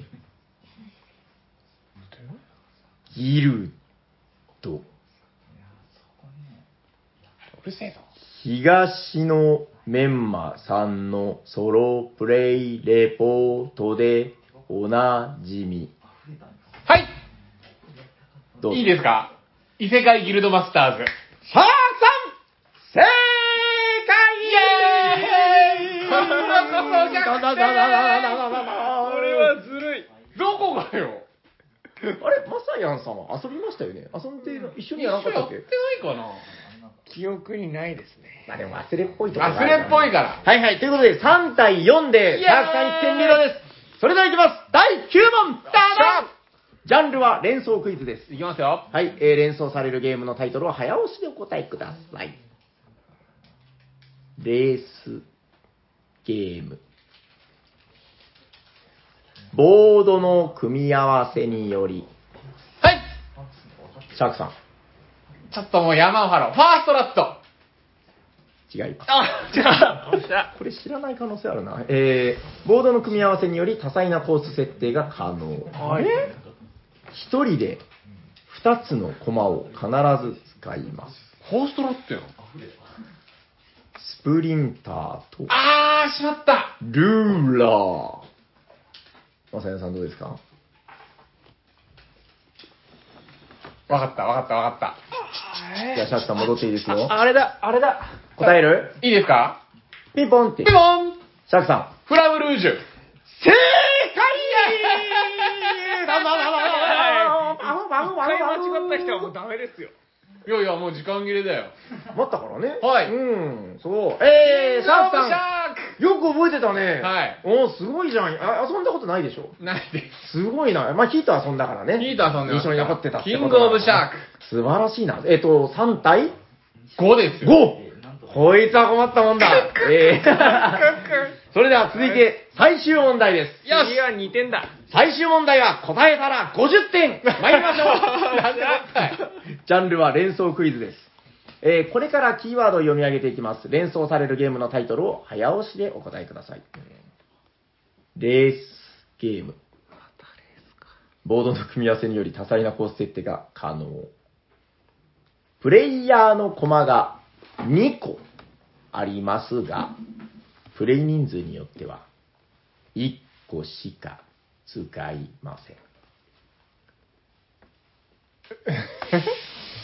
Speaker 1: ギルド。
Speaker 2: うるせえぞ。
Speaker 1: 東のメンマさんのソロプレイレポートでおなじみ。
Speaker 2: はい
Speaker 1: どうぞ
Speaker 2: いいですか異世界ギルドマスターズ。
Speaker 1: さあ、さん正解
Speaker 2: イェーイこんなこと逆
Speaker 1: だだだ
Speaker 2: 転
Speaker 1: だだだだだ
Speaker 3: これはずるい。
Speaker 2: どこがよ
Speaker 1: あれ、マサヤンさんは遊びましたよね遊んで、一緒にやらなかったっ
Speaker 2: やって
Speaker 1: け
Speaker 2: ないかな
Speaker 3: 記憶にないですね。
Speaker 1: まあでも忘れっぽいとこ
Speaker 2: 忘れっぽい
Speaker 1: が
Speaker 2: から。
Speaker 1: はいはい、ということで、3対4で、
Speaker 2: イエーイ
Speaker 1: サークさん1点リードです。それではいきます第9問
Speaker 2: ダダン
Speaker 1: ジャンルは連想クイズです。
Speaker 2: いきますよ。
Speaker 1: はい、えー連想されるゲームのタイトルを早押しでお答えください。レース、ゲーム。ボードの組み合わせにより、
Speaker 2: はい
Speaker 1: シャークさん、
Speaker 2: ちょっともう山を張ろう。ファーストラット
Speaker 1: 違います。
Speaker 2: あ、違う。
Speaker 1: これ知らない可能性あるな。えー、ボードの組み合わせにより多彩なコース設定が可能。
Speaker 3: あれ
Speaker 1: 一人で二つの駒を必ず使います。
Speaker 2: ファーストラットやん。
Speaker 1: スプリンターと
Speaker 2: あー、しまった
Speaker 1: ルーラー。まさやさんどうですか
Speaker 2: わかった、わかった、わか
Speaker 1: じゃあシャークさん戻っていいですよ。
Speaker 3: ああれだ、あれだ。
Speaker 1: 答える
Speaker 2: った。いいですか
Speaker 1: ピンポンって。
Speaker 2: ピ
Speaker 1: シ
Speaker 2: ボン
Speaker 1: ャークさん。
Speaker 2: フラムルージ
Speaker 1: 正
Speaker 2: ュ
Speaker 1: 解だだだ
Speaker 3: 一回間違った人はもうダメですよ。
Speaker 2: いやいや、もう時間切れだよ。
Speaker 1: 持ったからね。
Speaker 2: はい
Speaker 1: うん、そう。えー、シャーク
Speaker 2: シ
Speaker 1: さ
Speaker 2: ャーク
Speaker 1: ん。よく覚えてたね。
Speaker 2: はい
Speaker 1: おーすごいじゃん。あ、遊んだことないでしょ。
Speaker 2: ないです。
Speaker 1: すごいな。まあ、ヒート遊んだからね。
Speaker 2: ヒート遊んでました
Speaker 1: 印象に残ってたってことだ
Speaker 2: キングオブシャーク。
Speaker 1: 素晴らしいな。えっ、と、3対
Speaker 2: 5ですよ。
Speaker 1: 5! こいつは困ったもんだ。えー、それでは続いて、最終問題です。
Speaker 2: よし
Speaker 3: 次は2点だ。
Speaker 1: 最終問題は答えたら50点参りましょう
Speaker 2: なんでもいっぱい
Speaker 1: [LAUGHS] ジャンルは連想クイズです。えーこれからキーワードを読み上げていきます。連想されるゲームのタイトルを早押しでお答えください。レースゲーム。ボードの組み合わせにより多彩なコース設定が可能。プレイヤーの駒が2個ありますが、プレイ人数によっては1個しか使いません。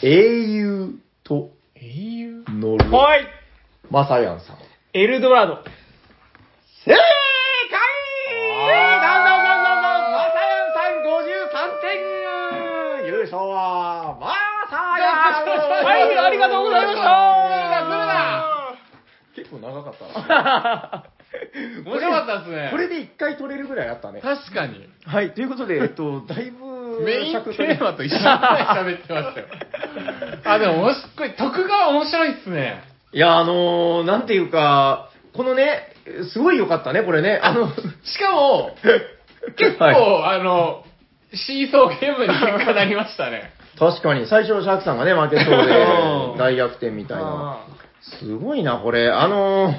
Speaker 1: 英雄と
Speaker 2: 英雄
Speaker 1: 乗る
Speaker 3: はい。
Speaker 1: マサヤンさん。
Speaker 3: エルドラド。
Speaker 1: 正解
Speaker 2: あー
Speaker 1: なんだなんだなんだマサヤンさん53点優勝はマサヤン
Speaker 3: はい、ありがとうございました
Speaker 1: 結構長かったな
Speaker 2: 面白かったですね。
Speaker 1: これで一回取れるぐらいあったね。
Speaker 2: 確かに。
Speaker 1: はい、ということで、えっと、だいぶ
Speaker 2: メイン
Speaker 1: 尺取
Speaker 2: テ
Speaker 1: れ
Speaker 2: ーマと一緒に喋ってま [LAUGHS] したよ。あ、でも、おもし、これ、徳川面白いっすね。
Speaker 1: いや、あのー、なんていうか、このね、すごい良かったね、これね。あの、
Speaker 2: しかも、結構、
Speaker 1: はい
Speaker 2: あの、シーソーゲームに結果なりましたね。
Speaker 1: 確かに、最初、シャークさんがね、負けそう
Speaker 2: うん
Speaker 1: で、大逆転みたいな。
Speaker 3: あ
Speaker 1: すごいな、これ。あのー、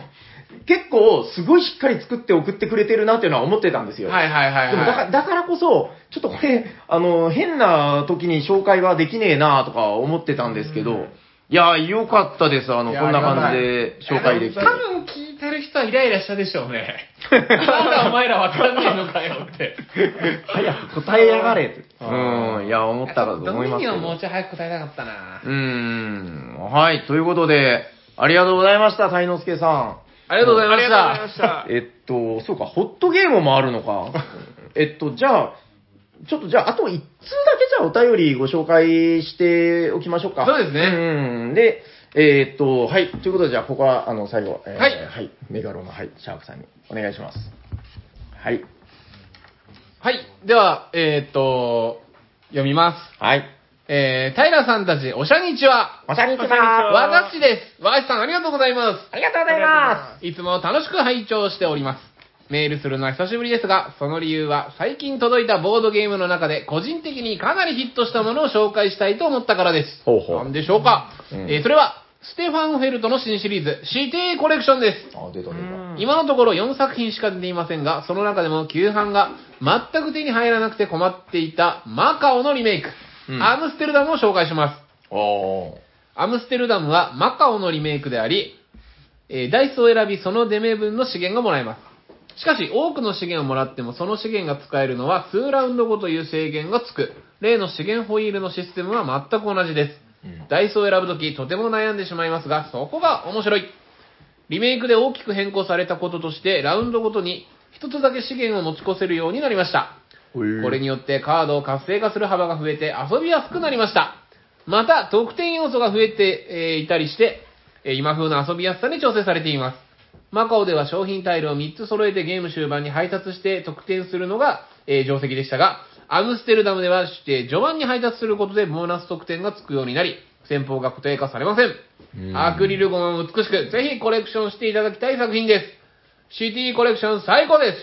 Speaker 1: 結構、すごいしっかり作って送ってくれてるなっていうのは思ってたんですよ。
Speaker 2: はいはいはい、はい。
Speaker 1: でもだから、だからこそ、ちょっとこれ、あの、変な時に紹介はできねえなとか思ってたんですけど、いや、良かったです。あの、
Speaker 2: いや
Speaker 1: こんな感じで紹介できて
Speaker 2: 多。分聞いてる人はイライラしたでしょうね。 [LAUGHS] なんだお前らわかんねえのかよって。
Speaker 1: 早く答えやがれって。
Speaker 2: あ
Speaker 1: うん、いや、思ったかと思いますけ
Speaker 2: ドミニオンもう
Speaker 1: ど。
Speaker 2: ちょい早く答えたかったな
Speaker 1: う。ーん、はい、ということで、ありがとうございました、才之助さん。
Speaker 2: ありがとうございました。
Speaker 3: ありがとうございました
Speaker 1: [LAUGHS] えっと、そうか、ホットゲームもあるの
Speaker 3: [LAUGHS]
Speaker 1: か。えっと、じゃあ、ちょっとじゃあ、あと1通だけじゃあお便りご紹介しておきましょうか。
Speaker 2: そうですね
Speaker 1: うん。で、えっと、はい。ということで、じゃあ、ここは、あの、最後、えー
Speaker 2: はい
Speaker 1: はい。メガロの、はい、シャークさんにお願いします。はい。
Speaker 2: はい。では、えーっと、読みます。
Speaker 1: はい。
Speaker 2: えー、平さんたち、おしゃにちは。
Speaker 1: おしゃにち
Speaker 3: は
Speaker 1: は。
Speaker 2: 和菓子です。和菓子さん、ありがとうございま。
Speaker 1: ありがとうございます
Speaker 2: いつも楽しく拝聴しております。メールするのは久しぶりですが、その理由は最近届いたボードゲームの中で個人的にかなりヒットしたものを紹介したいと思ったからです。
Speaker 1: ほうほう
Speaker 2: なんでしょうか、
Speaker 1: うん
Speaker 2: えーそれは、ステファン・フェルトの新シリーズ、シティコレクションです。
Speaker 1: す。あ、出た出
Speaker 3: うん
Speaker 2: 今のところ4作品しか出ていませんが、その中でも旧版が全く手に入らなくて困っていたマカオのリメイク、
Speaker 1: うん
Speaker 2: アムステルダムを紹介します。
Speaker 1: た。おー。
Speaker 2: アムステルダムはマカオのリメイクであり、えーダイスを選びその出目分の資源がもらえます。しかし、多くの資源をもらっても、その資源が使えるのは数ラウンド後という制限がつく。例の資源ホイールのシステムは全く同じです。
Speaker 1: うん
Speaker 2: ダイソーを選ぶとき、とても悩んでしまいますが、そこが面白い。リメイクで大きく変更されたこととして、ラウンドごとに一つだけ資源を持ち越せるようになりました。
Speaker 1: これ
Speaker 2: これによってカードを活性化する幅が増えて遊びやすくなりました。また、得点要素が増えてえーいたりして、えー今風の遊びやすさに調整されています。マカオでは商品タイルを3つ揃えてゲーム終盤に配達して得点するのが、えー定石でしたが、アムステルダムでは、えー序盤に配達することでボーナス得点がつくようになり、戦法が固定化されませ
Speaker 1: うん
Speaker 2: ん。アクリルゴムを美しく、ぜひコレクションしていただきたい作品です。シティコレクション最高です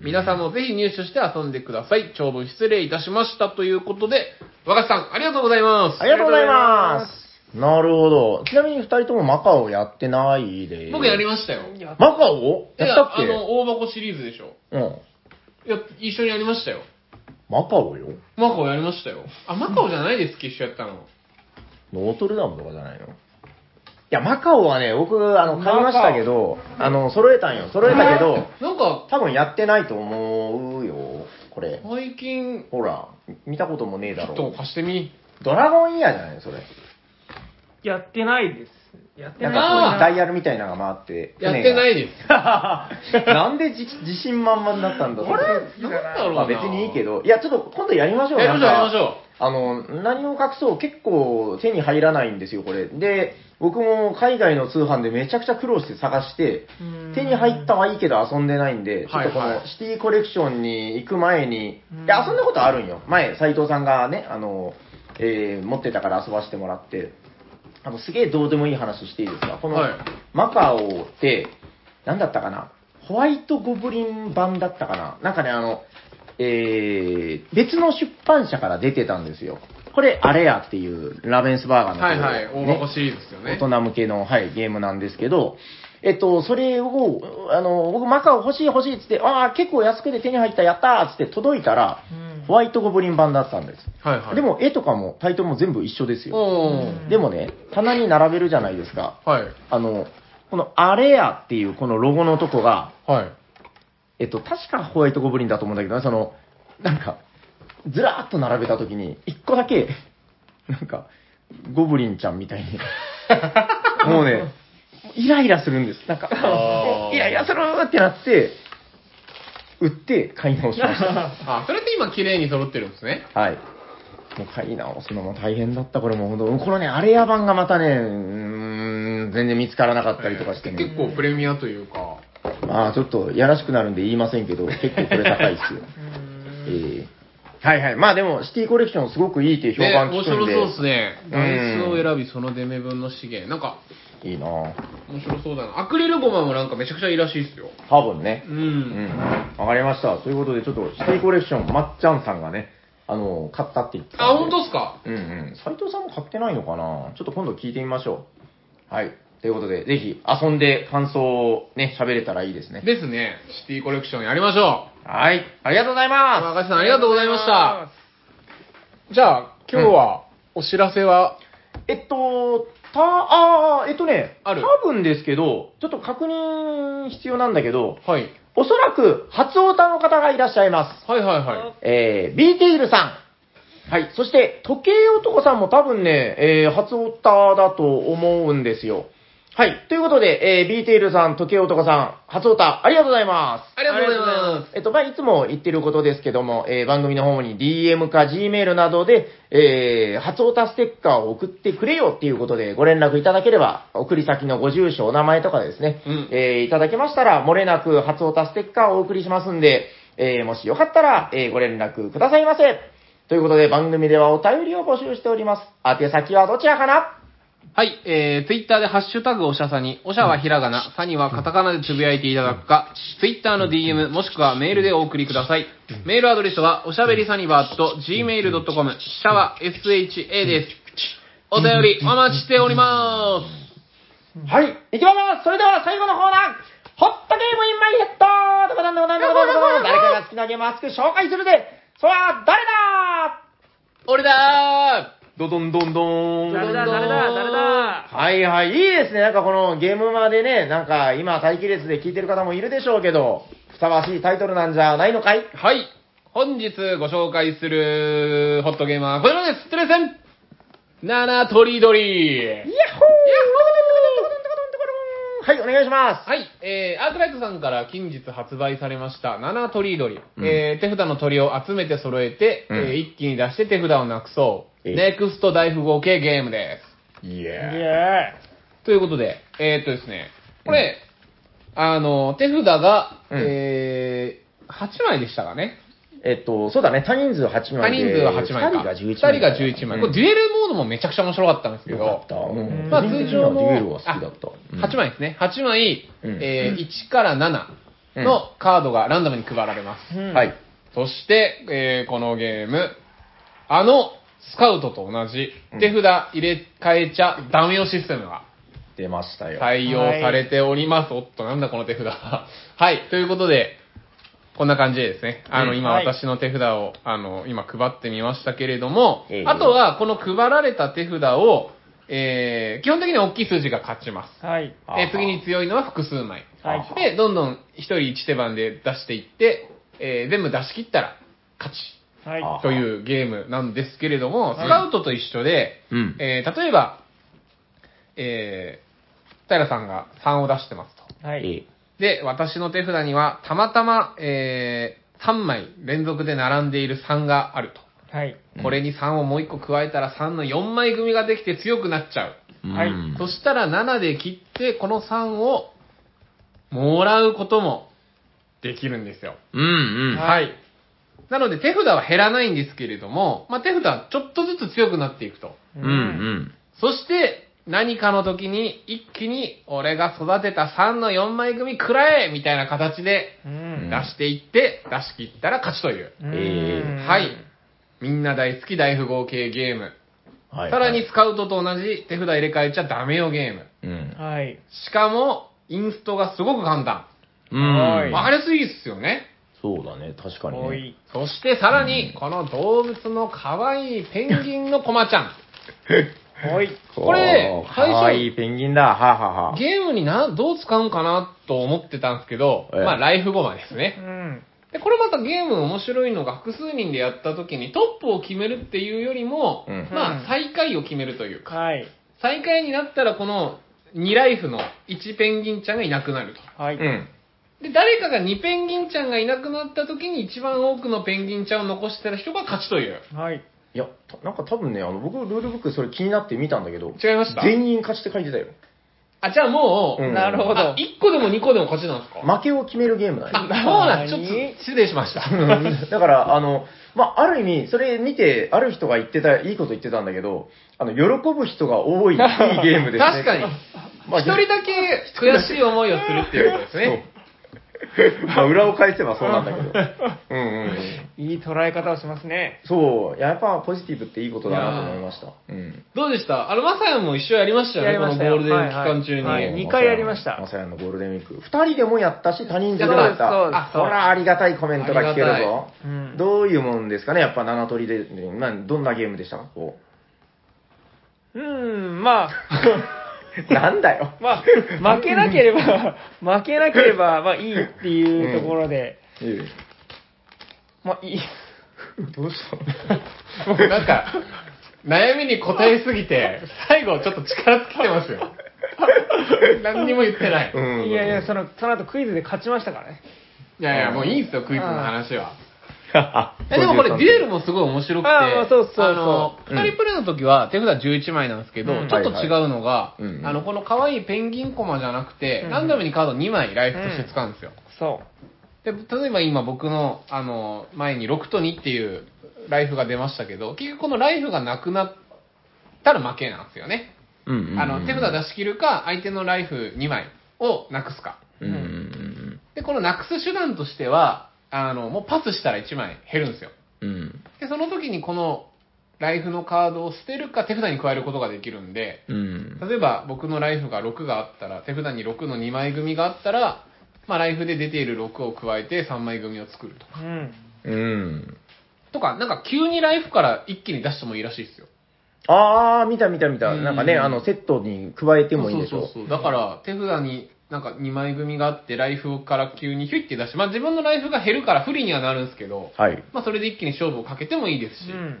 Speaker 2: 皆さんもぜひ入手して遊んでください。長文失礼いたしました。ということで、若狭さん、ありがとうございます
Speaker 1: あ。りがとうございます。なるほど。ちなみに二人ともマカオやってないで。
Speaker 2: 僕やりましたよ。
Speaker 3: いや
Speaker 1: マカオ
Speaker 2: い
Speaker 1: やったっ
Speaker 2: や、あ
Speaker 1: け
Speaker 2: の、大箱シリーズでしょ。
Speaker 1: うん。
Speaker 2: いや、一緒にやりましたよ。
Speaker 1: マカオよ。
Speaker 2: マカオやりましたよ。あ、マカオじゃないですっけ、一緒やったの。
Speaker 1: ノートルダムとかじゃないのいや、マカオはね、僕、あの、買いましたけど、あの、揃えたんよ。揃えたけど、
Speaker 2: なんか、
Speaker 1: 多分やってないと思うよ、これ。
Speaker 2: 最近、
Speaker 1: ほら、見たこともねえ
Speaker 2: ち
Speaker 1: だ
Speaker 2: ょ
Speaker 1: ろ
Speaker 2: っと貸してみ。
Speaker 1: ドラゴンイヤーじゃないそれ。
Speaker 3: やってないです。やって
Speaker 1: なん
Speaker 3: な
Speaker 1: かこ、
Speaker 3: いう
Speaker 1: ダイヤルみたいなのが回って。。
Speaker 2: やってないいです。 [LAUGHS]
Speaker 1: なんでじ自信満々になったんだろう。
Speaker 2: なんだろ
Speaker 1: ま
Speaker 2: うな。
Speaker 1: あ別にいいけど、いや、ちょっと今度やりましょう、
Speaker 2: やりましょう
Speaker 1: なんか
Speaker 2: やりましょう
Speaker 1: あの、何を隠そう、結構手に入らないんですよ、これ。で、僕も海外の通販でめちゃくちゃ苦労して探して、
Speaker 3: うん
Speaker 1: 手に入ったはいいけど遊んでないんで、ちょっとこ
Speaker 2: はいは
Speaker 1: の
Speaker 2: い
Speaker 1: シティコレクションに行く前に、
Speaker 3: うん
Speaker 1: いや、遊んだことあるんよ。前、斉藤さんがね、あの、えー持ってたから遊ばせてもらって、あの、すげえどうでもいい話していいですかこの、
Speaker 2: はい
Speaker 1: マカオって、なんだったかなホワイトゴブリン版だったかななんかね、あの、えー、別の出版社から出てたんですよ。これ、アレアっていうラベンスバーガーの、
Speaker 2: はいはい、大
Speaker 1: ね
Speaker 2: 箱シリーズですよね。
Speaker 1: 大人向けの、はい、ゲームなんですけど、えっと、それを、あの、僕、マカオ欲しい欲しいっつって、ああ、結構安くて手に入った、やったーっつって届いたら、
Speaker 3: うん
Speaker 1: ホワイトゴブリン版だったんです。
Speaker 2: はいはい。
Speaker 1: で、も、絵とかも、タイトルも全部一緒ですよ。
Speaker 2: お
Speaker 3: う
Speaker 2: ー
Speaker 3: ん
Speaker 1: でもね、棚に並べるじゃないですか。
Speaker 2: はい。
Speaker 1: あの、このアレアっていうこのロゴのとこが、
Speaker 2: はい。
Speaker 1: えっと、確かホワイトゴブリンだと思うんだけどね、その、なんか、ずらーっと並べたときに、一個だけ、なんか、ゴブリンちゃんみたいに。もうね、イライラするんです。なんか
Speaker 2: あ、ー
Speaker 1: イライラするーってなって、売って買い直しました。
Speaker 2: あ、それって今綺麗に揃ってるんですね。
Speaker 1: はい。もう買い直すのも大変だった、これもう本当このね、アレア版がまたね、うーん、全然見つからなかったりとかしてね。
Speaker 2: 結構プレミアというか。
Speaker 1: まあちょっとやらしくなるんで言いませんけど、結構これ高いですよ。ええはいはい。まあでも、シティコレクションすごくいいっていう評
Speaker 2: ね、
Speaker 1: 判
Speaker 2: 面
Speaker 1: 聞
Speaker 2: 白
Speaker 1: くん
Speaker 2: そ
Speaker 1: で、
Speaker 2: うですね。ダイスを選び、その出目分の資源。なんか、
Speaker 1: いいなぁ
Speaker 2: 面白そうだな。アクリルゴマもなんかめちゃくちゃいいらしいですよ。
Speaker 1: 多分ね。
Speaker 2: う。
Speaker 1: うんん。わかりました。ということで、ちょっとシティコレクション、まっちゃんさんがね、あの、買ったって言ってたん
Speaker 2: あ、
Speaker 1: で
Speaker 2: 本当っすか
Speaker 1: うんうん。斎藤さんも買ってないのかなちょっと今度聞いてみましょう。はい。ということで、ぜひ遊んで感想をね、喋れたらいいですね。
Speaker 2: ですね。シティコレクションやりましょう。
Speaker 1: はい。ありがとうございま
Speaker 2: 赤石さん、ありがとうございました。じゃあ、今日は、お知らせは、
Speaker 1: す。えっと、た、あーえっとね、
Speaker 2: ある
Speaker 1: 多分ですけど、ちょっと確認必要なんだけど、
Speaker 2: はい。
Speaker 1: おそらく、初オタの方がいらっしゃいます。
Speaker 2: はいはいはい。
Speaker 1: えー、ビーティールさん。はい。そして、時計男さんも多分ね、えー、初オタだと思うんですよ。はい。ということで、えー、ビーティールさん、時計男さん、初オタ、ありがとうございます。
Speaker 2: ありがとうございます。
Speaker 1: えっと、まあ、いつも言ってることですけども、えー番組の方に DM か Gmail などで、えー、初オタステッカーを送ってくれよっていうことでご連絡いただければ、送り先のご住所、お名前とかですね、
Speaker 2: うん
Speaker 1: えーいただけましたら、漏れなく初オタステッカーをお送りしますんで、えーもしよかったら、えーご連絡くださいませ。ということで、番組ではお便りを募集しております。宛先はどちらかな
Speaker 2: はい、えー、ツイッターでハッシュタグおしゃさに、おしゃはひらがな、さにはカタカナでつぶやいていただくか、ツイッターの DM もしくはメールでお送りください。メールアドレスは、おしゃべりサニバーと gmail.com、シャは sha です。お便りお待ちしておりま
Speaker 1: はい、いきますそれでは最後のコーナーホットゲームインマイヘッドどこなんどこなんどこなんどこなん誰かが好きなゲーム熱く紹介するぜそれは誰だ
Speaker 2: す。俺だー
Speaker 1: ドドンドンドーン。
Speaker 3: 誰だ誰だ誰だ
Speaker 1: はいはい、いいですね。なんかこのゲームマでね、なんか今待機列で聞いてる方もいるでしょうけど、ふさわしいタイトルなんじゃないのかい
Speaker 2: はい。本日ご紹介するホットゲームはこちらです。テレセン !7 とりどり
Speaker 1: ヤッホーはい、お願いします。
Speaker 2: はい、えー、アークライトさんから近日発売されました、7鳥鳥、えー、手札の鳥を集めて揃えて、
Speaker 1: うん
Speaker 2: えー一気に出して手札をなくそう。
Speaker 1: ええ
Speaker 2: ネクスト大富豪系ゲームで
Speaker 1: イ
Speaker 3: イ
Speaker 1: エ
Speaker 3: エ
Speaker 2: す。ということで、えー、っとですね、これ、あの、手札が、
Speaker 1: うん
Speaker 2: えー、8枚でしたかね。
Speaker 1: ーイ。えっと、そうだね、他人数8
Speaker 2: 他
Speaker 1: 枚
Speaker 2: 人
Speaker 1: で。
Speaker 2: 数は8枚か。
Speaker 1: 2人
Speaker 2: 二人
Speaker 1: が
Speaker 2: が
Speaker 1: 11枚。
Speaker 2: 11枚。
Speaker 1: うん
Speaker 2: これ、デュエルモードもめちゃくちゃ面白かったんですけ
Speaker 1: よ
Speaker 2: ど。
Speaker 1: かった。うん
Speaker 2: まあ通常の
Speaker 1: デュエルは好きだった。うん
Speaker 2: 8枚ですね。8枚、
Speaker 1: うん
Speaker 2: えー1から7のカードがランダムに配られます。
Speaker 3: ーイ
Speaker 1: はい。。
Speaker 2: そして、えーこのゲーム、あのスカウトと同じ手札入れ替えちゃダメよシステムが
Speaker 1: 出ましたよ。
Speaker 2: 採用されております。おっと、なんだこの手札 [LAUGHS] は。はい、ということで、こんな感じでですね、あの、
Speaker 1: うん
Speaker 2: 今
Speaker 3: はい
Speaker 2: 私の手札を、あの、今配ってみましたけれども
Speaker 1: ええ、
Speaker 2: あとはこの配られた手札を、えー基本的には大きい数字が勝ちます。
Speaker 3: はい。
Speaker 1: あ
Speaker 2: え
Speaker 1: は
Speaker 2: ー次に強いのは複数枚。
Speaker 3: はい
Speaker 2: で、どんどん一人一手番で出していって、えー全部出し切ったら勝ち
Speaker 3: はい。
Speaker 1: あ
Speaker 2: というゲームなんですけれども、
Speaker 3: はい
Speaker 2: スカウトと一緒で、
Speaker 1: うん。
Speaker 2: えー例えば、えー、平さんが3を出してますと。
Speaker 3: はい。
Speaker 2: で、私の手札にはたまたま、え3枚連続で並んでいる3があると。
Speaker 3: はい。
Speaker 2: これに3をもう1個加えたら3の4枚組ができて強くなっちゃう。
Speaker 3: はい
Speaker 1: うん
Speaker 2: そしたら7で切って、この3をもらうこともできるんですよ。。
Speaker 1: うんうん。
Speaker 3: はい
Speaker 2: なので手札は減らないんですけれども、まあ、手札はちょっとずつ強くなっていくと。
Speaker 1: うんう。ん。
Speaker 2: そして、何かの時に一気に俺が育てた3の4枚組くらえみたいな形で
Speaker 3: う
Speaker 2: 出
Speaker 3: ん。
Speaker 2: していって、出し切ったら勝ちという。
Speaker 3: うん
Speaker 1: えー
Speaker 2: はい。みんな大好き大富豪系ゲーム。
Speaker 1: はい
Speaker 2: さらに、スカウトと同じ手札入れ替えちゃダメよゲーム。
Speaker 1: うん。
Speaker 3: はい。
Speaker 2: しかも、インストがすごく簡単。
Speaker 1: うん。
Speaker 3: はい
Speaker 2: わかりやすいですよね。
Speaker 1: そうだね、確かに
Speaker 3: お
Speaker 1: ね。
Speaker 3: い。
Speaker 2: そしてさらに、この動物の可愛いペンギンのコマちゃん。
Speaker 1: [LAUGHS]
Speaker 3: おい。
Speaker 2: これ
Speaker 1: おーか
Speaker 2: 最初
Speaker 1: わいいペンギンだ。はあはあはあ。
Speaker 2: ゲームにな、どう使うんかなと思ってたんですけど、
Speaker 1: ええ
Speaker 2: まあライフゴマです
Speaker 3: う
Speaker 2: ね。
Speaker 3: ん。
Speaker 2: で、これまたゲーム面白いのが複数人でやった時にトップを決めるっていうよりも、
Speaker 1: うん
Speaker 2: ま
Speaker 3: うん
Speaker 2: あ最下位を決めるというか、
Speaker 3: はい。
Speaker 2: 最下位になったらこの2ライフの1ペンギンちゃんがいなくなると。
Speaker 3: はい。
Speaker 1: うん。
Speaker 2: で、誰かが2ペンギンちゃんがいなくなった時に一番多くのペンギンちゃんを残してた人が勝ちという。
Speaker 3: はい。
Speaker 1: いや、たなんか多分ね、あの、僕、ルールブックそれ気になって見たんだけど、
Speaker 2: 違いました
Speaker 1: 全員勝ちって書いてたよ。
Speaker 2: あ、じゃあもう、
Speaker 1: うん
Speaker 3: なるほど
Speaker 2: あ、。1個でも2個でも勝ちなんですか、
Speaker 1: 負けを決めるゲーム
Speaker 2: あ、そ
Speaker 1: な
Speaker 2: うん
Speaker 3: な
Speaker 2: なんちょっ
Speaker 3: 何
Speaker 2: と失礼しました。
Speaker 1: よ。 [LAUGHS] だから、あの、まあ、ある意味、それ見て、ある人が言ってた、いいこと言ってたんだけど、あの、喜ぶ人が多い、いいゲームですね。
Speaker 2: [LAUGHS] 確かに。
Speaker 1: まあ
Speaker 2: 一人だけ悔しい思いをするっていうことですね。
Speaker 1: [LAUGHS] そうまあ、裏を返せばそうなんだけど。うんうんうん。
Speaker 3: [LAUGHS] いい捉え方をしますね。
Speaker 1: そう、やっぱポジティブっていいことだなと思いました。うん。
Speaker 2: どうでしたあの、まさやも一緒やりましたよね、このゴールデン期間中に。
Speaker 3: はいはい二回やりました
Speaker 1: まさやのゴールデンウィーク。二人でもやったし、他人数でも
Speaker 3: そう
Speaker 1: や
Speaker 3: で
Speaker 1: っ
Speaker 3: すそうで
Speaker 1: た。
Speaker 3: す
Speaker 1: あ、そらありがたいコメントが聞け
Speaker 2: あ
Speaker 1: る
Speaker 2: りが
Speaker 1: ぞ。
Speaker 3: うん
Speaker 1: どういうもんですかね、やっぱ七取りで、などんなゲームでしたか
Speaker 3: [LAUGHS]
Speaker 1: こ
Speaker 3: うん、ま
Speaker 1: うなんだよ。
Speaker 3: あ、
Speaker 1: [LAUGHS]
Speaker 3: まあ、負けなければ、負けなければ、まあいいっていうところで、
Speaker 1: え
Speaker 3: まあいい。
Speaker 1: えどうしたの
Speaker 2: もうなんか、悩みに答えすぎて、最後ちょっと力尽きてますよ。
Speaker 1: [LAUGHS]
Speaker 2: 何にも言ってない。
Speaker 1: うん。
Speaker 3: いやいや、
Speaker 1: [LAUGHS]
Speaker 3: その、その後クイズで勝ちましたからね。
Speaker 2: いやいや、もういいですよ、クイズの話は。
Speaker 1: え
Speaker 2: えでもこれ、デュエルもすごい面白くて、
Speaker 3: あーまあそうそうそう
Speaker 2: あの、
Speaker 1: うん
Speaker 2: 2人プレイの時は手札11枚なんですけど、
Speaker 3: うん
Speaker 2: ちょっと違うのが、
Speaker 1: はいはいうん
Speaker 2: あの、この可愛いペンギンコマじゃなくて、
Speaker 3: うん
Speaker 2: ランダムにカード2枚ライフとして使うんですよ。
Speaker 3: そ
Speaker 2: で、例えば今僕の、あの、前に6と2っていうライフが出ましたけど、結局このライフがなくなったら負けなんですよね。
Speaker 1: うんうんうん
Speaker 2: あの、手札出し切るか、相手のライフ2枚をなくすか。
Speaker 1: うんうんうん
Speaker 2: で、このなくす手段としては、あの、もうパスしたら1枚減るんですよ。
Speaker 1: うん。うん
Speaker 2: で、その時にこのライフのカードを捨てるか手札に加えることができるんで、
Speaker 1: うん。
Speaker 2: 例えば僕のライフが6があったら、手札に6の2枚組があったら、まあライフで出ている6を加えて3枚組を作ると。
Speaker 3: う。うん。
Speaker 1: うん。
Speaker 2: とか、なんか急にライフから一気に出してもいいらしいですよ。
Speaker 1: あー、見た見た見た。なんかね、
Speaker 2: うん
Speaker 1: あの、セットに加えてもいいでしょ。
Speaker 2: そうそうそうだから、手札に、なんか2枚組があって、ライフから急にヒュイって出して、まあ自分のライフが減るから不利にはなるんですけど、
Speaker 1: はい。
Speaker 2: まあそれで一気に勝負をかけてもいいですし、
Speaker 3: うん。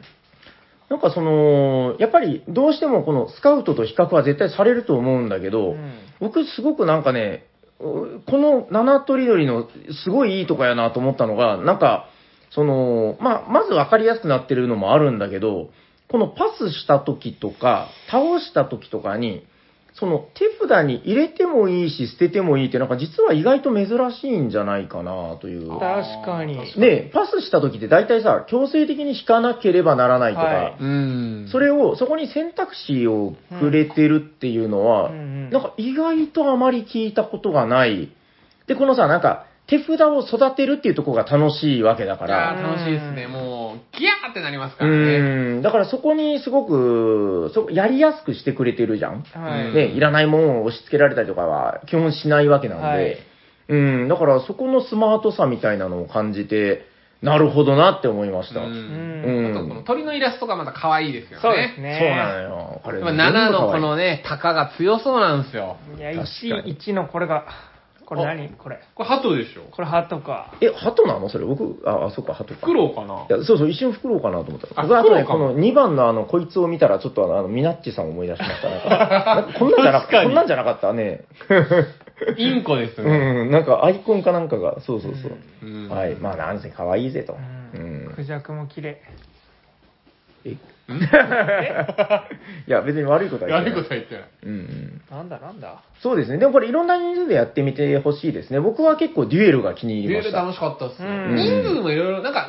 Speaker 1: なんかその、やっぱりどうしてもこのスカウトと比較は絶対されると思うんだけど、
Speaker 3: うん
Speaker 1: 僕すごくなんかね、おこの七とりどりのすごいいいとこやなと思ったのが、なんか、その、まあ、まず分かりやすくなってるのもあるんだけど、このパスした時とか、倒した時とかに、その手札に入れてもいいし、捨ててもいいって、なんか実は意外と珍しいんじゃないかなという。
Speaker 3: 確かに。
Speaker 1: で、パスした時って大体さ、強制的に引かなければならないとか、
Speaker 3: はい
Speaker 2: うん
Speaker 1: それを、そこに選択肢をくれてるっていうのは、
Speaker 3: うんうん
Speaker 1: なんか意外とあまり聞いたことがない。で、このさ、なんか、手札を育てるっていうところが楽しいわけだか
Speaker 2: いや
Speaker 1: ら、
Speaker 2: ー楽しいですね。もう、ギャーってなります
Speaker 1: う
Speaker 2: からね。
Speaker 1: ん、だからそこにすごく、そやりやすくしてくれてるじゃん。
Speaker 3: は
Speaker 2: うん
Speaker 3: い。
Speaker 1: ね、いらないものを押し付けられたりとかは基本しないわけなので、
Speaker 3: はい
Speaker 1: うん、だからそこのスマートさみたいなのを感じて、なるほどなって思いました。
Speaker 2: う
Speaker 3: うん
Speaker 1: うん
Speaker 3: ん。
Speaker 2: あとこの鳥のイラストがまた可愛いですよね。
Speaker 3: そうです
Speaker 1: そう
Speaker 3: ね。
Speaker 1: なのよ。これ
Speaker 2: やっぱ7のこのね、鷹が強そうなんですよ。
Speaker 3: いや、
Speaker 1: 確か
Speaker 3: 1、
Speaker 1: に
Speaker 3: 一のこれが、これ何これ。
Speaker 2: これ鳩でしょ
Speaker 3: これハートか。
Speaker 1: え、鳩なのそれ、僕、あ、あ、そっか、鳩か。
Speaker 2: 黒かない
Speaker 1: や、そうそう、一瞬フクロウかなと思った。
Speaker 2: あ
Speaker 1: 僕、あとね、
Speaker 2: フクロ
Speaker 1: こ
Speaker 2: ウか
Speaker 1: の2番のあの、こいつを見たら、ちょっとあのあの、ミナッチさんを思い出しま
Speaker 2: [LAUGHS]
Speaker 1: した。なんか、なんかこんなんじゃなかっ
Speaker 2: 確か
Speaker 1: た、
Speaker 2: に
Speaker 1: こんなんじゃなかった
Speaker 2: [LAUGHS]
Speaker 1: ね。
Speaker 2: インコです
Speaker 1: う
Speaker 2: ね。
Speaker 1: ん、なんかアイコンかなんかが、そうそうそう。
Speaker 2: うん
Speaker 1: はい、まあ、なんせ可愛いぜと。う
Speaker 3: うん。ク
Speaker 1: ん。
Speaker 3: ジャクも綺麗。
Speaker 1: え [LAUGHS] いや、別に悪いことは言っ
Speaker 2: 悪
Speaker 1: て
Speaker 2: い
Speaker 1: ない
Speaker 2: ことは。言ってない。
Speaker 1: うんうん。
Speaker 3: なんだなんだ。
Speaker 1: そうですね。でもこれいろんな人数でやってみてほしいですね。僕は結構デュエルが気に入り
Speaker 2: デュエ
Speaker 1: まし
Speaker 2: ル
Speaker 1: た。
Speaker 2: 楽しかったっすよ。
Speaker 3: うん
Speaker 2: 人数もいろいろ、なんか、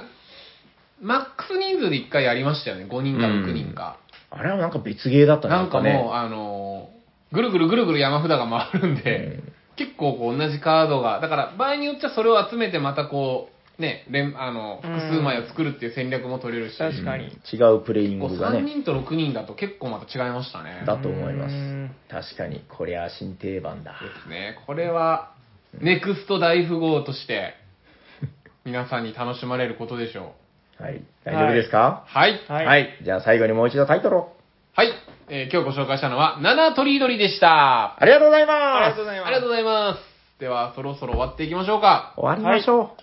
Speaker 2: マックス人数で1回やりましたよね。5人か6人か。
Speaker 1: あれはなんか別ゲーだったね
Speaker 2: なんか
Speaker 1: やっ
Speaker 2: もう、あのー、ぐるぐるぐるぐる山札が回るん
Speaker 1: ぱね
Speaker 2: で、結構こう同じカードが、だから場合によっちゃそれを集めてまたこう、ね、連あの
Speaker 3: うん
Speaker 2: 複数枚を作るっていう戦略も取れるし、
Speaker 3: 確
Speaker 1: うん
Speaker 3: かに
Speaker 1: 違うプレイン
Speaker 2: こう
Speaker 1: グが
Speaker 2: 3
Speaker 1: ね、
Speaker 2: 人と6人だと結構また違いましたね。
Speaker 1: だと思いま
Speaker 3: う
Speaker 1: す
Speaker 3: ん。
Speaker 1: 確かに、こりゃ新定番だ
Speaker 2: で。すね。これは、ネクスト大富豪として、 [LAUGHS] 皆さんに楽しまれることでしょ
Speaker 1: はい。大丈夫ですか
Speaker 2: う。はい。
Speaker 1: は、
Speaker 3: はいい。
Speaker 1: じゃあ最後にもう一度タイトルを。
Speaker 2: はい。えー今日ご紹介したのは、七鳥鳥でした。
Speaker 1: ありがとうござい
Speaker 3: あり
Speaker 1: ま
Speaker 3: がとうござい
Speaker 2: あ
Speaker 3: ます。
Speaker 2: りがとうございます。では、そろそろ終わっていきましょうか。
Speaker 1: す。終わりましょ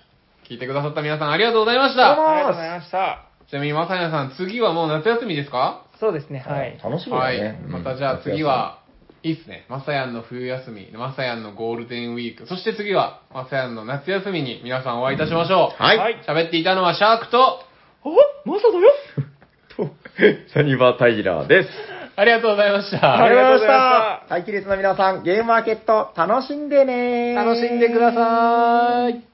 Speaker 1: う。
Speaker 2: 聞いてくださった皆さんありがとうございまし
Speaker 1: どうも
Speaker 2: た。
Speaker 3: ありがとうございました。
Speaker 2: ちなみに、まさやさん、次はもう夏休みですか
Speaker 3: そうですね、はい。
Speaker 1: 楽しみだ
Speaker 2: はい。
Speaker 1: ね。うん
Speaker 2: またじゃあ次。は、いいっすね。まさやんの冬休み、まさやんのゴールデンウィーク、そして次は、まさやんの夏休みに皆さんお会いいたしましょう。
Speaker 1: はい。
Speaker 3: はい
Speaker 2: 喋っていたのはシャークと、
Speaker 3: おまさだよ
Speaker 1: と、 [LAUGHS] サニバータイラーです。
Speaker 2: ありがとうございました。
Speaker 1: ありがとうございま
Speaker 3: あ
Speaker 1: した。待機列の皆さん、ゲームマーケット楽しんでねー
Speaker 3: 楽しんでください。